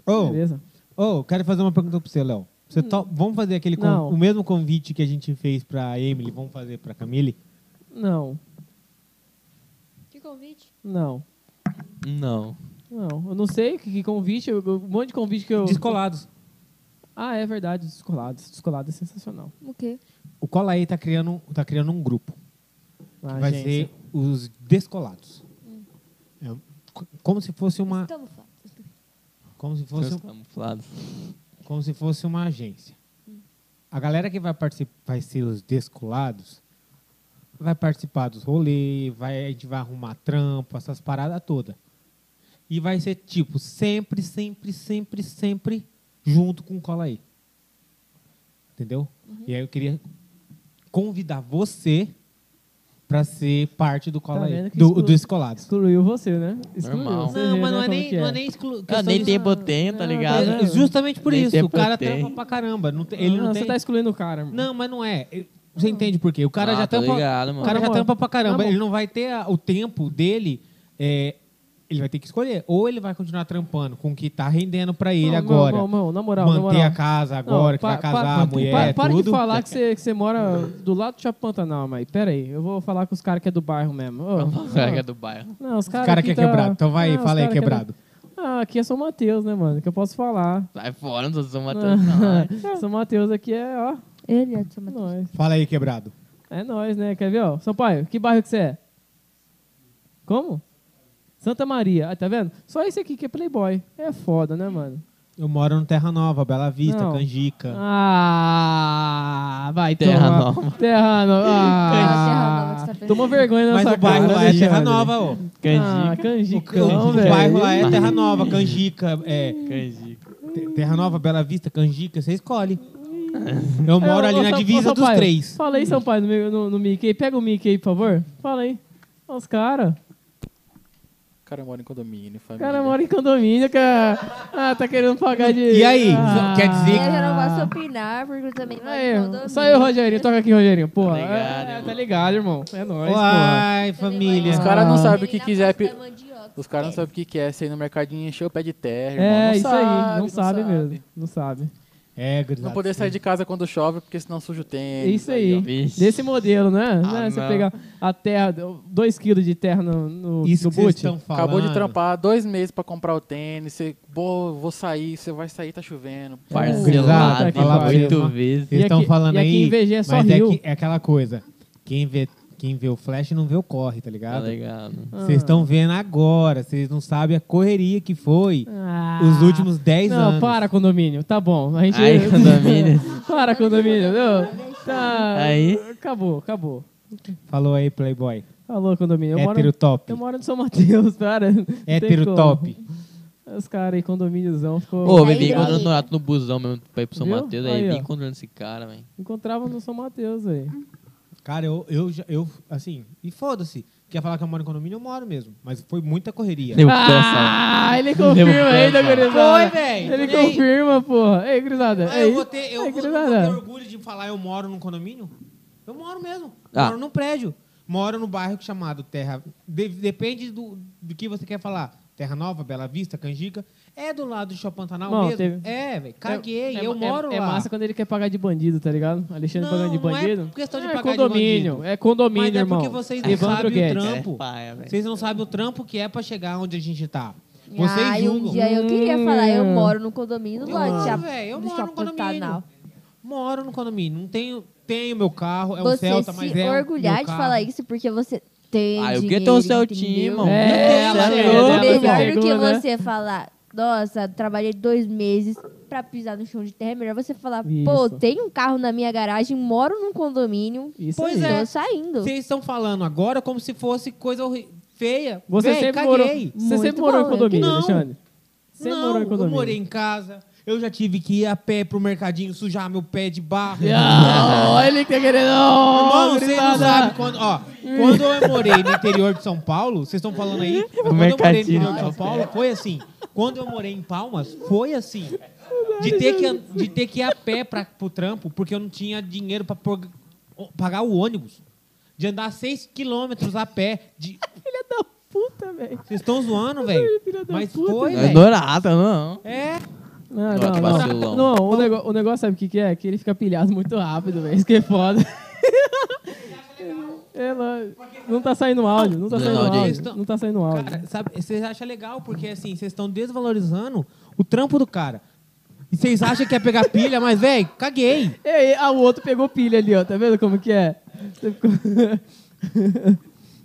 [SPEAKER 1] Ô,
[SPEAKER 2] beleza?
[SPEAKER 1] ô, quero fazer uma pergunta pra você, Léo. Você to- Vamos fazer aquele con-
[SPEAKER 2] Não.
[SPEAKER 1] o mesmo convite que a gente fez pra Emily, vamos fazer pra Camille?
[SPEAKER 2] Não,
[SPEAKER 4] Que convite?
[SPEAKER 2] não,
[SPEAKER 3] Não.
[SPEAKER 2] não. Eu não sei que, que convite, eu- eu- um monte de convite que eu...
[SPEAKER 1] Descolados.
[SPEAKER 2] Ah, é verdade, os descolados. Descolado é sensacional.
[SPEAKER 4] O quê?
[SPEAKER 1] O Cola aí tá criando, tá criando um grupo.
[SPEAKER 2] Na
[SPEAKER 1] vai
[SPEAKER 2] agência.
[SPEAKER 1] ser os descolados. É co- como se fosse uma.
[SPEAKER 4] Estamos falando.
[SPEAKER 1] Como se
[SPEAKER 2] é
[SPEAKER 1] fosse um-
[SPEAKER 3] camuflados. Ah,
[SPEAKER 1] como se fosse uma agência. A galera que vai participar, vai ser os descolados, vai participar dos rolês, vai, a gente vai arrumar trampo, essas paradas todas. E vai ser tipo, sempre, sempre, sempre, sempre junto com o Cola aí. Entendeu?
[SPEAKER 2] Uhum.
[SPEAKER 1] E aí eu queria convidar você para ser parte do Cola aí,
[SPEAKER 2] Tá vendo que
[SPEAKER 1] do,
[SPEAKER 2] exclu-
[SPEAKER 1] do Descolados.
[SPEAKER 2] Excluiu você, né? Excluiu.
[SPEAKER 3] Normal.
[SPEAKER 2] você vê,
[SPEAKER 1] é
[SPEAKER 2] né, como que
[SPEAKER 1] exclu...
[SPEAKER 3] Ah, nem tempo tem, tá
[SPEAKER 2] Não,
[SPEAKER 3] ligado?
[SPEAKER 2] tem-
[SPEAKER 1] É, justamente por
[SPEAKER 3] Nem
[SPEAKER 1] isso.
[SPEAKER 3] tempo
[SPEAKER 1] O cara
[SPEAKER 3] tem.
[SPEAKER 1] trampa pra caramba. Não tem- ele não,
[SPEAKER 2] você
[SPEAKER 1] tem...
[SPEAKER 2] tá excluindo o cara, mano.
[SPEAKER 1] Não, mas não é. Eu- Você entende por quê? O cara
[SPEAKER 3] Ah,
[SPEAKER 1] já
[SPEAKER 3] tô
[SPEAKER 1] tampa.
[SPEAKER 3] ligado, mano.
[SPEAKER 1] o cara
[SPEAKER 2] Na
[SPEAKER 1] já
[SPEAKER 2] moral.
[SPEAKER 1] tampa pra caramba.
[SPEAKER 2] Na moral.
[SPEAKER 1] Ele não vai ter a- o tempo dele. é, ele vai ter que escolher. Ou ele vai continuar trampando com o que tá rendendo pra ele
[SPEAKER 2] Não, não,
[SPEAKER 1] agora.
[SPEAKER 2] Não, não, na moral, na
[SPEAKER 1] manter
[SPEAKER 2] moral.
[SPEAKER 1] a casa agora, que
[SPEAKER 2] Não,
[SPEAKER 1] vai
[SPEAKER 2] pa-
[SPEAKER 1] casar,
[SPEAKER 2] pa-
[SPEAKER 1] a mulher,
[SPEAKER 2] pa- para
[SPEAKER 1] tudo.
[SPEAKER 2] de falar que você é que você mora do lado do Shopping Pantanal, mas pera aí, eu vou falar com os caras que é do bairro mesmo. Ô,
[SPEAKER 3] Praga do bairro.
[SPEAKER 2] não, os
[SPEAKER 1] O
[SPEAKER 2] caras
[SPEAKER 1] cara
[SPEAKER 2] aqui
[SPEAKER 1] que é
[SPEAKER 2] tá-
[SPEAKER 1] quebrado. Então vai,
[SPEAKER 2] Não, os
[SPEAKER 1] fala aí,
[SPEAKER 2] cara que é
[SPEAKER 1] quebrado.
[SPEAKER 2] da- Ah, aqui é São Mateus, né, mano, que eu posso falar.
[SPEAKER 3] Sai fora, não sou matando, não. né?
[SPEAKER 2] São Mateus aqui é, ó,
[SPEAKER 4] Ele é de São Mateus.
[SPEAKER 2] nós.
[SPEAKER 1] Fala aí, quebrado.
[SPEAKER 2] É nós, né? Quer ver, ó? Sampaio, que bairro que você é? Como? Santa Maria. Ah, tá vendo? Só esse aqui que é Playboy. É foda, né, mano?
[SPEAKER 1] Eu moro no Terra Nova, Bela Vista,
[SPEAKER 2] Não.
[SPEAKER 1] Canjica.
[SPEAKER 2] Ah, vai
[SPEAKER 3] Terra
[SPEAKER 2] tomar.
[SPEAKER 3] Nova.
[SPEAKER 2] Terra Nova.
[SPEAKER 4] Terra Nova
[SPEAKER 2] Ah,
[SPEAKER 4] que você tá pensando.
[SPEAKER 2] Toma vergonha na
[SPEAKER 1] Mas
[SPEAKER 2] sua
[SPEAKER 1] o bairro
[SPEAKER 2] cara,
[SPEAKER 1] lá é Terra
[SPEAKER 2] Alexandre.
[SPEAKER 1] Nova, ô.
[SPEAKER 2] Ah,
[SPEAKER 3] Canjica.
[SPEAKER 1] O,
[SPEAKER 2] canjicão,
[SPEAKER 1] o
[SPEAKER 2] velho.
[SPEAKER 1] bairro lá é Terra Nova, Canjica. É,
[SPEAKER 3] Canjica.
[SPEAKER 1] Te- Terra Nova, Bela Vista, Canjica, você escolhe. Eu moro
[SPEAKER 2] É,
[SPEAKER 1] ali
[SPEAKER 2] ô,
[SPEAKER 1] na
[SPEAKER 2] Sam- ô,
[SPEAKER 1] divisa dos
[SPEAKER 2] Sampaio,
[SPEAKER 1] três.
[SPEAKER 2] Fala aí, Sampaio, no, meu- no, no Mickey. Pega o Mickey aí, por favor. Fala aí. Ó, Os caras.
[SPEAKER 5] O cara mora em condomínio,
[SPEAKER 2] O
[SPEAKER 5] família.
[SPEAKER 2] cara mora em condomínio, cara. Ah, tá querendo pagar de.
[SPEAKER 1] E aí?
[SPEAKER 2] Ah.
[SPEAKER 1] Quer dizer
[SPEAKER 4] Eu já não
[SPEAKER 1] Ah.
[SPEAKER 4] posso opinar, porque eu também moro em
[SPEAKER 2] Aí,
[SPEAKER 4] condomínio.
[SPEAKER 2] só eu, Rogerinho. Toca aqui, Rogerinho. Porra.
[SPEAKER 3] Tá ligado,
[SPEAKER 2] é,
[SPEAKER 3] irmão.
[SPEAKER 2] tá ligado, irmão. É nóis, porra.
[SPEAKER 1] Uai, família.
[SPEAKER 5] Os caras não sabem o que
[SPEAKER 4] Na
[SPEAKER 5] quiser
[SPEAKER 4] Praça
[SPEAKER 5] pe-
[SPEAKER 4] da Mandioca.
[SPEAKER 5] Os caras não sabem o que que é, você ir no mercadinho encher o pé de terra, irmão.
[SPEAKER 2] É,
[SPEAKER 5] Não
[SPEAKER 2] isso aí.
[SPEAKER 5] sabe,
[SPEAKER 2] Não sabe, mesmo. Não sabe.
[SPEAKER 1] É, gurizada,
[SPEAKER 5] Não poder
[SPEAKER 1] sim.
[SPEAKER 5] sair de casa quando chove, porque senão suja o
[SPEAKER 2] É
[SPEAKER 5] tênis.
[SPEAKER 2] isso aí.
[SPEAKER 3] Vixe.
[SPEAKER 2] Desse modelo, né?
[SPEAKER 3] Ah,
[SPEAKER 2] Né? Você
[SPEAKER 3] não.
[SPEAKER 2] pegar a terra, 2kg de terra no, no,
[SPEAKER 1] Isso
[SPEAKER 2] no
[SPEAKER 1] que vocês
[SPEAKER 2] boot.
[SPEAKER 1] estão falando.
[SPEAKER 5] Acabou de trampar dois meses pra comprar o tênis. Você, pô, vou sair, você vai sair, tá chovendo.
[SPEAKER 2] É.
[SPEAKER 1] Grisado,
[SPEAKER 3] Parcelado,
[SPEAKER 2] falar pra
[SPEAKER 1] vocês,
[SPEAKER 3] oito
[SPEAKER 1] mano.
[SPEAKER 3] vezes.
[SPEAKER 1] Vocês
[SPEAKER 2] E
[SPEAKER 1] estão
[SPEAKER 2] aqui-
[SPEAKER 1] falando
[SPEAKER 2] e aqui
[SPEAKER 1] aí,
[SPEAKER 2] em VG é só
[SPEAKER 1] mas
[SPEAKER 2] rio.
[SPEAKER 1] É, que- é aquela coisa. Quem vê, quem vê o flash não vê o corre, tá
[SPEAKER 3] Tá
[SPEAKER 1] ligado?
[SPEAKER 3] ligado.
[SPEAKER 1] Vocês estão vendo agora. Vocês não sabem a correria que foi
[SPEAKER 2] Ah.
[SPEAKER 1] os últimos 10
[SPEAKER 2] Não,
[SPEAKER 1] anos.
[SPEAKER 2] para, condomínio. Tá bom. A gente...
[SPEAKER 3] Aí, condomínio.
[SPEAKER 2] para, condomínio. Não. Tá.
[SPEAKER 3] Aí.
[SPEAKER 2] Acabou, acabou.
[SPEAKER 1] Falou aí, Playboy.
[SPEAKER 2] Alô, condomínio. Eu
[SPEAKER 1] Hétero
[SPEAKER 2] moro,
[SPEAKER 1] É top.
[SPEAKER 2] eu moro no São Mateus, cara. Não tem
[SPEAKER 1] Hétero
[SPEAKER 2] como.
[SPEAKER 1] top.
[SPEAKER 2] Os caras aí, condomíniozão, ficou...
[SPEAKER 3] Ô,
[SPEAKER 4] Aí,
[SPEAKER 3] bebi
[SPEAKER 4] aí.
[SPEAKER 3] encontrando o Norato no busão mesmo pra ir pro São
[SPEAKER 2] Viu?
[SPEAKER 3] Mateus.
[SPEAKER 2] Aí,
[SPEAKER 3] Aí,
[SPEAKER 2] ó.
[SPEAKER 3] vim encontrando esse cara, velho.
[SPEAKER 2] Encontrava no São Mateus, velho.
[SPEAKER 1] Cara, eu, eu, já- eu assim, e foda-se. Quer falar que eu moro em condomínio? Eu moro mesmo. Mas foi muita correria.
[SPEAKER 3] Deu cansa.
[SPEAKER 2] Ah, ele confirma ainda, gurizada.
[SPEAKER 1] Foi, velho.
[SPEAKER 2] Ele
[SPEAKER 1] E aí?
[SPEAKER 2] confirma, porra. Ei, gurizada.
[SPEAKER 1] Ah,
[SPEAKER 2] é
[SPEAKER 1] eu vou
[SPEAKER 2] isso?
[SPEAKER 1] ter, eu
[SPEAKER 2] Ei,
[SPEAKER 1] vou, eu vou
[SPEAKER 2] gurizada.
[SPEAKER 1] ter orgulho de falar eu moro num condomínio? Eu moro mesmo.
[SPEAKER 3] Ah.
[SPEAKER 1] Moro num prédio. Moro no bairro chamado Terra... de- depende do, do que você quer falar. Terra Nova, Bela Vista, Canjica. É do lado do Shopping Pantanal
[SPEAKER 2] Não,
[SPEAKER 1] mesmo?
[SPEAKER 2] teve-
[SPEAKER 1] É, velho. Caguei. eu
[SPEAKER 2] é-
[SPEAKER 1] moro
[SPEAKER 2] é,
[SPEAKER 1] lá.
[SPEAKER 2] massa quando ele quer pagar de bandido, tá ligado? Alexandre
[SPEAKER 1] Não,
[SPEAKER 2] pagando de
[SPEAKER 1] não é
[SPEAKER 2] bandido.
[SPEAKER 1] questão de
[SPEAKER 2] É
[SPEAKER 1] pagar de
[SPEAKER 2] condomínio,
[SPEAKER 1] bandido.
[SPEAKER 2] É condomínio,
[SPEAKER 1] Mas é
[SPEAKER 2] irmão.
[SPEAKER 1] porque vocês não
[SPEAKER 2] Evandro
[SPEAKER 1] sabem o
[SPEAKER 2] Guedes.
[SPEAKER 1] trampo.
[SPEAKER 3] paia, velho.
[SPEAKER 1] vocês não sabem o trampo que é pra chegar onde a gente tá. Vocês
[SPEAKER 4] Ah, e um
[SPEAKER 1] julgam.
[SPEAKER 4] dia eu queria
[SPEAKER 2] Hum.
[SPEAKER 4] falar, eu moro no condomínio do
[SPEAKER 1] Eu
[SPEAKER 4] lado de
[SPEAKER 1] moro,
[SPEAKER 4] Chap-
[SPEAKER 1] velho, eu
[SPEAKER 4] do
[SPEAKER 1] moro no
[SPEAKER 4] Shopping Pantanal.
[SPEAKER 1] condomínio. É Moro no condomínio. Não tenho, tenho meu carro, é um
[SPEAKER 4] você
[SPEAKER 1] Celta, mas
[SPEAKER 4] se
[SPEAKER 1] é um-
[SPEAKER 4] orgulhar
[SPEAKER 1] meu
[SPEAKER 4] de
[SPEAKER 1] carro.
[SPEAKER 4] falar isso porque você tem
[SPEAKER 3] Ah, eu queria
[SPEAKER 4] dinheiro,
[SPEAKER 3] ter um Celtinha,
[SPEAKER 4] entendeu?
[SPEAKER 3] irmão.
[SPEAKER 2] É,
[SPEAKER 3] Meu Deus,
[SPEAKER 2] ela
[SPEAKER 3] cê
[SPEAKER 2] pegou,
[SPEAKER 3] louco,
[SPEAKER 2] ela
[SPEAKER 3] irmão.
[SPEAKER 2] pegou.
[SPEAKER 4] Melhor do que
[SPEAKER 2] né?
[SPEAKER 4] você falar, nossa, trabalhei dois meses pra pisar no chão de terra. É melhor você falar, pô,
[SPEAKER 2] Isso.
[SPEAKER 4] tem um carro na minha garagem, moro num condomínio,
[SPEAKER 2] Isso
[SPEAKER 1] Pois
[SPEAKER 2] aí.
[SPEAKER 1] é.
[SPEAKER 4] tô saindo.
[SPEAKER 1] Vocês estão falando agora como se fosse coisa horri- feia.
[SPEAKER 2] Você
[SPEAKER 1] Véi,
[SPEAKER 2] sempre
[SPEAKER 1] caguei.
[SPEAKER 2] morou, você
[SPEAKER 4] Muito
[SPEAKER 2] sempre morou em
[SPEAKER 4] bom,
[SPEAKER 2] condomínio,
[SPEAKER 1] eu queria-
[SPEAKER 2] Alexandre? Sempre
[SPEAKER 1] Não,
[SPEAKER 2] morou em
[SPEAKER 1] eu
[SPEAKER 2] condomínio.
[SPEAKER 1] morei em casa. Eu já tive que ir a pé pro mercadinho sujar meu pé de barro.
[SPEAKER 2] Ah, olha ele que tá querendo.
[SPEAKER 1] Irmão,
[SPEAKER 2] Irmão,
[SPEAKER 1] vocês não sabem quando. Ó, quando eu morei no interior de São Paulo, vocês estão falando aí. Quando eu morei no
[SPEAKER 3] mercadinho.
[SPEAKER 1] interior de São Paulo, foi assim. Quando eu morei em Palmas, foi assim. De ter que, an- de ter que ir a pé pra, pro trampo, porque eu não tinha dinheiro pra pôr- o- pagar o ônibus. De andar seis quilômetros a pé. de-
[SPEAKER 2] Filha da puta, velho.
[SPEAKER 1] Vocês estão zoando, velho.
[SPEAKER 2] Filha da
[SPEAKER 1] Mas
[SPEAKER 2] puta,
[SPEAKER 1] foi,
[SPEAKER 3] Não é
[SPEAKER 1] velho.
[SPEAKER 3] Norato, não.
[SPEAKER 1] É,
[SPEAKER 2] Ah, Não,
[SPEAKER 3] Nossa,
[SPEAKER 2] não,
[SPEAKER 3] vacilão.
[SPEAKER 2] não. Não, o, nego- o negócio sabe o que, que é? Que ele fica pilhado muito rápido, velho. Isso que é foda. Ela não tá saindo áudio, não tá saindo
[SPEAKER 3] Leonardo,
[SPEAKER 2] áudio.
[SPEAKER 1] isso-
[SPEAKER 2] Não tá saindo áudio.
[SPEAKER 1] Cara, sabe, vocês acham legal, porque assim, vocês estão desvalorizando o trampo do cara. E vocês acham que é pegar pilha, mas, velho, caguei.
[SPEAKER 2] Ei, ah, o outro pegou pilha ali, ó. Tá vendo como que é? Você ficou-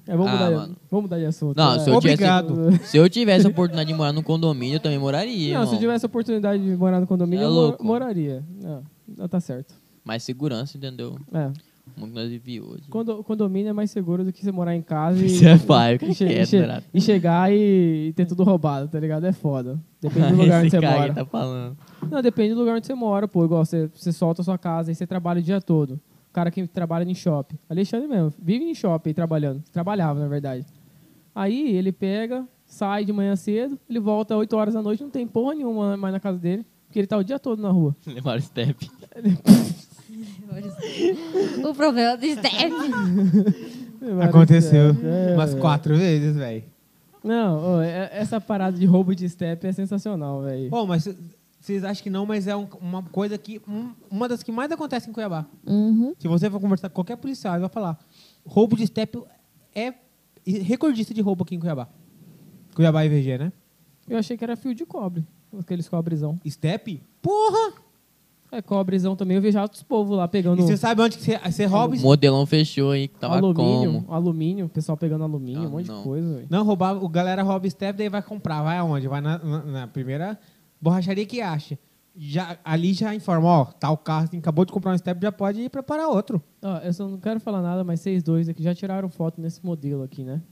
[SPEAKER 2] é, vamos,
[SPEAKER 3] Ah,
[SPEAKER 2] mudar, de-
[SPEAKER 3] mano.
[SPEAKER 2] vamos mudar de assunto.
[SPEAKER 3] Não,
[SPEAKER 2] né?
[SPEAKER 3] se eu
[SPEAKER 1] Obrigado.
[SPEAKER 3] tivesse. Se eu tivesse a oportunidade de morar num condomínio, eu também moraria.
[SPEAKER 2] Não, se eu
[SPEAKER 3] irmão.
[SPEAKER 2] tivesse a oportunidade de morar no condomínio,
[SPEAKER 3] É
[SPEAKER 2] eu mor-
[SPEAKER 3] louco.
[SPEAKER 2] moraria. Não, não tá certo.
[SPEAKER 3] Mais segurança, entendeu?
[SPEAKER 2] É.
[SPEAKER 3] Como que nós vivemos hoje.
[SPEAKER 2] Condo- condomínio é mais seguro do que você morar em casa e,
[SPEAKER 3] Você é pai,
[SPEAKER 2] e,
[SPEAKER 3] fica
[SPEAKER 2] che- e
[SPEAKER 3] quieto,
[SPEAKER 2] che-
[SPEAKER 3] Norato.
[SPEAKER 2] e chegar e, e ter tudo roubado, tá ligado? É foda. Depende do lugar onde
[SPEAKER 3] Esse
[SPEAKER 2] você
[SPEAKER 3] cara
[SPEAKER 2] mora.
[SPEAKER 3] que tá falando.
[SPEAKER 2] Não, depende do lugar onde você mora, pô. Igual você, você solta a sua casa e você trabalha o dia todo. O cara que trabalha em shopping. Alexandre mesmo, vive em shopping trabalhando. Trabalhava, na verdade. Aí ele pega, sai de manhã cedo, ele volta 8 horas da noite, não tem porra nenhuma mais na casa dele, porque ele tá o dia todo na rua.
[SPEAKER 3] Levaram o step.
[SPEAKER 4] o problema do Steph.
[SPEAKER 1] Aconteceu
[SPEAKER 2] É.
[SPEAKER 1] umas quatro vezes, velho.
[SPEAKER 2] Não, ô, é- essa parada de roubo de step é sensacional, velho.
[SPEAKER 1] Bom, mas vocês acham que não, mas é um- uma coisa que. um- uma das que mais acontece em Cuiabá.
[SPEAKER 4] Uhum.
[SPEAKER 1] Se você for conversar com qualquer policial, ele vai falar: roubo de step é recordista de roubo aqui em Cuiabá. Cuiabá e VG, né?
[SPEAKER 2] Eu achei que era fio de cobre, aqueles cobrezão.
[SPEAKER 1] Step? Porra!
[SPEAKER 2] É cobrezão também, eu vejo altos povos lá
[SPEAKER 1] E
[SPEAKER 2] pegando
[SPEAKER 1] você sabe onde que você, você rouba?
[SPEAKER 3] O modelão fechou aí, que tava
[SPEAKER 2] alumínio,
[SPEAKER 3] como?
[SPEAKER 2] alumínio, o pessoal pegando alumínio, um
[SPEAKER 3] Ah,
[SPEAKER 2] monte de
[SPEAKER 3] não.
[SPEAKER 2] coisa, velho.
[SPEAKER 1] Não, roubar, o galera rouba step, daí vai comprar. Vai aonde? Vai na, na- na primeira borracharia que acha. Já, ali já informa, ó, tal carro assim, acabou de comprar um step, já pode ir preparar outro.
[SPEAKER 2] Ó, eu só não quero falar nada, mas vocês dois aqui já tiraram foto nesse modelo aqui, né?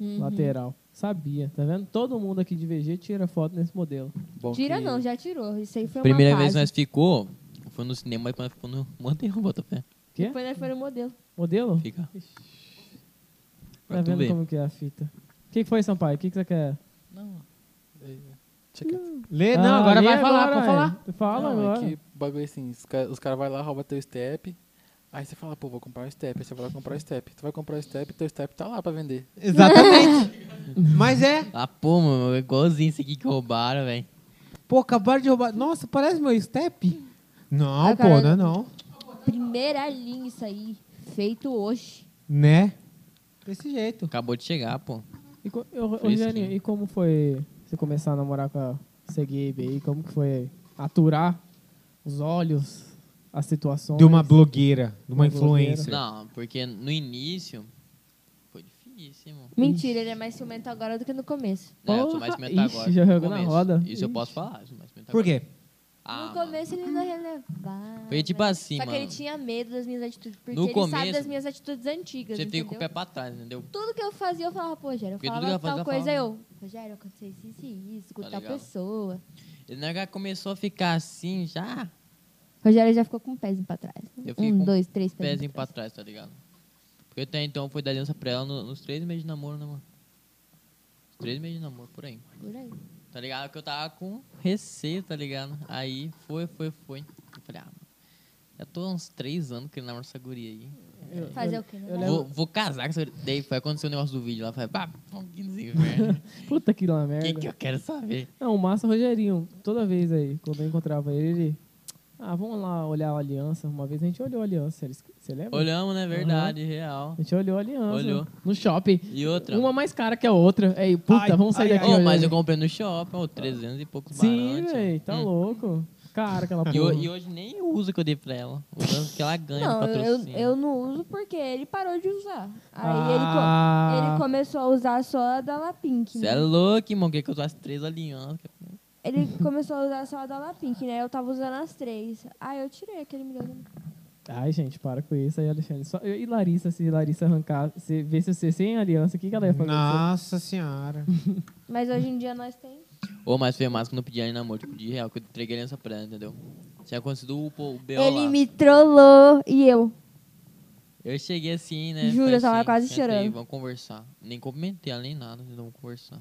[SPEAKER 1] Uhum.
[SPEAKER 2] Lateral. Sabia, tá vendo? Todo mundo aqui de VG tira foto nesse modelo.
[SPEAKER 5] Bom
[SPEAKER 4] Tira
[SPEAKER 5] que-
[SPEAKER 4] não, já tirou. Isso aí foi
[SPEAKER 3] Primeira
[SPEAKER 4] uma
[SPEAKER 3] vez que
[SPEAKER 4] fase.
[SPEAKER 3] nós ficou, foi no cinema, mas quando nós ficou no modelão, Botafé.
[SPEAKER 2] Quê?
[SPEAKER 4] Depois nós foi no modelo.
[SPEAKER 2] Modelo?
[SPEAKER 3] Fica.
[SPEAKER 2] Tá
[SPEAKER 3] Pra tu
[SPEAKER 2] vendo
[SPEAKER 3] ver.
[SPEAKER 2] como que é a fita? O que, que foi, Sampaio? O que, que você quer?
[SPEAKER 5] Não. É, Deixa quieto.
[SPEAKER 1] Lê, não, agora
[SPEAKER 2] lê
[SPEAKER 1] vai falar,
[SPEAKER 2] Ah, agora,
[SPEAKER 1] pode falar.
[SPEAKER 2] é. Fala
[SPEAKER 5] não,
[SPEAKER 2] agora.
[SPEAKER 5] É que bagulho assim, os caras cara vão lá, rouba teu step. Aí você fala, pô, vou comprar um step. Aí você vai lá comprar um step. Tu vai comprar um step, teu step tá lá pra vender.
[SPEAKER 1] Exatamente. Mas é,
[SPEAKER 3] Ah, pô, mano, é igualzinho esse aqui que roubaram, velho.
[SPEAKER 1] pô, acabaram de roubar. Nossa, parece meu step. Não,
[SPEAKER 4] Ah,
[SPEAKER 1] pô,
[SPEAKER 4] cara.
[SPEAKER 1] não é não.
[SPEAKER 4] Primeira linha isso aí. Feito hoje.
[SPEAKER 1] Né? Desse jeito.
[SPEAKER 3] Acabou de chegar, pô.
[SPEAKER 2] E, co- ô, ô,
[SPEAKER 3] Fresquinho.
[SPEAKER 2] Janinho, e como foi você começar a namorar com a Segebe aí? Como que foi aturar os olhos, as situações?
[SPEAKER 1] De uma blogueira, de uma
[SPEAKER 2] Uma
[SPEAKER 1] influencer.
[SPEAKER 3] Não, porque no início foi difícil, mano.
[SPEAKER 4] Mentira, ele é mais ciumento agora do que no começo.
[SPEAKER 3] Não, eu
[SPEAKER 2] Porra,
[SPEAKER 3] sou mais ciumento
[SPEAKER 2] ixi,
[SPEAKER 3] agora.
[SPEAKER 2] já
[SPEAKER 3] no
[SPEAKER 2] jogou na
[SPEAKER 3] começo.
[SPEAKER 2] roda.
[SPEAKER 3] Isso
[SPEAKER 2] Ixi.
[SPEAKER 3] eu posso falar. eu sou mais ciumento
[SPEAKER 1] Por
[SPEAKER 3] agora.
[SPEAKER 1] quê?
[SPEAKER 3] Ah,
[SPEAKER 4] no
[SPEAKER 3] mano,
[SPEAKER 4] começo ele não relevava.
[SPEAKER 3] Foi tipo assim,
[SPEAKER 4] Só que ele é
[SPEAKER 3] mano.
[SPEAKER 4] tinha medo das minhas atitudes. Porque
[SPEAKER 3] No
[SPEAKER 4] ele sabe
[SPEAKER 3] começo,
[SPEAKER 4] das minhas atitudes antigas.
[SPEAKER 3] você fica
[SPEAKER 4] entendeu?
[SPEAKER 3] com o pé pra trás, entendeu?
[SPEAKER 4] Tudo que eu fazia, eu falava, pô, Rogério, eu
[SPEAKER 3] Porque tudo
[SPEAKER 4] falava
[SPEAKER 3] que ela
[SPEAKER 4] tal
[SPEAKER 3] faz, ela
[SPEAKER 4] coisa,
[SPEAKER 3] fala,
[SPEAKER 4] eu. Rogério, aconteceu isso, isso e isso, com
[SPEAKER 3] Tá
[SPEAKER 4] tal
[SPEAKER 3] ligado.
[SPEAKER 4] pessoa.
[SPEAKER 3] E na hora é que ela começou a ficar assim já,
[SPEAKER 4] Rogério já ficou com um pezinho pra trás.
[SPEAKER 3] Eu fiquei
[SPEAKER 4] Um,
[SPEAKER 3] com
[SPEAKER 4] dois, três
[SPEAKER 3] pezinho
[SPEAKER 4] pezinhos
[SPEAKER 2] Uhum.
[SPEAKER 3] pra trás, tá ligado? Porque até então foi dar aliança pra ela no- nos três meses de namoro, né, mano? Os três meses de namoro, por aí.
[SPEAKER 4] Por aí.
[SPEAKER 3] Tá ligado? Que eu tava com receio, tá ligado? Aí foi, foi, foi. Eu falei, ah, mano, já tô há uns três anos querendo namorar essa guria aí.
[SPEAKER 4] Fazer o quê? né?
[SPEAKER 2] eu
[SPEAKER 4] Não dá?
[SPEAKER 2] lembro-
[SPEAKER 3] Vou, vou casar com essa guria. Daí foi acontecer o negócio do vídeo lá. Falei, pá, que inferno.
[SPEAKER 2] Puta que lá
[SPEAKER 3] O
[SPEAKER 2] merda.
[SPEAKER 3] que, é? que eu quero saber?
[SPEAKER 2] Não, o Massa Rogerinho, toda vez aí, quando eu encontrava ele, ele... Ah, vamos lá olhar a aliança. Uma vez a gente olhou a aliança, eles- você lembra?
[SPEAKER 3] Olhamos, né?
[SPEAKER 2] Uhum.
[SPEAKER 3] Verdade, real.
[SPEAKER 2] A gente olhou a aliança.
[SPEAKER 3] Olhou.
[SPEAKER 2] No shopping.
[SPEAKER 3] E outra.
[SPEAKER 2] Uma mais cara que a outra. Aí, puta,
[SPEAKER 1] Ai,
[SPEAKER 2] vamos sair
[SPEAKER 1] ai,
[SPEAKER 2] daqui.
[SPEAKER 3] Oh,
[SPEAKER 2] olha.
[SPEAKER 3] mas eu comprei no shopping, ó, 300 e poucos
[SPEAKER 2] Sim,
[SPEAKER 3] barantes, ó.
[SPEAKER 2] velho, tá
[SPEAKER 3] Hum.
[SPEAKER 2] louco. Cara, aquela porra.
[SPEAKER 3] E, ho- e hoje nem eu uso o que eu dei pra ela. Usando que ela ganha
[SPEAKER 4] Não,
[SPEAKER 3] de
[SPEAKER 4] eu,
[SPEAKER 3] patrocínio.
[SPEAKER 4] eu não uso porque ele parou de usar. Aí
[SPEAKER 2] Ah.
[SPEAKER 4] ele, co- ele começou a usar só a da La Pink.
[SPEAKER 3] Você
[SPEAKER 4] né?
[SPEAKER 3] é louco, irmão. Quer que eu usasse três alianças?
[SPEAKER 4] Ele começou a usar só a da La Pink, né? Eu tava usando as três. Aí eu tirei aquele me deu.
[SPEAKER 2] Ai, gente, para com isso aí, Alexandre. Só- e Larissa, se Larissa arrancar, se, ver se você sem aliança, o que, que ela ia fazer?
[SPEAKER 1] Nossa senhora.
[SPEAKER 4] Mas hoje em dia nós tem.
[SPEAKER 3] Ou mais foi massa que eu não pedi ela em namoro. Tipo, de real, que eu entreguei aliança pra ela, entendeu? Tinha acontecido o, pô, o B.O.
[SPEAKER 4] Ele
[SPEAKER 3] lá.
[SPEAKER 4] me trollou e eu.
[SPEAKER 3] Eu cheguei assim, né?
[SPEAKER 4] Juro,
[SPEAKER 3] falei
[SPEAKER 4] eu tava
[SPEAKER 3] assim,
[SPEAKER 4] quase
[SPEAKER 3] "Senta aí,
[SPEAKER 4] chorando."
[SPEAKER 3] Vamos conversar. Nem cumprimentei ela, nem nada. Então vamos conversar.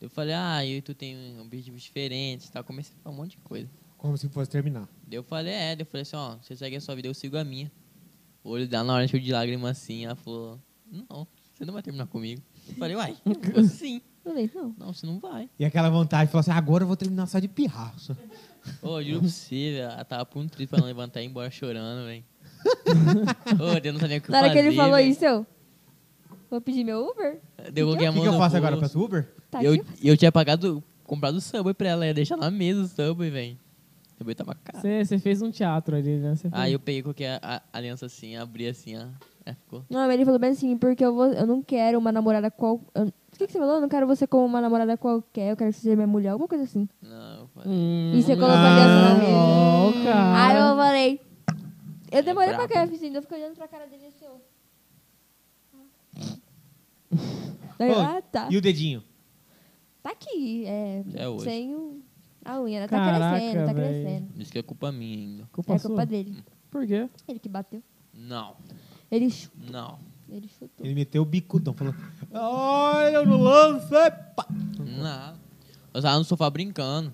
[SPEAKER 3] Eu falei, ah, eu e tu tem objetivos diferentes, tá? Comecei a falar um monte de coisa.
[SPEAKER 1] Como se fosse terminar.
[SPEAKER 3] Daí eu falei, é, daí eu falei assim, ó, você segue a sua vida, eu sigo a minha. O olho dela na hora encheu de lágrima assim, ela falou, não, você não vai terminar comigo. Eu falei, uai, eu falei, sim.
[SPEAKER 4] Não falei, não.
[SPEAKER 3] Não, você não vai.
[SPEAKER 1] E aquela vontade de falar assim, agora eu vou terminar só de pirraça.
[SPEAKER 3] Ô, juro pra você, velho, ela tava por um triste pra não levantar e ir embora chorando, velho. Ô, Deus não sabia o que
[SPEAKER 4] Na hora que ele
[SPEAKER 3] fazer,
[SPEAKER 4] falou
[SPEAKER 3] velho.
[SPEAKER 4] isso, eu. Vou pedir meu Uber?
[SPEAKER 3] Deu
[SPEAKER 1] O
[SPEAKER 3] qualquer
[SPEAKER 1] que,
[SPEAKER 3] mão
[SPEAKER 1] que eu
[SPEAKER 3] no
[SPEAKER 1] faço agora?
[SPEAKER 3] bolso.
[SPEAKER 1] Peço Uber?
[SPEAKER 4] Tá
[SPEAKER 3] eu,
[SPEAKER 4] aqui.
[SPEAKER 3] eu tinha pagado, comprado o Subway pra ela, ia deixar na mesa o Subway, velho. O Subway tava caro.
[SPEAKER 2] Você você fez um teatro ali, né? Você
[SPEAKER 3] Aí
[SPEAKER 2] fez-
[SPEAKER 3] eu peguei qualquer a- a- aliança assim, abri assim, ó. É, ficou.
[SPEAKER 4] Não, mas ele falou bem assim, porque eu, vou, eu não quero uma namorada qual. eu- O que, que você falou? Eu não quero você como uma namorada qualquer, eu quero que você seja minha mulher, alguma coisa assim.
[SPEAKER 3] Não, eu falei.
[SPEAKER 2] Hum,
[SPEAKER 4] E você colocou a aliança na mesa.
[SPEAKER 2] ó, cara.
[SPEAKER 4] Aí eu falei. Eu demorei
[SPEAKER 3] brabo.
[SPEAKER 4] pra cair a piscina, eu fiquei olhando pra cara dele assim, ó. Aí eu,
[SPEAKER 1] Ô,
[SPEAKER 4] ah, tá.
[SPEAKER 1] E o dedinho?
[SPEAKER 4] Tá aqui, é.
[SPEAKER 3] É hoje.
[SPEAKER 4] Sem o- a unha, né? Tá
[SPEAKER 2] Caraca,
[SPEAKER 4] crescendo, tá
[SPEAKER 2] véi.
[SPEAKER 4] crescendo.
[SPEAKER 3] Disse que é culpa minha ainda.
[SPEAKER 2] Culpa
[SPEAKER 4] é
[SPEAKER 2] sua?
[SPEAKER 4] culpa dele.
[SPEAKER 2] Por quê?
[SPEAKER 4] Ele que bateu.
[SPEAKER 3] Não,
[SPEAKER 4] Ele, chu-
[SPEAKER 3] não,
[SPEAKER 4] ele chutou.
[SPEAKER 1] Ele meteu o bicudão, falou, olha no lance, é pá.
[SPEAKER 3] não. Eu tava no sofá brincando.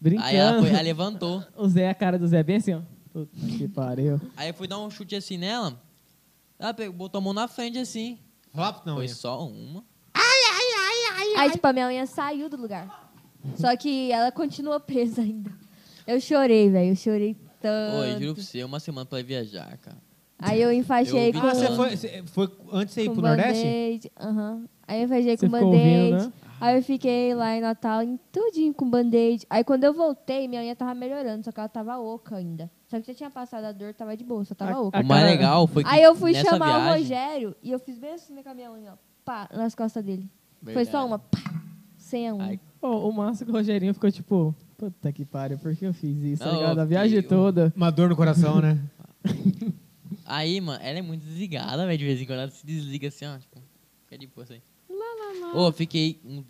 [SPEAKER 2] Brincando.
[SPEAKER 3] Aí ela, foi, ela levantou.
[SPEAKER 2] O Zé, a cara do Zé, é bem assim, ó. Puta que pariu.
[SPEAKER 3] Aí eu fui dar um chute assim nela. Ela pegou, botou a mão na frente assim.
[SPEAKER 1] Rápido não,
[SPEAKER 3] Foi
[SPEAKER 1] isso.
[SPEAKER 3] só uma.
[SPEAKER 4] Aí, tipo, a minha unha saiu do lugar. Só que ela continua presa ainda. Eu chorei, velho. Eu chorei
[SPEAKER 3] Oi,
[SPEAKER 4] tanto.
[SPEAKER 3] juro pra você, uma semana pra viajar, cara.
[SPEAKER 4] Aí eu enfaixei
[SPEAKER 3] Eu vi
[SPEAKER 4] com,
[SPEAKER 1] Ah, você
[SPEAKER 3] Bom.
[SPEAKER 1] foi, você foi antes de você ir
[SPEAKER 4] com
[SPEAKER 1] pro Nordeste?
[SPEAKER 4] band-aid. Aham. Aí eu enfaixei
[SPEAKER 2] Você
[SPEAKER 4] com
[SPEAKER 2] ficou ouvindo,
[SPEAKER 4] band-aid.
[SPEAKER 2] né?
[SPEAKER 4] Aí eu fiquei lá em Natal, em tudinho com band-aid. Aí quando eu voltei, minha unha tava melhorando, só que ela tava oca ainda. Só que já tinha passado a dor, tava de boa, só tava
[SPEAKER 2] A-
[SPEAKER 4] oca.
[SPEAKER 2] a
[SPEAKER 3] o mais
[SPEAKER 2] cara-
[SPEAKER 3] legal Ah, foi que
[SPEAKER 4] Aí eu fui
[SPEAKER 3] nessa
[SPEAKER 4] chamar o
[SPEAKER 3] viagem,
[SPEAKER 4] Rogério e eu fiz bem assim né, com a minha unha, ó. Pá, nas costas dele. Foi
[SPEAKER 3] Verdade.
[SPEAKER 4] só uma, pá, sem a unha.
[SPEAKER 3] Ai,
[SPEAKER 2] Ô, o Márcio que o Rogerinho ficou tipo, puta que pariu, por que eu fiz isso? tá
[SPEAKER 3] Não,
[SPEAKER 2] ligado? A
[SPEAKER 3] eu
[SPEAKER 2] viagem
[SPEAKER 3] fiquei-
[SPEAKER 2] toda.
[SPEAKER 1] Uma dor no coração, né?
[SPEAKER 3] Aí, mano, ela é muito desligada, velho. De vez em quando ela se desliga assim, ó. Tipo, fica de boa assim. Lá, lá, lá. Ô, eu fiquei. um-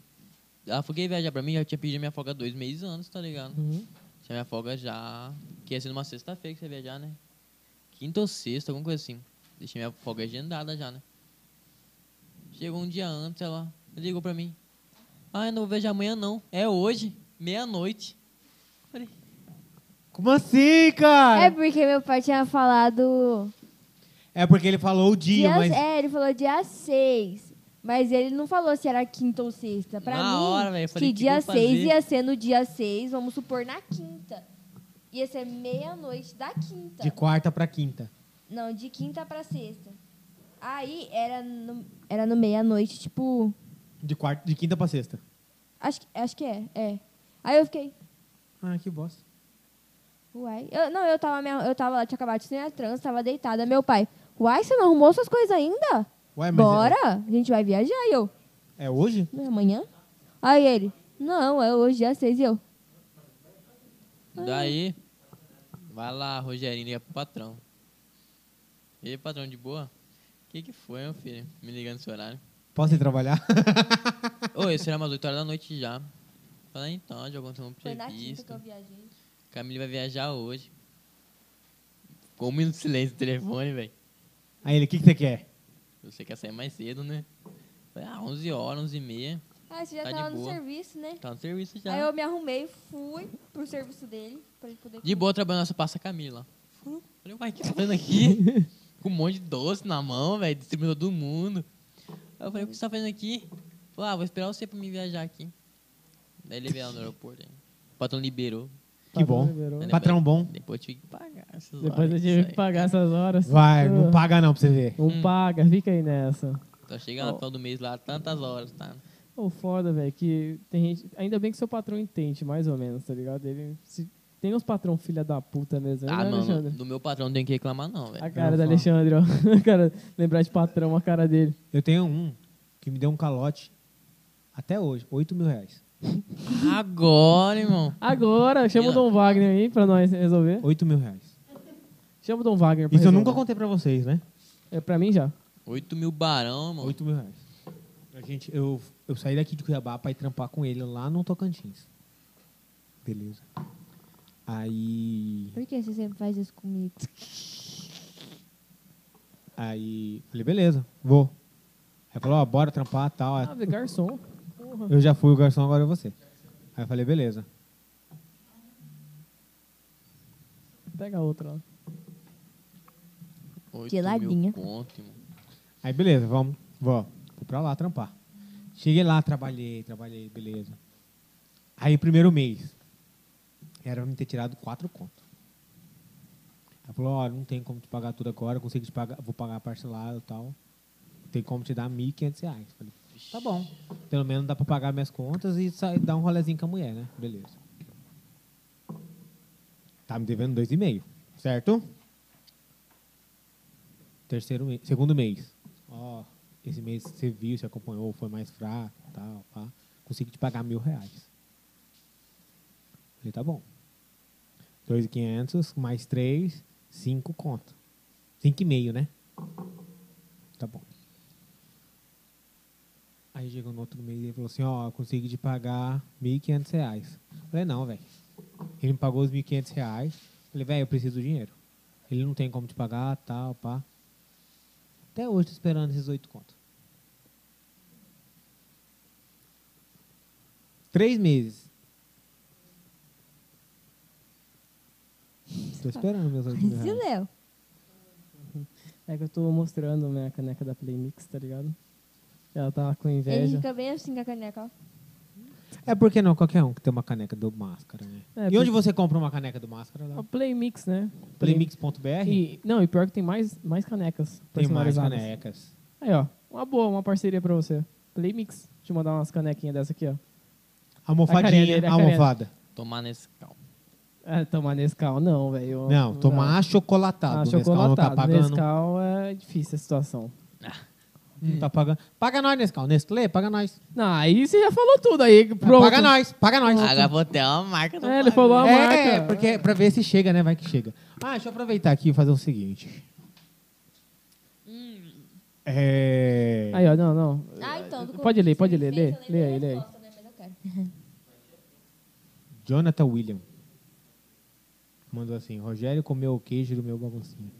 [SPEAKER 3] Ela foi querer viajar pra mim, eu tinha pedido minha folga há dois meses antes, tá ligado? Tinha minha folga já. Que ia ser numa sexta-feira que você ia viajar, né? Quinta ou sexta, alguma coisa assim. Deixei minha folga agendada já, né? Chegou um dia antes, ela ligou pra mim. Ah, eu não vou viajar amanhã não. É hoje, meia-noite. Falei,
[SPEAKER 1] Como assim,
[SPEAKER 4] É
[SPEAKER 1] cara?
[SPEAKER 4] porque meu pai tinha falado.
[SPEAKER 1] É, porque ele falou o dia,
[SPEAKER 4] dia-
[SPEAKER 1] mas...
[SPEAKER 4] É, ele falou dia 6. Mas ele não falou se era quinta ou sexta. Pra
[SPEAKER 3] Na
[SPEAKER 4] mim,
[SPEAKER 3] hora, velho, eu falei,
[SPEAKER 4] se
[SPEAKER 3] "Que que
[SPEAKER 4] dia
[SPEAKER 3] eu vou
[SPEAKER 4] 6
[SPEAKER 3] fazer?"
[SPEAKER 4] ia ser no dia 6, vamos supor na quinta. Ia ser meia-noite da quinta.
[SPEAKER 1] De quarta pra quinta.
[SPEAKER 4] Não, de quinta pra sexta. Aí era no, era no meia-noite, tipo.
[SPEAKER 1] De, quarta, de quinta pra sexta.
[SPEAKER 4] Acho, que- acho que é, é. Aí eu fiquei.
[SPEAKER 1] Ah, que bosta.
[SPEAKER 4] Uai. Eu, não, eu tava, minha, eu tava lá, tinha acabado de sair na trans, tava deitada. Meu pai, uai, você não arrumou suas coisas ainda?
[SPEAKER 1] Ué, mas
[SPEAKER 4] Bora, a gente vai viajar. E eu,
[SPEAKER 1] É, é hoje?
[SPEAKER 4] não é amanhã? Aí ele, não, é hoje, dia 6. E eu,
[SPEAKER 3] Daí, vai lá, Rogerinho, liga pro patrão. E aí, patrão, de boa? O que que foi, meu filho? Me ligando nesse horário.
[SPEAKER 1] Posso ir trabalhar?
[SPEAKER 3] Oi, será é umas 8 horas da noite já. Falei, então, de algum tempo
[SPEAKER 4] foi na quinta que eu
[SPEAKER 3] previsto.
[SPEAKER 4] viajei.
[SPEAKER 3] Camille vai viajar hoje. Ficou um minuto de silêncio no telefone, velho.
[SPEAKER 1] Aí ele, o que, que você quer?
[SPEAKER 3] Você quer sair mais cedo, né? Falei, ah, 11 horas, 11 e meia.
[SPEAKER 4] Ah, você já
[SPEAKER 3] Tá de
[SPEAKER 4] tava no
[SPEAKER 3] boa.
[SPEAKER 4] serviço, né?
[SPEAKER 3] Tá no serviço
[SPEAKER 4] Aí eu
[SPEAKER 3] já.
[SPEAKER 4] me arrumei, fui pro serviço dele, pra ele poder...
[SPEAKER 3] De boa, trabalhando nossa passa Camila.
[SPEAKER 2] Hum?
[SPEAKER 3] Falei, uai, o que tá fazendo aqui? com um monte de doce na mão, velho, distribuindo todo mundo. Aí eu falei, o que você tá fazendo aqui? Falei, ah, vou esperar você pra me viajar aqui. Daí ele veio lá no aeroporto. Hein? O patrão liberou.
[SPEAKER 1] Que
[SPEAKER 2] Patrão
[SPEAKER 1] bom.
[SPEAKER 2] liberou.
[SPEAKER 3] Né?
[SPEAKER 1] Patrão bom.
[SPEAKER 3] Depois eu tive que pagar essas
[SPEAKER 2] Depois eu tive
[SPEAKER 3] horas, isso
[SPEAKER 2] que
[SPEAKER 3] aí. Hum.
[SPEAKER 2] pagar essas horas.
[SPEAKER 1] Vai,
[SPEAKER 2] Ah,
[SPEAKER 1] não paga não pra você ver.
[SPEAKER 2] Não paga, fica aí nessa.
[SPEAKER 3] Então chega lá no final do mês lá, tantas horas, tá?
[SPEAKER 2] Ô, foda, velho, que tem gente. Ainda bem que seu patrão entende, mais ou menos, tá ligado? Ele. se- Tem uns patrão filha da puta mesmo, né,
[SPEAKER 3] Ah, mano,
[SPEAKER 2] Alexandre?
[SPEAKER 3] do meu patrão não tem que reclamar não,
[SPEAKER 2] A
[SPEAKER 3] velho.
[SPEAKER 2] cara
[SPEAKER 1] Eu
[SPEAKER 2] do
[SPEAKER 1] falo.
[SPEAKER 2] Alexandre, ó. A cara, lembrar de patrão, a cara dele.
[SPEAKER 1] Eu tenho um que me deu um calote até hoje, 8 mil reais.
[SPEAKER 3] Agora, irmão.
[SPEAKER 2] Agora, chama o Dom Wagner aí pra nós resolver.
[SPEAKER 1] 8 mil reais.
[SPEAKER 2] Chama o Dom Wagner pra
[SPEAKER 1] Isso eu
[SPEAKER 2] resolver.
[SPEAKER 1] nunca contei pra vocês, né?
[SPEAKER 2] É pra mim já.
[SPEAKER 3] 8 mil barão, irmão.
[SPEAKER 1] 8 mil reais. A gente, eu, eu saí daqui de Cuiabá pra ir trampar com ele lá no Tocantins. Beleza. Aí.
[SPEAKER 4] Por que você sempre faz isso comigo?
[SPEAKER 1] Aí. Falei, beleza, vou. Aí falou, ó, bora trampar tal. Aí
[SPEAKER 2] Ah, velho, garçom. Porra.
[SPEAKER 1] Eu já fui o garçom, agora é você. Aí eu falei, beleza.
[SPEAKER 2] Pega outra lá.
[SPEAKER 3] Oito
[SPEAKER 4] Geladinha.
[SPEAKER 3] mil conto, irmão.
[SPEAKER 1] Aí beleza, vamos, vou, vou pra lá trampar. Cheguei lá, trabalhei, trabalhei, beleza. Aí primeiro mês, era pra me ter tirado quatro contos. Ela falou, ó, não tem como te pagar tudo agora, eu consigo te pagar, vou pagar parcelado e tal. Tem como te dar 1.500 reais. Falei, tá bom. Pelo menos dá pra pagar minhas contas e sair, dar um rolezinho com a mulher, né? Beleza. Tá me devendo dois e meio, certo? Terceiro mês, segundo mês. Ó, esse mês você viu, você acompanhou, foi mais fraco, tal, pá. Consegui te pagar mil reais. Falei, tá bom. Dois e quinhentos, mais três, cinco conto. Cinco e meio, né? Tá bom. Aí chegou no outro mês e ele falou assim, ó, eu consegui te pagar mil e quinhentos reais. Falei, não, velho. Ele me pagou os mil e quinhentos reais. Falei, velho, eu preciso do dinheiro. Ele não tem como te pagar, tal, pá. Até hoje tô esperando esses oito contos. Três meses. Tô esperando meus 8 mil
[SPEAKER 4] Se
[SPEAKER 1] reais.
[SPEAKER 4] leu.
[SPEAKER 2] É que eu tô mostrando minha caneca da Playmix, tá ligado? Ela tá com
[SPEAKER 4] Ele
[SPEAKER 2] inveja.
[SPEAKER 4] fica bem assim com a caneca, ó.
[SPEAKER 1] É porque não, qualquer um que tem uma caneca do Máscara, né?
[SPEAKER 2] É,
[SPEAKER 1] e
[SPEAKER 2] porque-
[SPEAKER 1] onde você compra uma caneca do Máscara?
[SPEAKER 2] A
[SPEAKER 1] Lá?
[SPEAKER 2] Playmix, né?
[SPEAKER 1] Playmix.br?
[SPEAKER 2] E, não, e pior que tem mais, mais canecas.
[SPEAKER 1] Tem mais
[SPEAKER 2] personalizadas.
[SPEAKER 1] canecas.
[SPEAKER 2] Aí, ó. Uma boa, uma parceria pra você. Playmix. Deixa eu mandar umas canequinhas dessa aqui, ó. A
[SPEAKER 1] Almofadinha,
[SPEAKER 2] carinha dele, a carinha.
[SPEAKER 1] almofada.
[SPEAKER 3] Tomar nesse calmo.
[SPEAKER 2] É, tomar Nescau, não, velho.
[SPEAKER 1] Não, tomar
[SPEAKER 2] dá.
[SPEAKER 1] achocolatado.
[SPEAKER 2] Ah,
[SPEAKER 1] Nescau não tá
[SPEAKER 2] chocolatado.
[SPEAKER 1] pagando.
[SPEAKER 2] Nescau é difícil a situação.
[SPEAKER 1] Não tá pagando. Paga nós, Nescau. Nestlé, paga nós. É,
[SPEAKER 2] Não, aí você já falou tudo aí. Pronto.
[SPEAKER 1] Paga nós, paga nós.
[SPEAKER 3] Ah, Agora vou ter uma marca. não
[SPEAKER 2] É, ele
[SPEAKER 3] pago.
[SPEAKER 2] falou a marca.
[SPEAKER 1] É, porque é pra ver se chega, né? Vai que chega. Ah, deixa eu aproveitar aqui e fazer o seguinte. É...
[SPEAKER 2] Hum. Aí, ó, não, não.
[SPEAKER 4] Ah, então. do
[SPEAKER 2] Pode ler,
[SPEAKER 4] Corinthians,
[SPEAKER 2] pode
[SPEAKER 4] me
[SPEAKER 2] ler,
[SPEAKER 4] fez,
[SPEAKER 2] lê,
[SPEAKER 4] eu lembrei
[SPEAKER 2] lê aí,
[SPEAKER 4] da
[SPEAKER 2] lê aí.
[SPEAKER 4] resposta, né, mas eu quero.
[SPEAKER 1] Jonathan William. Mandou assim, Rogério comeu o queijo do meu baguncinho.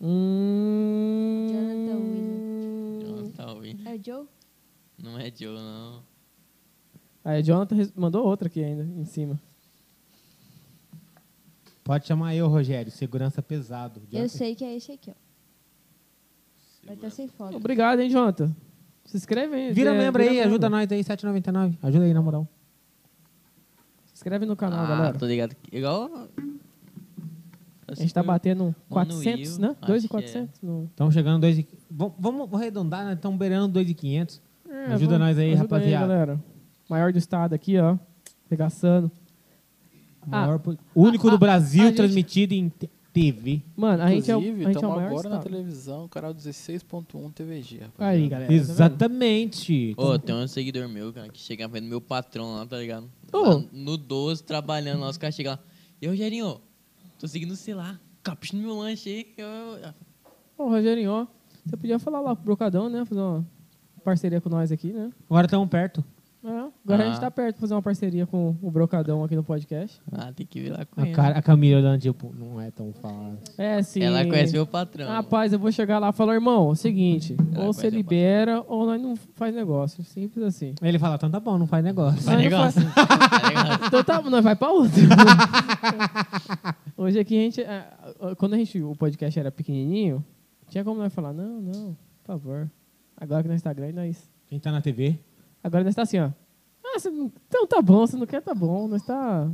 [SPEAKER 2] Hum...
[SPEAKER 4] Jonathan Williams.
[SPEAKER 3] Não, tá ouvindo.
[SPEAKER 4] É o Joe?
[SPEAKER 3] Não é Joe, não.
[SPEAKER 2] Aí, Jonathan res- mandou outra aqui ainda, em cima.
[SPEAKER 1] Pode chamar eu, Rogério. Segurança pesado.
[SPEAKER 4] Eu
[SPEAKER 1] Jonathan-
[SPEAKER 4] sei que é esse aqui, ó. Mas tá sem foto.
[SPEAKER 2] Obrigado, hein, Jonathan. Se inscreve aí.
[SPEAKER 1] Vira
[SPEAKER 2] é,
[SPEAKER 1] membro aí,
[SPEAKER 2] vira
[SPEAKER 1] ajuda
[SPEAKER 2] membro.
[SPEAKER 1] nós aí, 7,99. Ajuda aí, na moral.
[SPEAKER 2] Se inscreve no canal,
[SPEAKER 3] ah,
[SPEAKER 2] galera.
[SPEAKER 3] tô ligado. Igual... um
[SPEAKER 2] A gente tá batendo 400,
[SPEAKER 3] Will,
[SPEAKER 2] né? 2 e
[SPEAKER 3] acho que é.
[SPEAKER 2] 400. no-
[SPEAKER 1] Estamos chegando 2 e... Vamos, vamos arredondar, né? Estamos beirando 2,500. Ajuda
[SPEAKER 2] vamos-
[SPEAKER 1] nós aí,
[SPEAKER 2] É, ajuda
[SPEAKER 1] rapaziada.
[SPEAKER 2] galera. Maior do estado aqui, ó. Regaçando.
[SPEAKER 1] Maior po- único
[SPEAKER 2] a-
[SPEAKER 1] do Brasil
[SPEAKER 2] Ah. a gente-
[SPEAKER 1] transmitido em te- TV.
[SPEAKER 2] Mano, a gente é o, a
[SPEAKER 5] Inclusive,
[SPEAKER 2] gente é o
[SPEAKER 5] tamo
[SPEAKER 2] maior
[SPEAKER 5] agora na
[SPEAKER 2] estado.
[SPEAKER 5] televisão, canal 16.1 TVG, rapaziada.
[SPEAKER 2] Aí, galera. tá vendo?
[SPEAKER 1] Exatamente.
[SPEAKER 3] Ô, tem um seguidor meu, cara, que chega vendo meu patrão lá, tá ligado?
[SPEAKER 2] Ô.
[SPEAKER 3] Lá no 12, trabalhando lá, os caras chegam lá. E aí, Rogerinho, tô seguindo, sei lá, capricho no meu lanche aí. que Eu...
[SPEAKER 2] Ô, Rogerinho, ó. Você podia falar lá pro Brocadão, né? Fazer uma parceria com nós aqui, né?
[SPEAKER 1] Agora estamos perto.
[SPEAKER 2] É, agora a
[SPEAKER 3] Ah.
[SPEAKER 2] gente tá perto de fazer uma parceria com o Brocadão aqui no podcast.
[SPEAKER 3] Ah, tem que vir lá com
[SPEAKER 1] A,
[SPEAKER 3] ele.
[SPEAKER 1] cara, a Camila olhando, tipo, não é tão fácil.
[SPEAKER 2] É, sim. Ah,
[SPEAKER 3] Ela conhece meu patrão. Tá
[SPEAKER 2] Rapaz, eu vou chegar lá e falar, irmão, é o seguinte,
[SPEAKER 3] Ela
[SPEAKER 2] ou
[SPEAKER 3] conhece
[SPEAKER 2] você
[SPEAKER 3] meu
[SPEAKER 2] libera ou nós não faz negócio. Simples assim.
[SPEAKER 1] Aí Ele fala, então tá bom, não faz negócio.
[SPEAKER 3] Faz
[SPEAKER 2] Mas não
[SPEAKER 3] negócio. Tá ligado?
[SPEAKER 2] Então tá, nós vai pra outro. Hoje aqui a gente. é, é, Quando a gente, o podcast era pequenininho, tinha como nós falar, não, não, por favor. Agora que nós tá grande, nós.
[SPEAKER 1] Quem tá na TV?
[SPEAKER 2] Agora nós tá assim, ó. Ah, você não- então tá bom, você não quer, tá bom. Nós tá.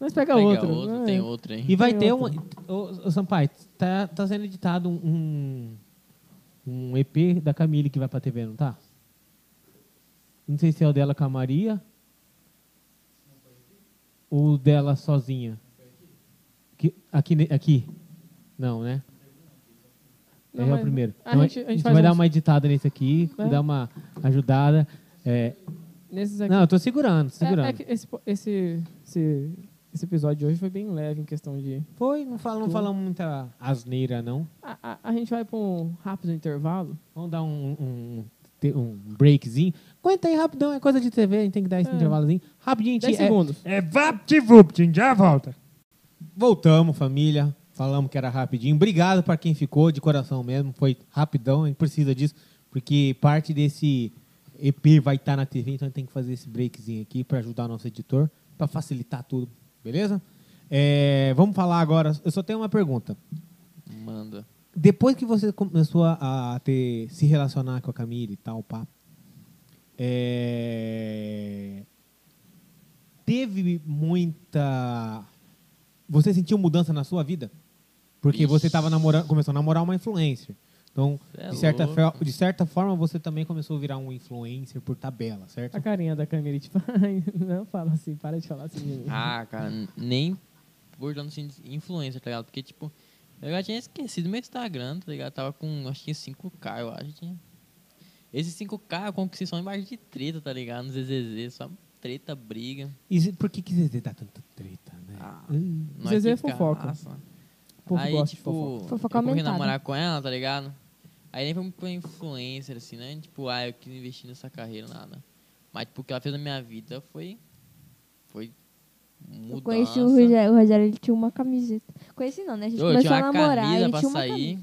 [SPEAKER 2] Nós pega
[SPEAKER 3] Pega
[SPEAKER 2] outro.
[SPEAKER 3] outro,
[SPEAKER 2] né?
[SPEAKER 3] tem outro, hein?
[SPEAKER 1] E vai
[SPEAKER 2] Tem
[SPEAKER 1] ter um.
[SPEAKER 2] outra.
[SPEAKER 1] Ô, ô, Sampaio, tá, tá sendo editado um, um EP da Camille que vai pra TV, não tá? Não sei se é o dela com a Maria ou o dela sozinha. Que, aqui, ne- aqui? Não, né?
[SPEAKER 2] Não,
[SPEAKER 1] é o
[SPEAKER 2] mas
[SPEAKER 1] primeiro.
[SPEAKER 2] a
[SPEAKER 1] Então,
[SPEAKER 2] gente- a gente faz um
[SPEAKER 1] vai dar
[SPEAKER 2] uns-
[SPEAKER 1] uma editada nesse aqui,
[SPEAKER 2] É.
[SPEAKER 1] dar uma ajudada. É,
[SPEAKER 2] Nesses aqui.
[SPEAKER 1] não, eu tô segurando, segurando.
[SPEAKER 2] É, é que esse, po- esse, esse, esse episódio de hoje foi bem leve em questão de.
[SPEAKER 1] Foi, não falamos não falamos muita asneira, não.
[SPEAKER 2] A, a, a gente vai pra um rápido intervalo.
[SPEAKER 1] Vamos dar um, um, te- um breakzinho. Aguenta aí rapidão, é coisa de TV, a gente tem que dar esse
[SPEAKER 2] É.
[SPEAKER 1] intervalozinho. Rapidinho, a gente.
[SPEAKER 2] 10
[SPEAKER 1] é-
[SPEAKER 2] segundos.
[SPEAKER 1] É VaptVupt, já volta. Voltamos, família. Falamos que era rapidinho. Obrigado para quem ficou, de coração mesmo. Foi rapidão, a gente precisa disso, porque parte desse EP vai estar na TV, então a gente tem que fazer esse breakzinho aqui para ajudar o nosso editor, para facilitar tudo, beleza? É, vamos falar agora. Eu só tenho uma pergunta.
[SPEAKER 3] Manda.
[SPEAKER 1] Depois que você começou a, a ter, se relacionar com a Camille e tal, pá, é, teve muita. Você sentiu mudança na sua vida? Porque você
[SPEAKER 3] Ixi.
[SPEAKER 1] tava namorando, começou a namorar uma influencer. Então,
[SPEAKER 3] Cê é
[SPEAKER 1] de, certa
[SPEAKER 3] louco.
[SPEAKER 1] fel- de certa forma, você também começou a virar um influencer por tabela, certo?
[SPEAKER 3] Ah.
[SPEAKER 2] A carinha da câmera, tipo, "Ai, não fala assim, para de falar assim de mim.
[SPEAKER 3] Ah, cara, n- nem bordando assim de influencer, tá ligado? Porque, tipo, eu já tinha esquecido meu Instagram, tá ligado? Tava com, acho que 5K, eu acho. Tinha. Esses 5K eu conquistei só em base de treta, tá ligado? Nos ZZZ, só treta, briga.
[SPEAKER 1] E se- por que, que você dá tanta treta, né?
[SPEAKER 3] Ah.
[SPEAKER 1] Hum.
[SPEAKER 3] Nós
[SPEAKER 2] Zezé
[SPEAKER 3] que
[SPEAKER 2] é fofoca.
[SPEAKER 3] caça.
[SPEAKER 2] O povo
[SPEAKER 3] aí,
[SPEAKER 2] gosta de
[SPEAKER 3] tipo,
[SPEAKER 2] fofoca.
[SPEAKER 4] Fofoca
[SPEAKER 3] eu fui
[SPEAKER 4] aumentada.
[SPEAKER 3] namorar com ela, tá ligado? Aí nem foi muito pra influencer, assim, né? Tipo, ah, eu quis investir nessa carreira, nada. Mas, tipo, o que ela fez na minha vida foi... Foi
[SPEAKER 4] Eu
[SPEAKER 3] mudança.
[SPEAKER 4] conheci o Rogério, o Rogério, ele tinha uma camiseta. Conheci não, né? A gente
[SPEAKER 3] Eu
[SPEAKER 4] começou
[SPEAKER 3] tinha
[SPEAKER 4] a
[SPEAKER 3] uma
[SPEAKER 4] namorar,
[SPEAKER 3] camisa
[SPEAKER 4] ele
[SPEAKER 3] pra
[SPEAKER 4] tinha uma
[SPEAKER 3] sair,
[SPEAKER 4] camisa.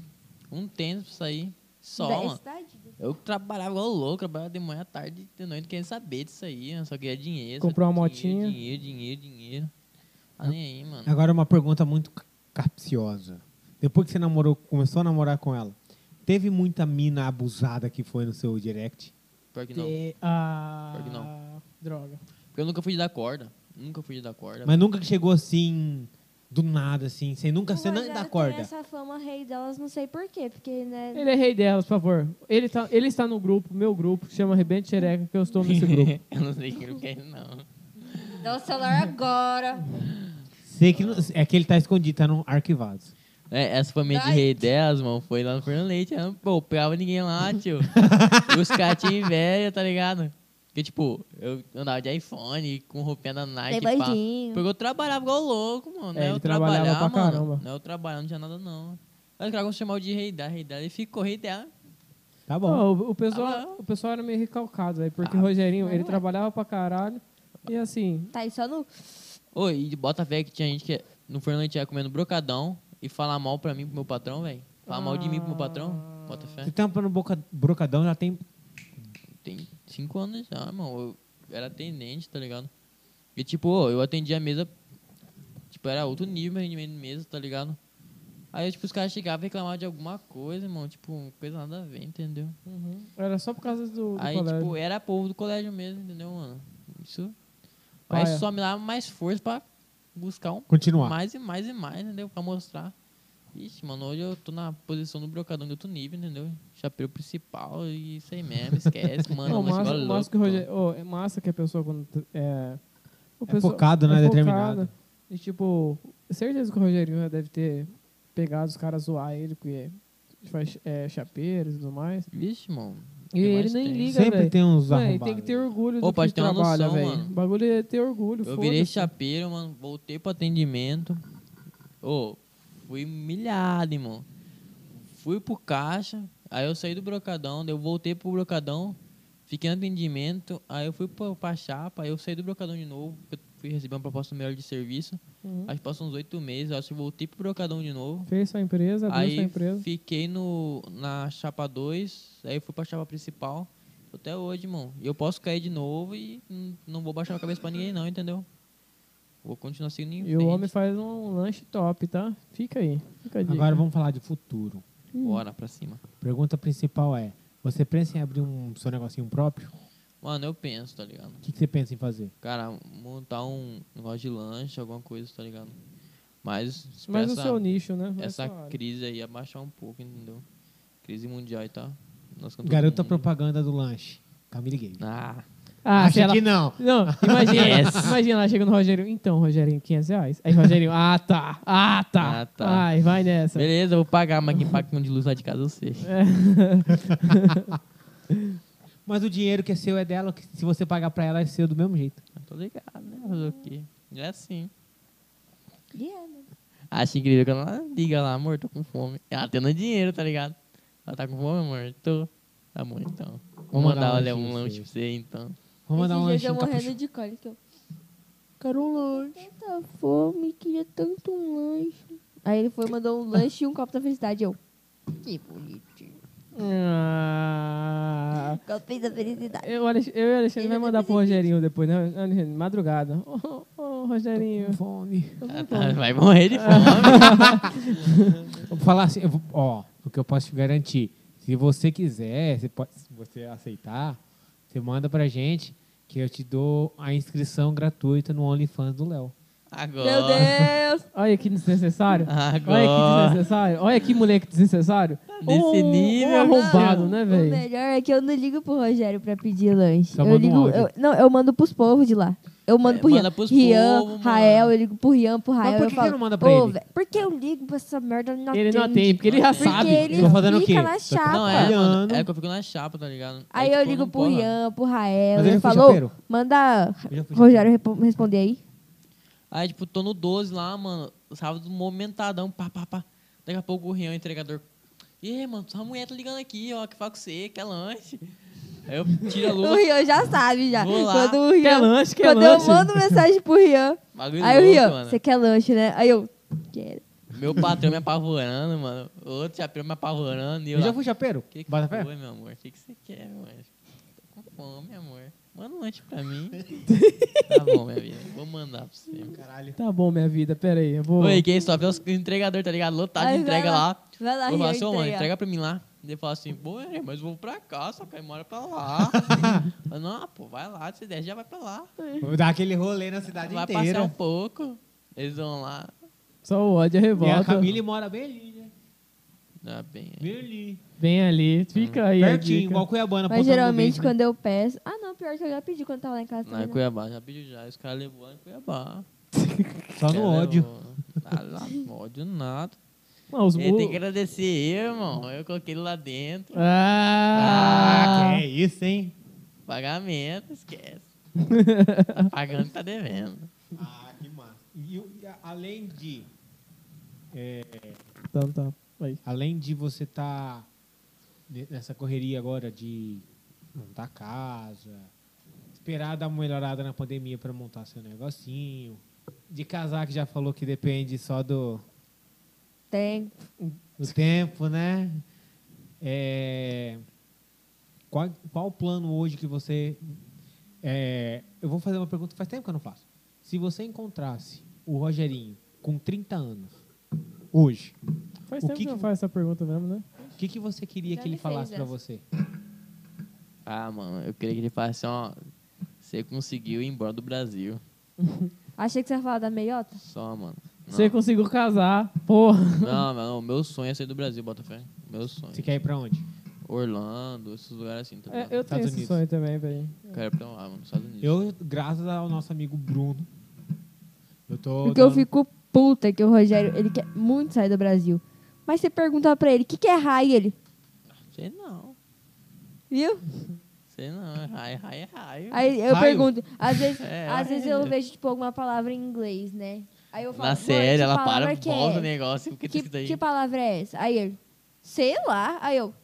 [SPEAKER 3] um tênis pra sair, só,
[SPEAKER 4] Da-
[SPEAKER 3] mano.
[SPEAKER 4] cidade?
[SPEAKER 3] Eu trabalhava igual louco, trabalhava de manhã à tarde, de noite, querendo saber disso aí, eu só queria dinheiro. só
[SPEAKER 2] Comprou uma
[SPEAKER 3] dinheiro,
[SPEAKER 2] motinha.
[SPEAKER 3] Dinheiro, dinheiro, dinheiro. Tá nem aí, mano.
[SPEAKER 1] Agora uma pergunta muito c- capciosa. Depois que você namorou, começou a namorar com ela, teve muita mina abusada que foi no seu direct?
[SPEAKER 3] Pior que não.
[SPEAKER 2] Te- Ah,
[SPEAKER 3] Pior que não.
[SPEAKER 2] Droga.
[SPEAKER 3] Porque eu nunca fui de dar corda. Nunca fui de dar corda.
[SPEAKER 1] Mas nunca que chegou assim, do nada, assim. Você nunca, você não
[SPEAKER 4] Rogério
[SPEAKER 1] dá
[SPEAKER 4] tem
[SPEAKER 1] corda.
[SPEAKER 4] essa fama rei delas, não sei porquê, porque, né...
[SPEAKER 2] Ele é rei delas, por favor. Ele, tá, ele está no grupo, meu grupo, chama Rebente Xereca, que eu estou nesse grupo.
[SPEAKER 3] eu não sei o que eu quero, não.
[SPEAKER 4] Dá o celular agora.
[SPEAKER 1] Sei que não- é que ele tá escondido, tá no arquivado.
[SPEAKER 3] É, essa família de
[SPEAKER 4] Ai.
[SPEAKER 3] rei delas, mano, foi lá no Fernando Leite. Eu não pô, pegava ninguém lá, tio. E Os catinhos velhos, tá ligado? Porque, tipo, eu andava de iPhone, com roupinha da Nike. pá.
[SPEAKER 4] Playboyzinho.
[SPEAKER 3] Porque eu trabalhava igual louco, mano.
[SPEAKER 2] É,
[SPEAKER 3] É,
[SPEAKER 2] ele
[SPEAKER 3] eu
[SPEAKER 2] trabalhava
[SPEAKER 3] trabalhava,
[SPEAKER 2] pra
[SPEAKER 3] mano.
[SPEAKER 2] caramba.
[SPEAKER 3] Não, eu trabalhava, não tinha nada, não. Aí os caras vão chamar o de rei dela, rei dela. Ele ficou rei dela.
[SPEAKER 1] Tá bom.
[SPEAKER 2] Não, o, o pessoal,
[SPEAKER 3] Ah,
[SPEAKER 2] o pessoal era meio recalcado, velho, porque
[SPEAKER 3] Ah,
[SPEAKER 2] o Rogerinho, ele
[SPEAKER 4] não é.
[SPEAKER 2] trabalhava pra caralho. E assim,
[SPEAKER 4] Tá aí só no...
[SPEAKER 3] Ô, e de bota fé que tinha gente que no Fernando Leite ia comendo brocadão e falar mal pra mim, pro meu patrão, velho. Falar mal de mim pro meu patrão. Bota fé.
[SPEAKER 1] Você tampa no boca, brocadão, já tem.
[SPEAKER 3] Tem cinco anos já, irmão. Eu era atendente, tá ligado? E, tipo, ô, eu atendia a mesa. Tipo, era outro nível meu rendimento de mesa, tá ligado? Aí, tipo, os caras chegavam e reclamavam de alguma coisa, irmão. Tipo, coisa nada a ver, entendeu?
[SPEAKER 2] era só por causa do, do
[SPEAKER 3] Aí,
[SPEAKER 2] colégio.
[SPEAKER 3] tipo, era povo do colégio mesmo, entendeu, mano? Isso.
[SPEAKER 2] Paia.
[SPEAKER 3] Mas só me dava mais força pra buscar um
[SPEAKER 1] Continuar.
[SPEAKER 3] mais e mais e mais, entendeu? Pra mostrar. Ixi, mano, hoje eu tô na posição do brocadão de outro nível, entendeu? Chapéu principal e isso aí mesmo, esquece, mano.
[SPEAKER 2] Não,
[SPEAKER 3] mas
[SPEAKER 2] massa,
[SPEAKER 3] igual
[SPEAKER 2] massa
[SPEAKER 3] é um louco, tá?
[SPEAKER 2] que o Roger- ô, é massa que a pessoa quando t- é, o
[SPEAKER 1] É focado, né?
[SPEAKER 2] focada.
[SPEAKER 1] Determinado.
[SPEAKER 2] E tipo, certeza que o Rogerinho já deve ter pegado os caras zoar ele que faz é, chapeiro e tudo mais.
[SPEAKER 3] Vixe, mano.
[SPEAKER 2] E
[SPEAKER 3] que
[SPEAKER 2] ele
[SPEAKER 3] mais
[SPEAKER 2] nem
[SPEAKER 3] tem?
[SPEAKER 2] liga,
[SPEAKER 1] Sempre
[SPEAKER 2] velho.
[SPEAKER 1] tem uns
[SPEAKER 2] Véi,
[SPEAKER 1] arrombados.
[SPEAKER 2] tem que ter orgulho do
[SPEAKER 3] Ô, pode
[SPEAKER 2] que
[SPEAKER 3] ter uma
[SPEAKER 2] trabalha,
[SPEAKER 3] noção,
[SPEAKER 2] velho.
[SPEAKER 3] mano.
[SPEAKER 2] O bagulho é ter orgulho,
[SPEAKER 3] Eu virei
[SPEAKER 2] foda-se.
[SPEAKER 3] chapeiro, mano. Voltei pro atendimento. Ô, fui humilhado, irmão. Fui pro caixa. Aí eu saí do brocadão. daí Eu voltei pro brocadão. Fiquei no atendimento. Aí eu fui pra, pra chapa. Aí eu saí do brocadão de novo. porque Eu fui receber uma proposta melhor de serviço.
[SPEAKER 2] Uhum.
[SPEAKER 3] Acho que passou uns oito meses. Acho que eu voltei pro brocadão de novo.
[SPEAKER 2] Fez sua empresa, abriu sua
[SPEAKER 3] Aí
[SPEAKER 2] empresa.
[SPEAKER 3] fiquei no, na chapa 2, aí fui pra chapa principal. Tô Até hoje, irmão. E eu posso cair de novo e hum, não vou baixar a cabeça pra ninguém, não, entendeu? Vou continuar seguindo em
[SPEAKER 2] E o homem faz um lanche top, tá? Fica aí. Fica a dica.
[SPEAKER 1] Agora vamos falar de futuro.
[SPEAKER 2] assim.
[SPEAKER 3] Bora pra cima.
[SPEAKER 1] Pergunta principal é: você pensa em abrir um seu negocinho próprio?
[SPEAKER 3] Mano, eu penso, tá ligado?
[SPEAKER 1] O que, que você pensa em fazer?
[SPEAKER 3] Cara, montar um negócio de lanche, alguma coisa, tá ligado? Mas, espera
[SPEAKER 2] Mas o
[SPEAKER 3] essa,
[SPEAKER 2] seu nicho, né? Vai
[SPEAKER 3] essa
[SPEAKER 2] sua área.
[SPEAKER 3] crise aí abaixar um pouco, entendeu? Crise mundial e tá? Nós cantamos
[SPEAKER 1] Garota
[SPEAKER 3] todo mundo.
[SPEAKER 1] propaganda do lanche. Camille Gay.
[SPEAKER 3] Ah,
[SPEAKER 2] Ah,
[SPEAKER 1] Acha
[SPEAKER 2] aquela-
[SPEAKER 1] que não.
[SPEAKER 2] Não, imagina, imagina lá, chega no Rogério, então, Rogério, 500 reais. Aí, Rogério, ah, tá, ah, tá.
[SPEAKER 3] Ah, tá.
[SPEAKER 2] Ai, vai nessa.
[SPEAKER 3] beleza, eu vou pagar, mas quem paga de luz lá de casa é eu sei.
[SPEAKER 1] Mas o dinheiro que é seu é dela, que se você pagar pra ela é seu do mesmo jeito.
[SPEAKER 3] Eu Tô ligado, né? Fazer o quê? É assim.
[SPEAKER 4] Diana.
[SPEAKER 3] Acho incrível que ela diga lá, amor, tô com fome. Ela tendo dinheiro, tá ligado? Ela tá com fome, amor? Tô. Tá bom, então. Vou
[SPEAKER 1] mandar
[SPEAKER 3] mandar,
[SPEAKER 1] um
[SPEAKER 3] olha,
[SPEAKER 1] lanchinho
[SPEAKER 3] um
[SPEAKER 1] pra
[SPEAKER 3] lanche
[SPEAKER 1] você.
[SPEAKER 3] pra você, então.
[SPEAKER 1] Vamos mandar um
[SPEAKER 4] Esse dia eu
[SPEAKER 1] lanchinho
[SPEAKER 4] morrendo
[SPEAKER 1] capricho.
[SPEAKER 4] de cólica. Eu
[SPEAKER 3] Quero um lanche.
[SPEAKER 4] tanta fome, queria tanto um lanche. Aí ele foi, mandou um lanche e um copo da felicidade. Eu, que bonitinho.
[SPEAKER 2] Ah,
[SPEAKER 4] Copinho da felicidade.
[SPEAKER 2] eu, Alex- eu e o Alexandre vai mandar pro Rogerinho depois, né? Alexandre, madrugada. Ô, ô, ô, Rogerinho.
[SPEAKER 1] Fone.
[SPEAKER 4] Então tá
[SPEAKER 3] tá vai morrer de
[SPEAKER 4] Ah.
[SPEAKER 3] fome.
[SPEAKER 1] Eu Vou falar assim, eu vou- ó, o que eu posso te garantir. Se você quiser, você pode- se você aceitar, você manda pra gente que eu te dou a inscrição gratuita no OnlyFans do Léo.
[SPEAKER 3] Agora.
[SPEAKER 4] Meu Deus.
[SPEAKER 2] Olha que desnecessário. Olha que
[SPEAKER 3] Agora.
[SPEAKER 2] desnecessário. Olha que moleque desnecessário.
[SPEAKER 4] um
[SPEAKER 3] Nesse
[SPEAKER 2] Ô, ô,
[SPEAKER 3] nível,
[SPEAKER 2] arrombado,
[SPEAKER 4] Não,
[SPEAKER 2] né,
[SPEAKER 4] O
[SPEAKER 2] velho?
[SPEAKER 4] melhor é que eu não ligo pro Rogério pra pedir lanche.
[SPEAKER 1] Só
[SPEAKER 4] eu
[SPEAKER 1] manda um
[SPEAKER 4] ligo,
[SPEAKER 1] áudio.
[SPEAKER 4] eu- não, eu mando pros povos de lá. Eu mando
[SPEAKER 3] É,
[SPEAKER 4] pro Rian.
[SPEAKER 3] manda pros
[SPEAKER 4] Rian,
[SPEAKER 3] povo, mano.
[SPEAKER 4] Rael, eu ligo pro Rian, pro Rael.
[SPEAKER 1] por
[SPEAKER 4] eu
[SPEAKER 1] que que
[SPEAKER 4] falo,
[SPEAKER 1] não manda pra
[SPEAKER 4] "Ô,
[SPEAKER 1] ele?"
[SPEAKER 4] velho, Porque eu ligo pra essa merda, ele não
[SPEAKER 2] Ele
[SPEAKER 4] atende.
[SPEAKER 2] não tem, porque ele já
[SPEAKER 4] Porque
[SPEAKER 2] sabe.
[SPEAKER 4] ele
[SPEAKER 1] Tô fazendo o
[SPEAKER 4] fica
[SPEAKER 1] quê?
[SPEAKER 4] na
[SPEAKER 1] Tô
[SPEAKER 4] chapa.
[SPEAKER 3] Não, é, mano,
[SPEAKER 1] Trabalhando.
[SPEAKER 3] é que eu fico na chapa, tá ligado?
[SPEAKER 4] Aí
[SPEAKER 3] tipo,
[SPEAKER 4] eu ligo
[SPEAKER 3] não
[SPEAKER 4] pro
[SPEAKER 3] porra.
[SPEAKER 4] Ian, pro Rael,
[SPEAKER 1] Mas
[SPEAKER 4] ele
[SPEAKER 1] ele foi
[SPEAKER 4] falou,
[SPEAKER 1] chapeiro?
[SPEAKER 4] manda
[SPEAKER 1] Eu já fui
[SPEAKER 4] Rogério repo- responder aí.
[SPEAKER 3] Aí, tipo, tô no 12 lá, mano. Sábado momentadão, pá, pá, pá. Daqui a pouco o Rian, o entregador. E aí, mano, sua mulher tá ligando aqui, ó, que fala com você, quer lanche. Aí eu tiro a
[SPEAKER 4] O
[SPEAKER 3] luva.
[SPEAKER 4] Rian já sabe, já.
[SPEAKER 3] Vou lá.
[SPEAKER 4] Quando o Rian,
[SPEAKER 2] Quer lanche, quer
[SPEAKER 4] quando eu
[SPEAKER 2] lanche.
[SPEAKER 4] mando mensagem pro Rian,
[SPEAKER 3] Bagulho
[SPEAKER 4] aí o
[SPEAKER 3] louco,
[SPEAKER 4] Rian,
[SPEAKER 3] mano.
[SPEAKER 4] você quer lanche, né? Aí eu, quero.
[SPEAKER 3] Meu patrão me apavorando, mano. Outro chapeiro me apavorando. E eu,
[SPEAKER 1] Eu já
[SPEAKER 3] lá,
[SPEAKER 1] fui chapeiro.
[SPEAKER 3] Que que
[SPEAKER 1] Bota fé?
[SPEAKER 3] foi, meu amor? O que, que você quer, meu anjo? Tô com fome, amor. Manda um lanche pra mim. tá bom, minha vida. Vou mandar pra você.
[SPEAKER 1] Caralho.
[SPEAKER 2] Tá bom, minha vida, pera aí. Eu vou.
[SPEAKER 3] Oi, quem só vê os entregadores, tá ligado? Lotado
[SPEAKER 4] Aí
[SPEAKER 3] de
[SPEAKER 4] vai
[SPEAKER 3] entrega
[SPEAKER 4] lá. Tá
[SPEAKER 3] lá.
[SPEAKER 4] Vai lá,
[SPEAKER 3] Eu falo
[SPEAKER 4] Rio,
[SPEAKER 3] assim, ô mano,
[SPEAKER 4] entrega.
[SPEAKER 3] entrega pra mim lá. Ele fala assim, pô, é, mas eu vou pra cá, só que aí mora pra lá. Mas não, pô, vai lá, se der, já vai pra lá.
[SPEAKER 1] Vou dar aquele rolê na cidade
[SPEAKER 3] vai
[SPEAKER 1] inteira.
[SPEAKER 3] passar um pouco. Eles vão lá.
[SPEAKER 2] Só o ódio e a
[SPEAKER 1] E a
[SPEAKER 2] revolta.
[SPEAKER 1] Camille mora bem ali, né?
[SPEAKER 3] Dá é bem.
[SPEAKER 1] Bem ali.
[SPEAKER 2] Vem ali, fica aí. a
[SPEAKER 1] Pertinho,
[SPEAKER 2] dica.
[SPEAKER 1] igual Cuiabana.
[SPEAKER 4] Mas
[SPEAKER 1] Ponta do
[SPEAKER 4] geralmente
[SPEAKER 1] Beijo, né?
[SPEAKER 4] quando eu peço. Ah, não, pior que eu já pedi quando tava lá em
[SPEAKER 3] Lá
[SPEAKER 4] casa.
[SPEAKER 3] em
[SPEAKER 4] também, né?
[SPEAKER 3] Cuiabá, já pediu já. Os caras levou lá em Cuiabá.
[SPEAKER 1] Só Tá no ódio.
[SPEAKER 3] Ah, lá, ódio nada.
[SPEAKER 2] Não, os
[SPEAKER 3] Ele
[SPEAKER 2] mu-
[SPEAKER 3] É, tem que agradecer, irmão. Eu coloquei ele lá dentro.
[SPEAKER 2] Ah!
[SPEAKER 1] Ah, que é isso, hein?
[SPEAKER 3] Pagamento, esquece. Tá pagando, tá devendo.
[SPEAKER 1] Ah, que massa. E, o- e a- além de, é,
[SPEAKER 2] Então tá. Aí.
[SPEAKER 1] além de você estar nessa correria agora de montar casa, esperar dar uma melhorada na pandemia para montar seu negocinho, de casar que já falou que depende só do,
[SPEAKER 4] Tem.
[SPEAKER 1] do tempo, né? É, qual, qual o plano hoje que você. é, eu vou fazer uma pergunta, faz tempo que eu não faço. Se você encontrasse o Rogerinho com 30 anos, hoje,
[SPEAKER 2] Faz
[SPEAKER 1] O
[SPEAKER 2] tempo
[SPEAKER 1] que
[SPEAKER 2] que, não
[SPEAKER 1] que-
[SPEAKER 2] faz essa pergunta mesmo, né?
[SPEAKER 1] o que, que você queria
[SPEAKER 4] Já
[SPEAKER 1] que ele
[SPEAKER 4] me fez
[SPEAKER 1] falasse para
[SPEAKER 4] essa.
[SPEAKER 1] você?
[SPEAKER 3] Ah, mano, eu queria que ele falasse, ó, você conseguiu ir embora do Brasil.
[SPEAKER 4] Achei que você ia falar da meiota.
[SPEAKER 3] Só, mano. Não.
[SPEAKER 2] Você conseguiu casar, porra.
[SPEAKER 3] Não, mano, o meu sonho é sair do Brasil, Botafé. Meu sonho.
[SPEAKER 1] Você quer ir para onde?
[SPEAKER 3] Orlando, esses lugares assim, tá
[SPEAKER 2] É,
[SPEAKER 3] ligado?
[SPEAKER 2] eu tenho
[SPEAKER 1] Estados
[SPEAKER 2] esse
[SPEAKER 1] Unidos.
[SPEAKER 2] sonho também, velho.
[SPEAKER 3] Quero ir pra lá, mano, nos Estados Unidos.
[SPEAKER 1] Eu, graças ao nosso amigo Bruno, eu tô.
[SPEAKER 4] Porque eu
[SPEAKER 1] dando-
[SPEAKER 4] fico puta que o Rogério, ele quer muito sair do Brasil. Mas você perguntava pra ele, o que, que é raio ele?
[SPEAKER 3] Sei não.
[SPEAKER 4] Viu?
[SPEAKER 3] Sei não. É raio, raio, é raio.
[SPEAKER 4] Aí eu
[SPEAKER 1] Raio?
[SPEAKER 4] pergunto, às vezes,
[SPEAKER 3] É,
[SPEAKER 4] às
[SPEAKER 3] raio.
[SPEAKER 4] vezes eu vejo, tipo, alguma palavra em inglês, né? Aí eu falo,
[SPEAKER 3] Na
[SPEAKER 4] "Mano,
[SPEAKER 3] série,
[SPEAKER 4] que
[SPEAKER 3] ela para,
[SPEAKER 4] palavra que
[SPEAKER 3] volta o
[SPEAKER 4] é?
[SPEAKER 3] negócio, porque
[SPEAKER 4] Que,
[SPEAKER 3] isso daí.
[SPEAKER 4] que palavra é essa? Aí ele, sei lá. Aí eu,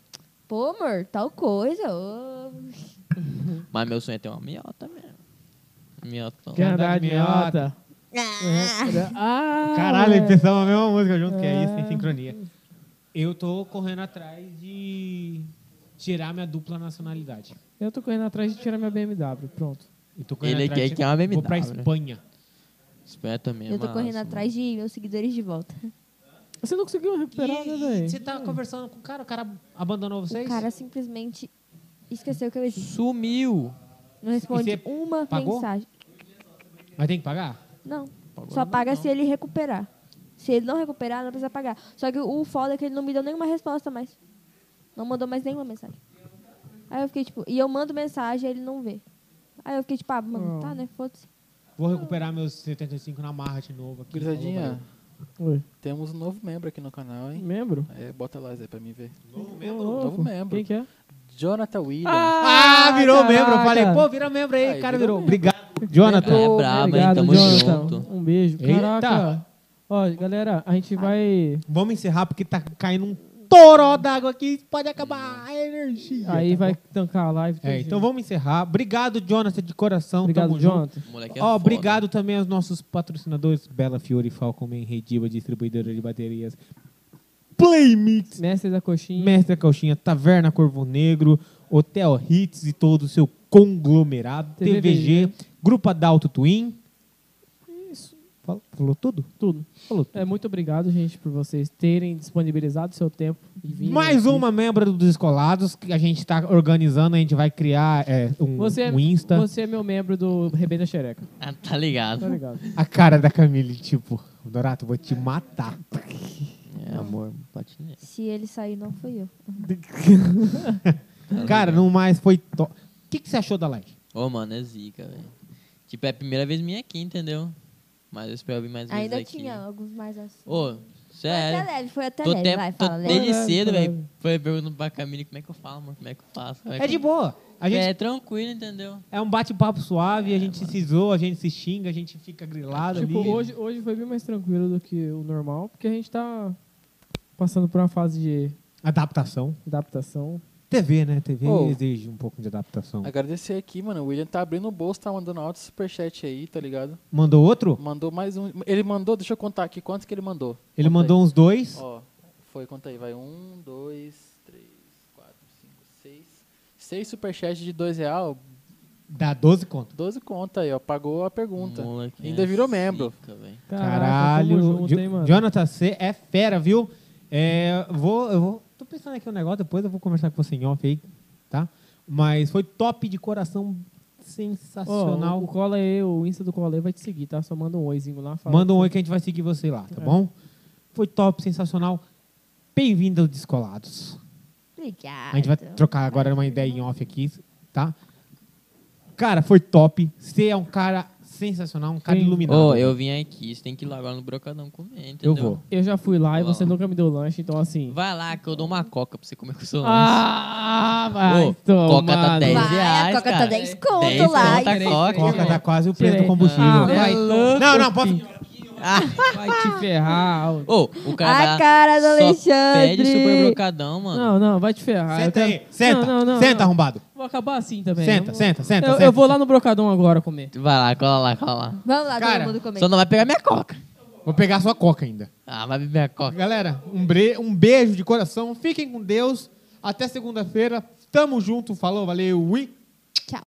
[SPEAKER 4] pô, amor, tal coisa. ô."
[SPEAKER 3] Mas meu sonho é ter uma miota mesmo. Miota.
[SPEAKER 2] Quer andar de
[SPEAKER 1] miota.
[SPEAKER 2] miota? Ah,
[SPEAKER 1] Caralho,
[SPEAKER 2] velho.
[SPEAKER 1] pensamos a mesma música junto, que é isso,
[SPEAKER 2] É.
[SPEAKER 1] sem sincronia. Eu tô correndo atrás de tirar minha dupla nacionalidade.
[SPEAKER 2] Eu tô correndo atrás de tirar minha BMW, pronto.
[SPEAKER 1] Eu tô correndo
[SPEAKER 3] Ele
[SPEAKER 1] atrás
[SPEAKER 3] quer
[SPEAKER 1] de-
[SPEAKER 3] que é uma BMW,
[SPEAKER 1] Vou pra
[SPEAKER 3] né?
[SPEAKER 1] Espanha.
[SPEAKER 3] Espera é também,
[SPEAKER 4] eu tô
[SPEAKER 3] massa,
[SPEAKER 4] correndo
[SPEAKER 3] mano.
[SPEAKER 4] atrás de meus seguidores de volta.
[SPEAKER 2] Você não conseguiu recuperar, né,
[SPEAKER 1] E- e Você
[SPEAKER 2] velho?
[SPEAKER 1] tá conversando com o cara, o cara abandonou vocês?
[SPEAKER 4] O cara simplesmente esqueceu que eu existo.
[SPEAKER 3] Sumiu.
[SPEAKER 4] Não responde
[SPEAKER 1] você
[SPEAKER 4] uma
[SPEAKER 1] pagou?
[SPEAKER 4] mensagem.
[SPEAKER 1] Mas tem que pagar?
[SPEAKER 4] Não.
[SPEAKER 3] Pagou
[SPEAKER 4] Só
[SPEAKER 3] não,
[SPEAKER 4] paga
[SPEAKER 1] então.
[SPEAKER 3] não.
[SPEAKER 4] se ele recuperar. Se ele não recuperar, não precisa pagar. Só que o foda é que ele não me deu nenhuma resposta mais. Não mandou mais nenhuma mensagem. Aí eu fiquei tipo, e eu mando mensagem, ele não vê. Aí eu fiquei tipo, ah, mano,
[SPEAKER 2] Não.
[SPEAKER 1] Oh.
[SPEAKER 4] tá, né? Foda-se.
[SPEAKER 1] Vou recuperar meus 75 na marra de novo aqui.
[SPEAKER 5] Gurizadinha,
[SPEAKER 1] Falou,
[SPEAKER 2] Oi.
[SPEAKER 5] temos um novo membro aqui no canal, hein?
[SPEAKER 2] Membro?
[SPEAKER 5] É, bota lá, Zé, pra mim ver.
[SPEAKER 2] Novo
[SPEAKER 5] Novo membro.
[SPEAKER 2] Quem que é?
[SPEAKER 5] Jonathan William.
[SPEAKER 1] Ah, virou
[SPEAKER 2] caraca.
[SPEAKER 1] membro. Eu falei, pô, vira membro aí.
[SPEAKER 5] Aí,
[SPEAKER 1] O cara virou.
[SPEAKER 5] virou
[SPEAKER 1] Obrigado. Jonathan.
[SPEAKER 3] É brabo, hein? Tamo junto.
[SPEAKER 2] Um beijo.
[SPEAKER 1] Eita.
[SPEAKER 2] Caraca. Ó, galera, a gente vai...
[SPEAKER 1] Vamos encerrar porque tá caindo um toró d'água aqui. Pode acabar a energia.
[SPEAKER 2] Aí vai tancar a live.
[SPEAKER 1] tá É,
[SPEAKER 2] tudinho.
[SPEAKER 1] então vamos encerrar. Obrigado, Jonathan, de coração.
[SPEAKER 2] Obrigado,
[SPEAKER 1] Tamo junto.
[SPEAKER 2] Jonathan.
[SPEAKER 3] O moleque é
[SPEAKER 1] Ó,
[SPEAKER 3] foda.
[SPEAKER 1] obrigado também aos nossos patrocinadores Bela Fiore, Falcon Man, Rediva, distribuidora de baterias, Playmix,
[SPEAKER 2] Mestre da coxinha.
[SPEAKER 1] Mestre Calxinha, Taverna Corvo Negro, Hotel Hits e todo o seu conglomerado,
[SPEAKER 2] TVG,
[SPEAKER 1] TVG, Grupo Adalto Twin.
[SPEAKER 2] Isso.
[SPEAKER 1] Fal- Falou tudo?
[SPEAKER 2] Tudo.
[SPEAKER 1] Falou tudo.
[SPEAKER 2] É, muito obrigado, gente, por vocês terem disponibilizado seu tempo. e vindo
[SPEAKER 1] Mais um
[SPEAKER 2] aqui.
[SPEAKER 1] uma membra dos Descolados que a gente está organizando, a gente vai criar é, um,
[SPEAKER 2] Você é,
[SPEAKER 1] um Insta.
[SPEAKER 2] você é meu membro do Rebenta Xereca.
[SPEAKER 3] Ah, tá ligado.
[SPEAKER 2] Tá ligado?
[SPEAKER 1] A cara da Camille, tipo, Dorato, vou te matar.
[SPEAKER 3] É, amor, bate nele.
[SPEAKER 4] Se ele sair, não fui eu.
[SPEAKER 1] Cara, não mais foi top. O que, que você achou da live?
[SPEAKER 3] Ô, mano, é zica, velho. Tipo, é a primeira vez minha aqui, entendeu? Mas eu espero vir mais vezes
[SPEAKER 4] Ainda
[SPEAKER 3] aqui.
[SPEAKER 4] tinha alguns mais assim.
[SPEAKER 3] Ô,
[SPEAKER 4] Foi
[SPEAKER 3] sério.
[SPEAKER 4] até leve, foi até
[SPEAKER 3] Tô,
[SPEAKER 4] leve.
[SPEAKER 3] te-
[SPEAKER 4] Vai,
[SPEAKER 3] tô
[SPEAKER 4] fala né? leve.
[SPEAKER 3] desde
[SPEAKER 2] Leve,
[SPEAKER 3] cedo,
[SPEAKER 2] leve.
[SPEAKER 3] velho. Foi perguntando pra Camille como é que eu falo, amor, como é que eu faço. como
[SPEAKER 1] É
[SPEAKER 3] que
[SPEAKER 1] de
[SPEAKER 3] eu-
[SPEAKER 1] boa. A gente
[SPEAKER 3] É tranquilo, entendeu?
[SPEAKER 1] É um bate-papo suave, a gente se zoa, a gente se xinga, a gente fica grilado
[SPEAKER 2] Tipo,
[SPEAKER 1] ali.
[SPEAKER 2] hoje, hoje foi bem mais tranquilo do que o normal, porque a gente tá passando por uma fase de
[SPEAKER 1] Adaptação.
[SPEAKER 2] adaptação.
[SPEAKER 1] TV, né? TV
[SPEAKER 5] Oh.
[SPEAKER 1] exige um pouco de adaptação.
[SPEAKER 5] Agradecer aqui, mano. O William tá abrindo o bolso, tá mandando alto superchat aí, tá ligado?
[SPEAKER 1] Mandou outro?
[SPEAKER 5] Mandou mais um. Ele mandou, deixa eu contar aqui quantos que ele mandou.
[SPEAKER 1] Ele
[SPEAKER 5] Conta aí.
[SPEAKER 1] mandou uns dois.
[SPEAKER 5] Ó, foi, conta aí, vai. Um, dois, três, quatro, cinco, seis. Seis superchats de dois real.
[SPEAKER 1] Dá 12 conto.
[SPEAKER 5] 12 conta aí, ó. Pagou a pergunta.
[SPEAKER 3] Moleque
[SPEAKER 5] Ainda
[SPEAKER 3] é
[SPEAKER 5] virou membro.
[SPEAKER 3] zica, velho.
[SPEAKER 2] Caraca, tamo
[SPEAKER 1] Caralho.
[SPEAKER 2] junto,
[SPEAKER 1] Jo-
[SPEAKER 2] hein, mano.
[SPEAKER 1] Jonathan, você é fera, viu? É, vou, eu vou. Tô pensando aqui um negócio, depois eu vou conversar com você em off aí, tá? Mas foi top de coração,
[SPEAKER 2] Ó,
[SPEAKER 1] sensacional.
[SPEAKER 2] o, o Cola aí, o Insta do Cola aí vai te seguir, tá? Só manda um oizinho lá. Fala
[SPEAKER 1] Manda um oi que a gente vai seguir você lá, tá
[SPEAKER 2] É.
[SPEAKER 1] bom? Foi top, sensacional. Bem-vindo aos Descolados.
[SPEAKER 4] Obrigada.
[SPEAKER 1] A gente vai trocar agora uma ideia em off aqui, tá? Cara, foi top. Você é um cara sensacional, um cara
[SPEAKER 2] Sim.
[SPEAKER 1] iluminado.
[SPEAKER 3] Ô, eu vim aqui, você tem que ir lá agora no Brocadão comer, entendeu?
[SPEAKER 1] Eu vou.
[SPEAKER 2] Eu já fui lá e
[SPEAKER 3] Vai
[SPEAKER 2] você
[SPEAKER 3] lá.
[SPEAKER 2] nunca me deu lanche, então assim.
[SPEAKER 3] Vai lá que eu dou uma coca pra você comer com o seu lanche.
[SPEAKER 2] Ah, vai.
[SPEAKER 3] Ô,
[SPEAKER 2] tomar
[SPEAKER 3] coca tá
[SPEAKER 2] no-
[SPEAKER 3] 10
[SPEAKER 4] então Vai, a
[SPEAKER 3] reais,
[SPEAKER 4] coca tá
[SPEAKER 3] cara.
[SPEAKER 4] 10 conto
[SPEAKER 3] 10
[SPEAKER 4] lá,
[SPEAKER 3] conto a
[SPEAKER 4] hein?
[SPEAKER 3] coca.
[SPEAKER 1] Coca tá quase o preço
[SPEAKER 2] Tirei.
[SPEAKER 1] do combustível.
[SPEAKER 2] Ah,
[SPEAKER 1] Vai.
[SPEAKER 2] vai louco,
[SPEAKER 1] não, não, pode.
[SPEAKER 3] Ah,
[SPEAKER 2] Vai te ferrar. ô.
[SPEAKER 3] ô, o cara
[SPEAKER 4] A cara do
[SPEAKER 3] só
[SPEAKER 4] Alexandre.
[SPEAKER 3] pede super brocadão, mano.
[SPEAKER 2] Não, não, vai te ferrar. eu
[SPEAKER 1] Senta
[SPEAKER 2] quero-
[SPEAKER 1] aí. Senta.
[SPEAKER 2] Não, não, não,
[SPEAKER 1] senta,
[SPEAKER 2] não.
[SPEAKER 1] arrombado.
[SPEAKER 2] Vou acabar assim também.
[SPEAKER 1] Senta,
[SPEAKER 2] Eu vou-
[SPEAKER 1] senta, senta,
[SPEAKER 2] Eu,
[SPEAKER 1] senta.
[SPEAKER 2] eu vou lá no Brocadão agora comer.
[SPEAKER 3] Vai lá, cola lá, cola lá.
[SPEAKER 4] Vamos lá,
[SPEAKER 1] Cara,
[SPEAKER 4] todo mundo comer.
[SPEAKER 3] Só não vai pegar minha coca.
[SPEAKER 1] Vou pegar sua coca ainda.
[SPEAKER 3] Ah, vai beber a coca.
[SPEAKER 1] Galera, um, bre- um beijo de coração. Fiquem com Deus. Até segunda-feira. Tamo junto. Falou, valeu. Ui.
[SPEAKER 4] Tchau.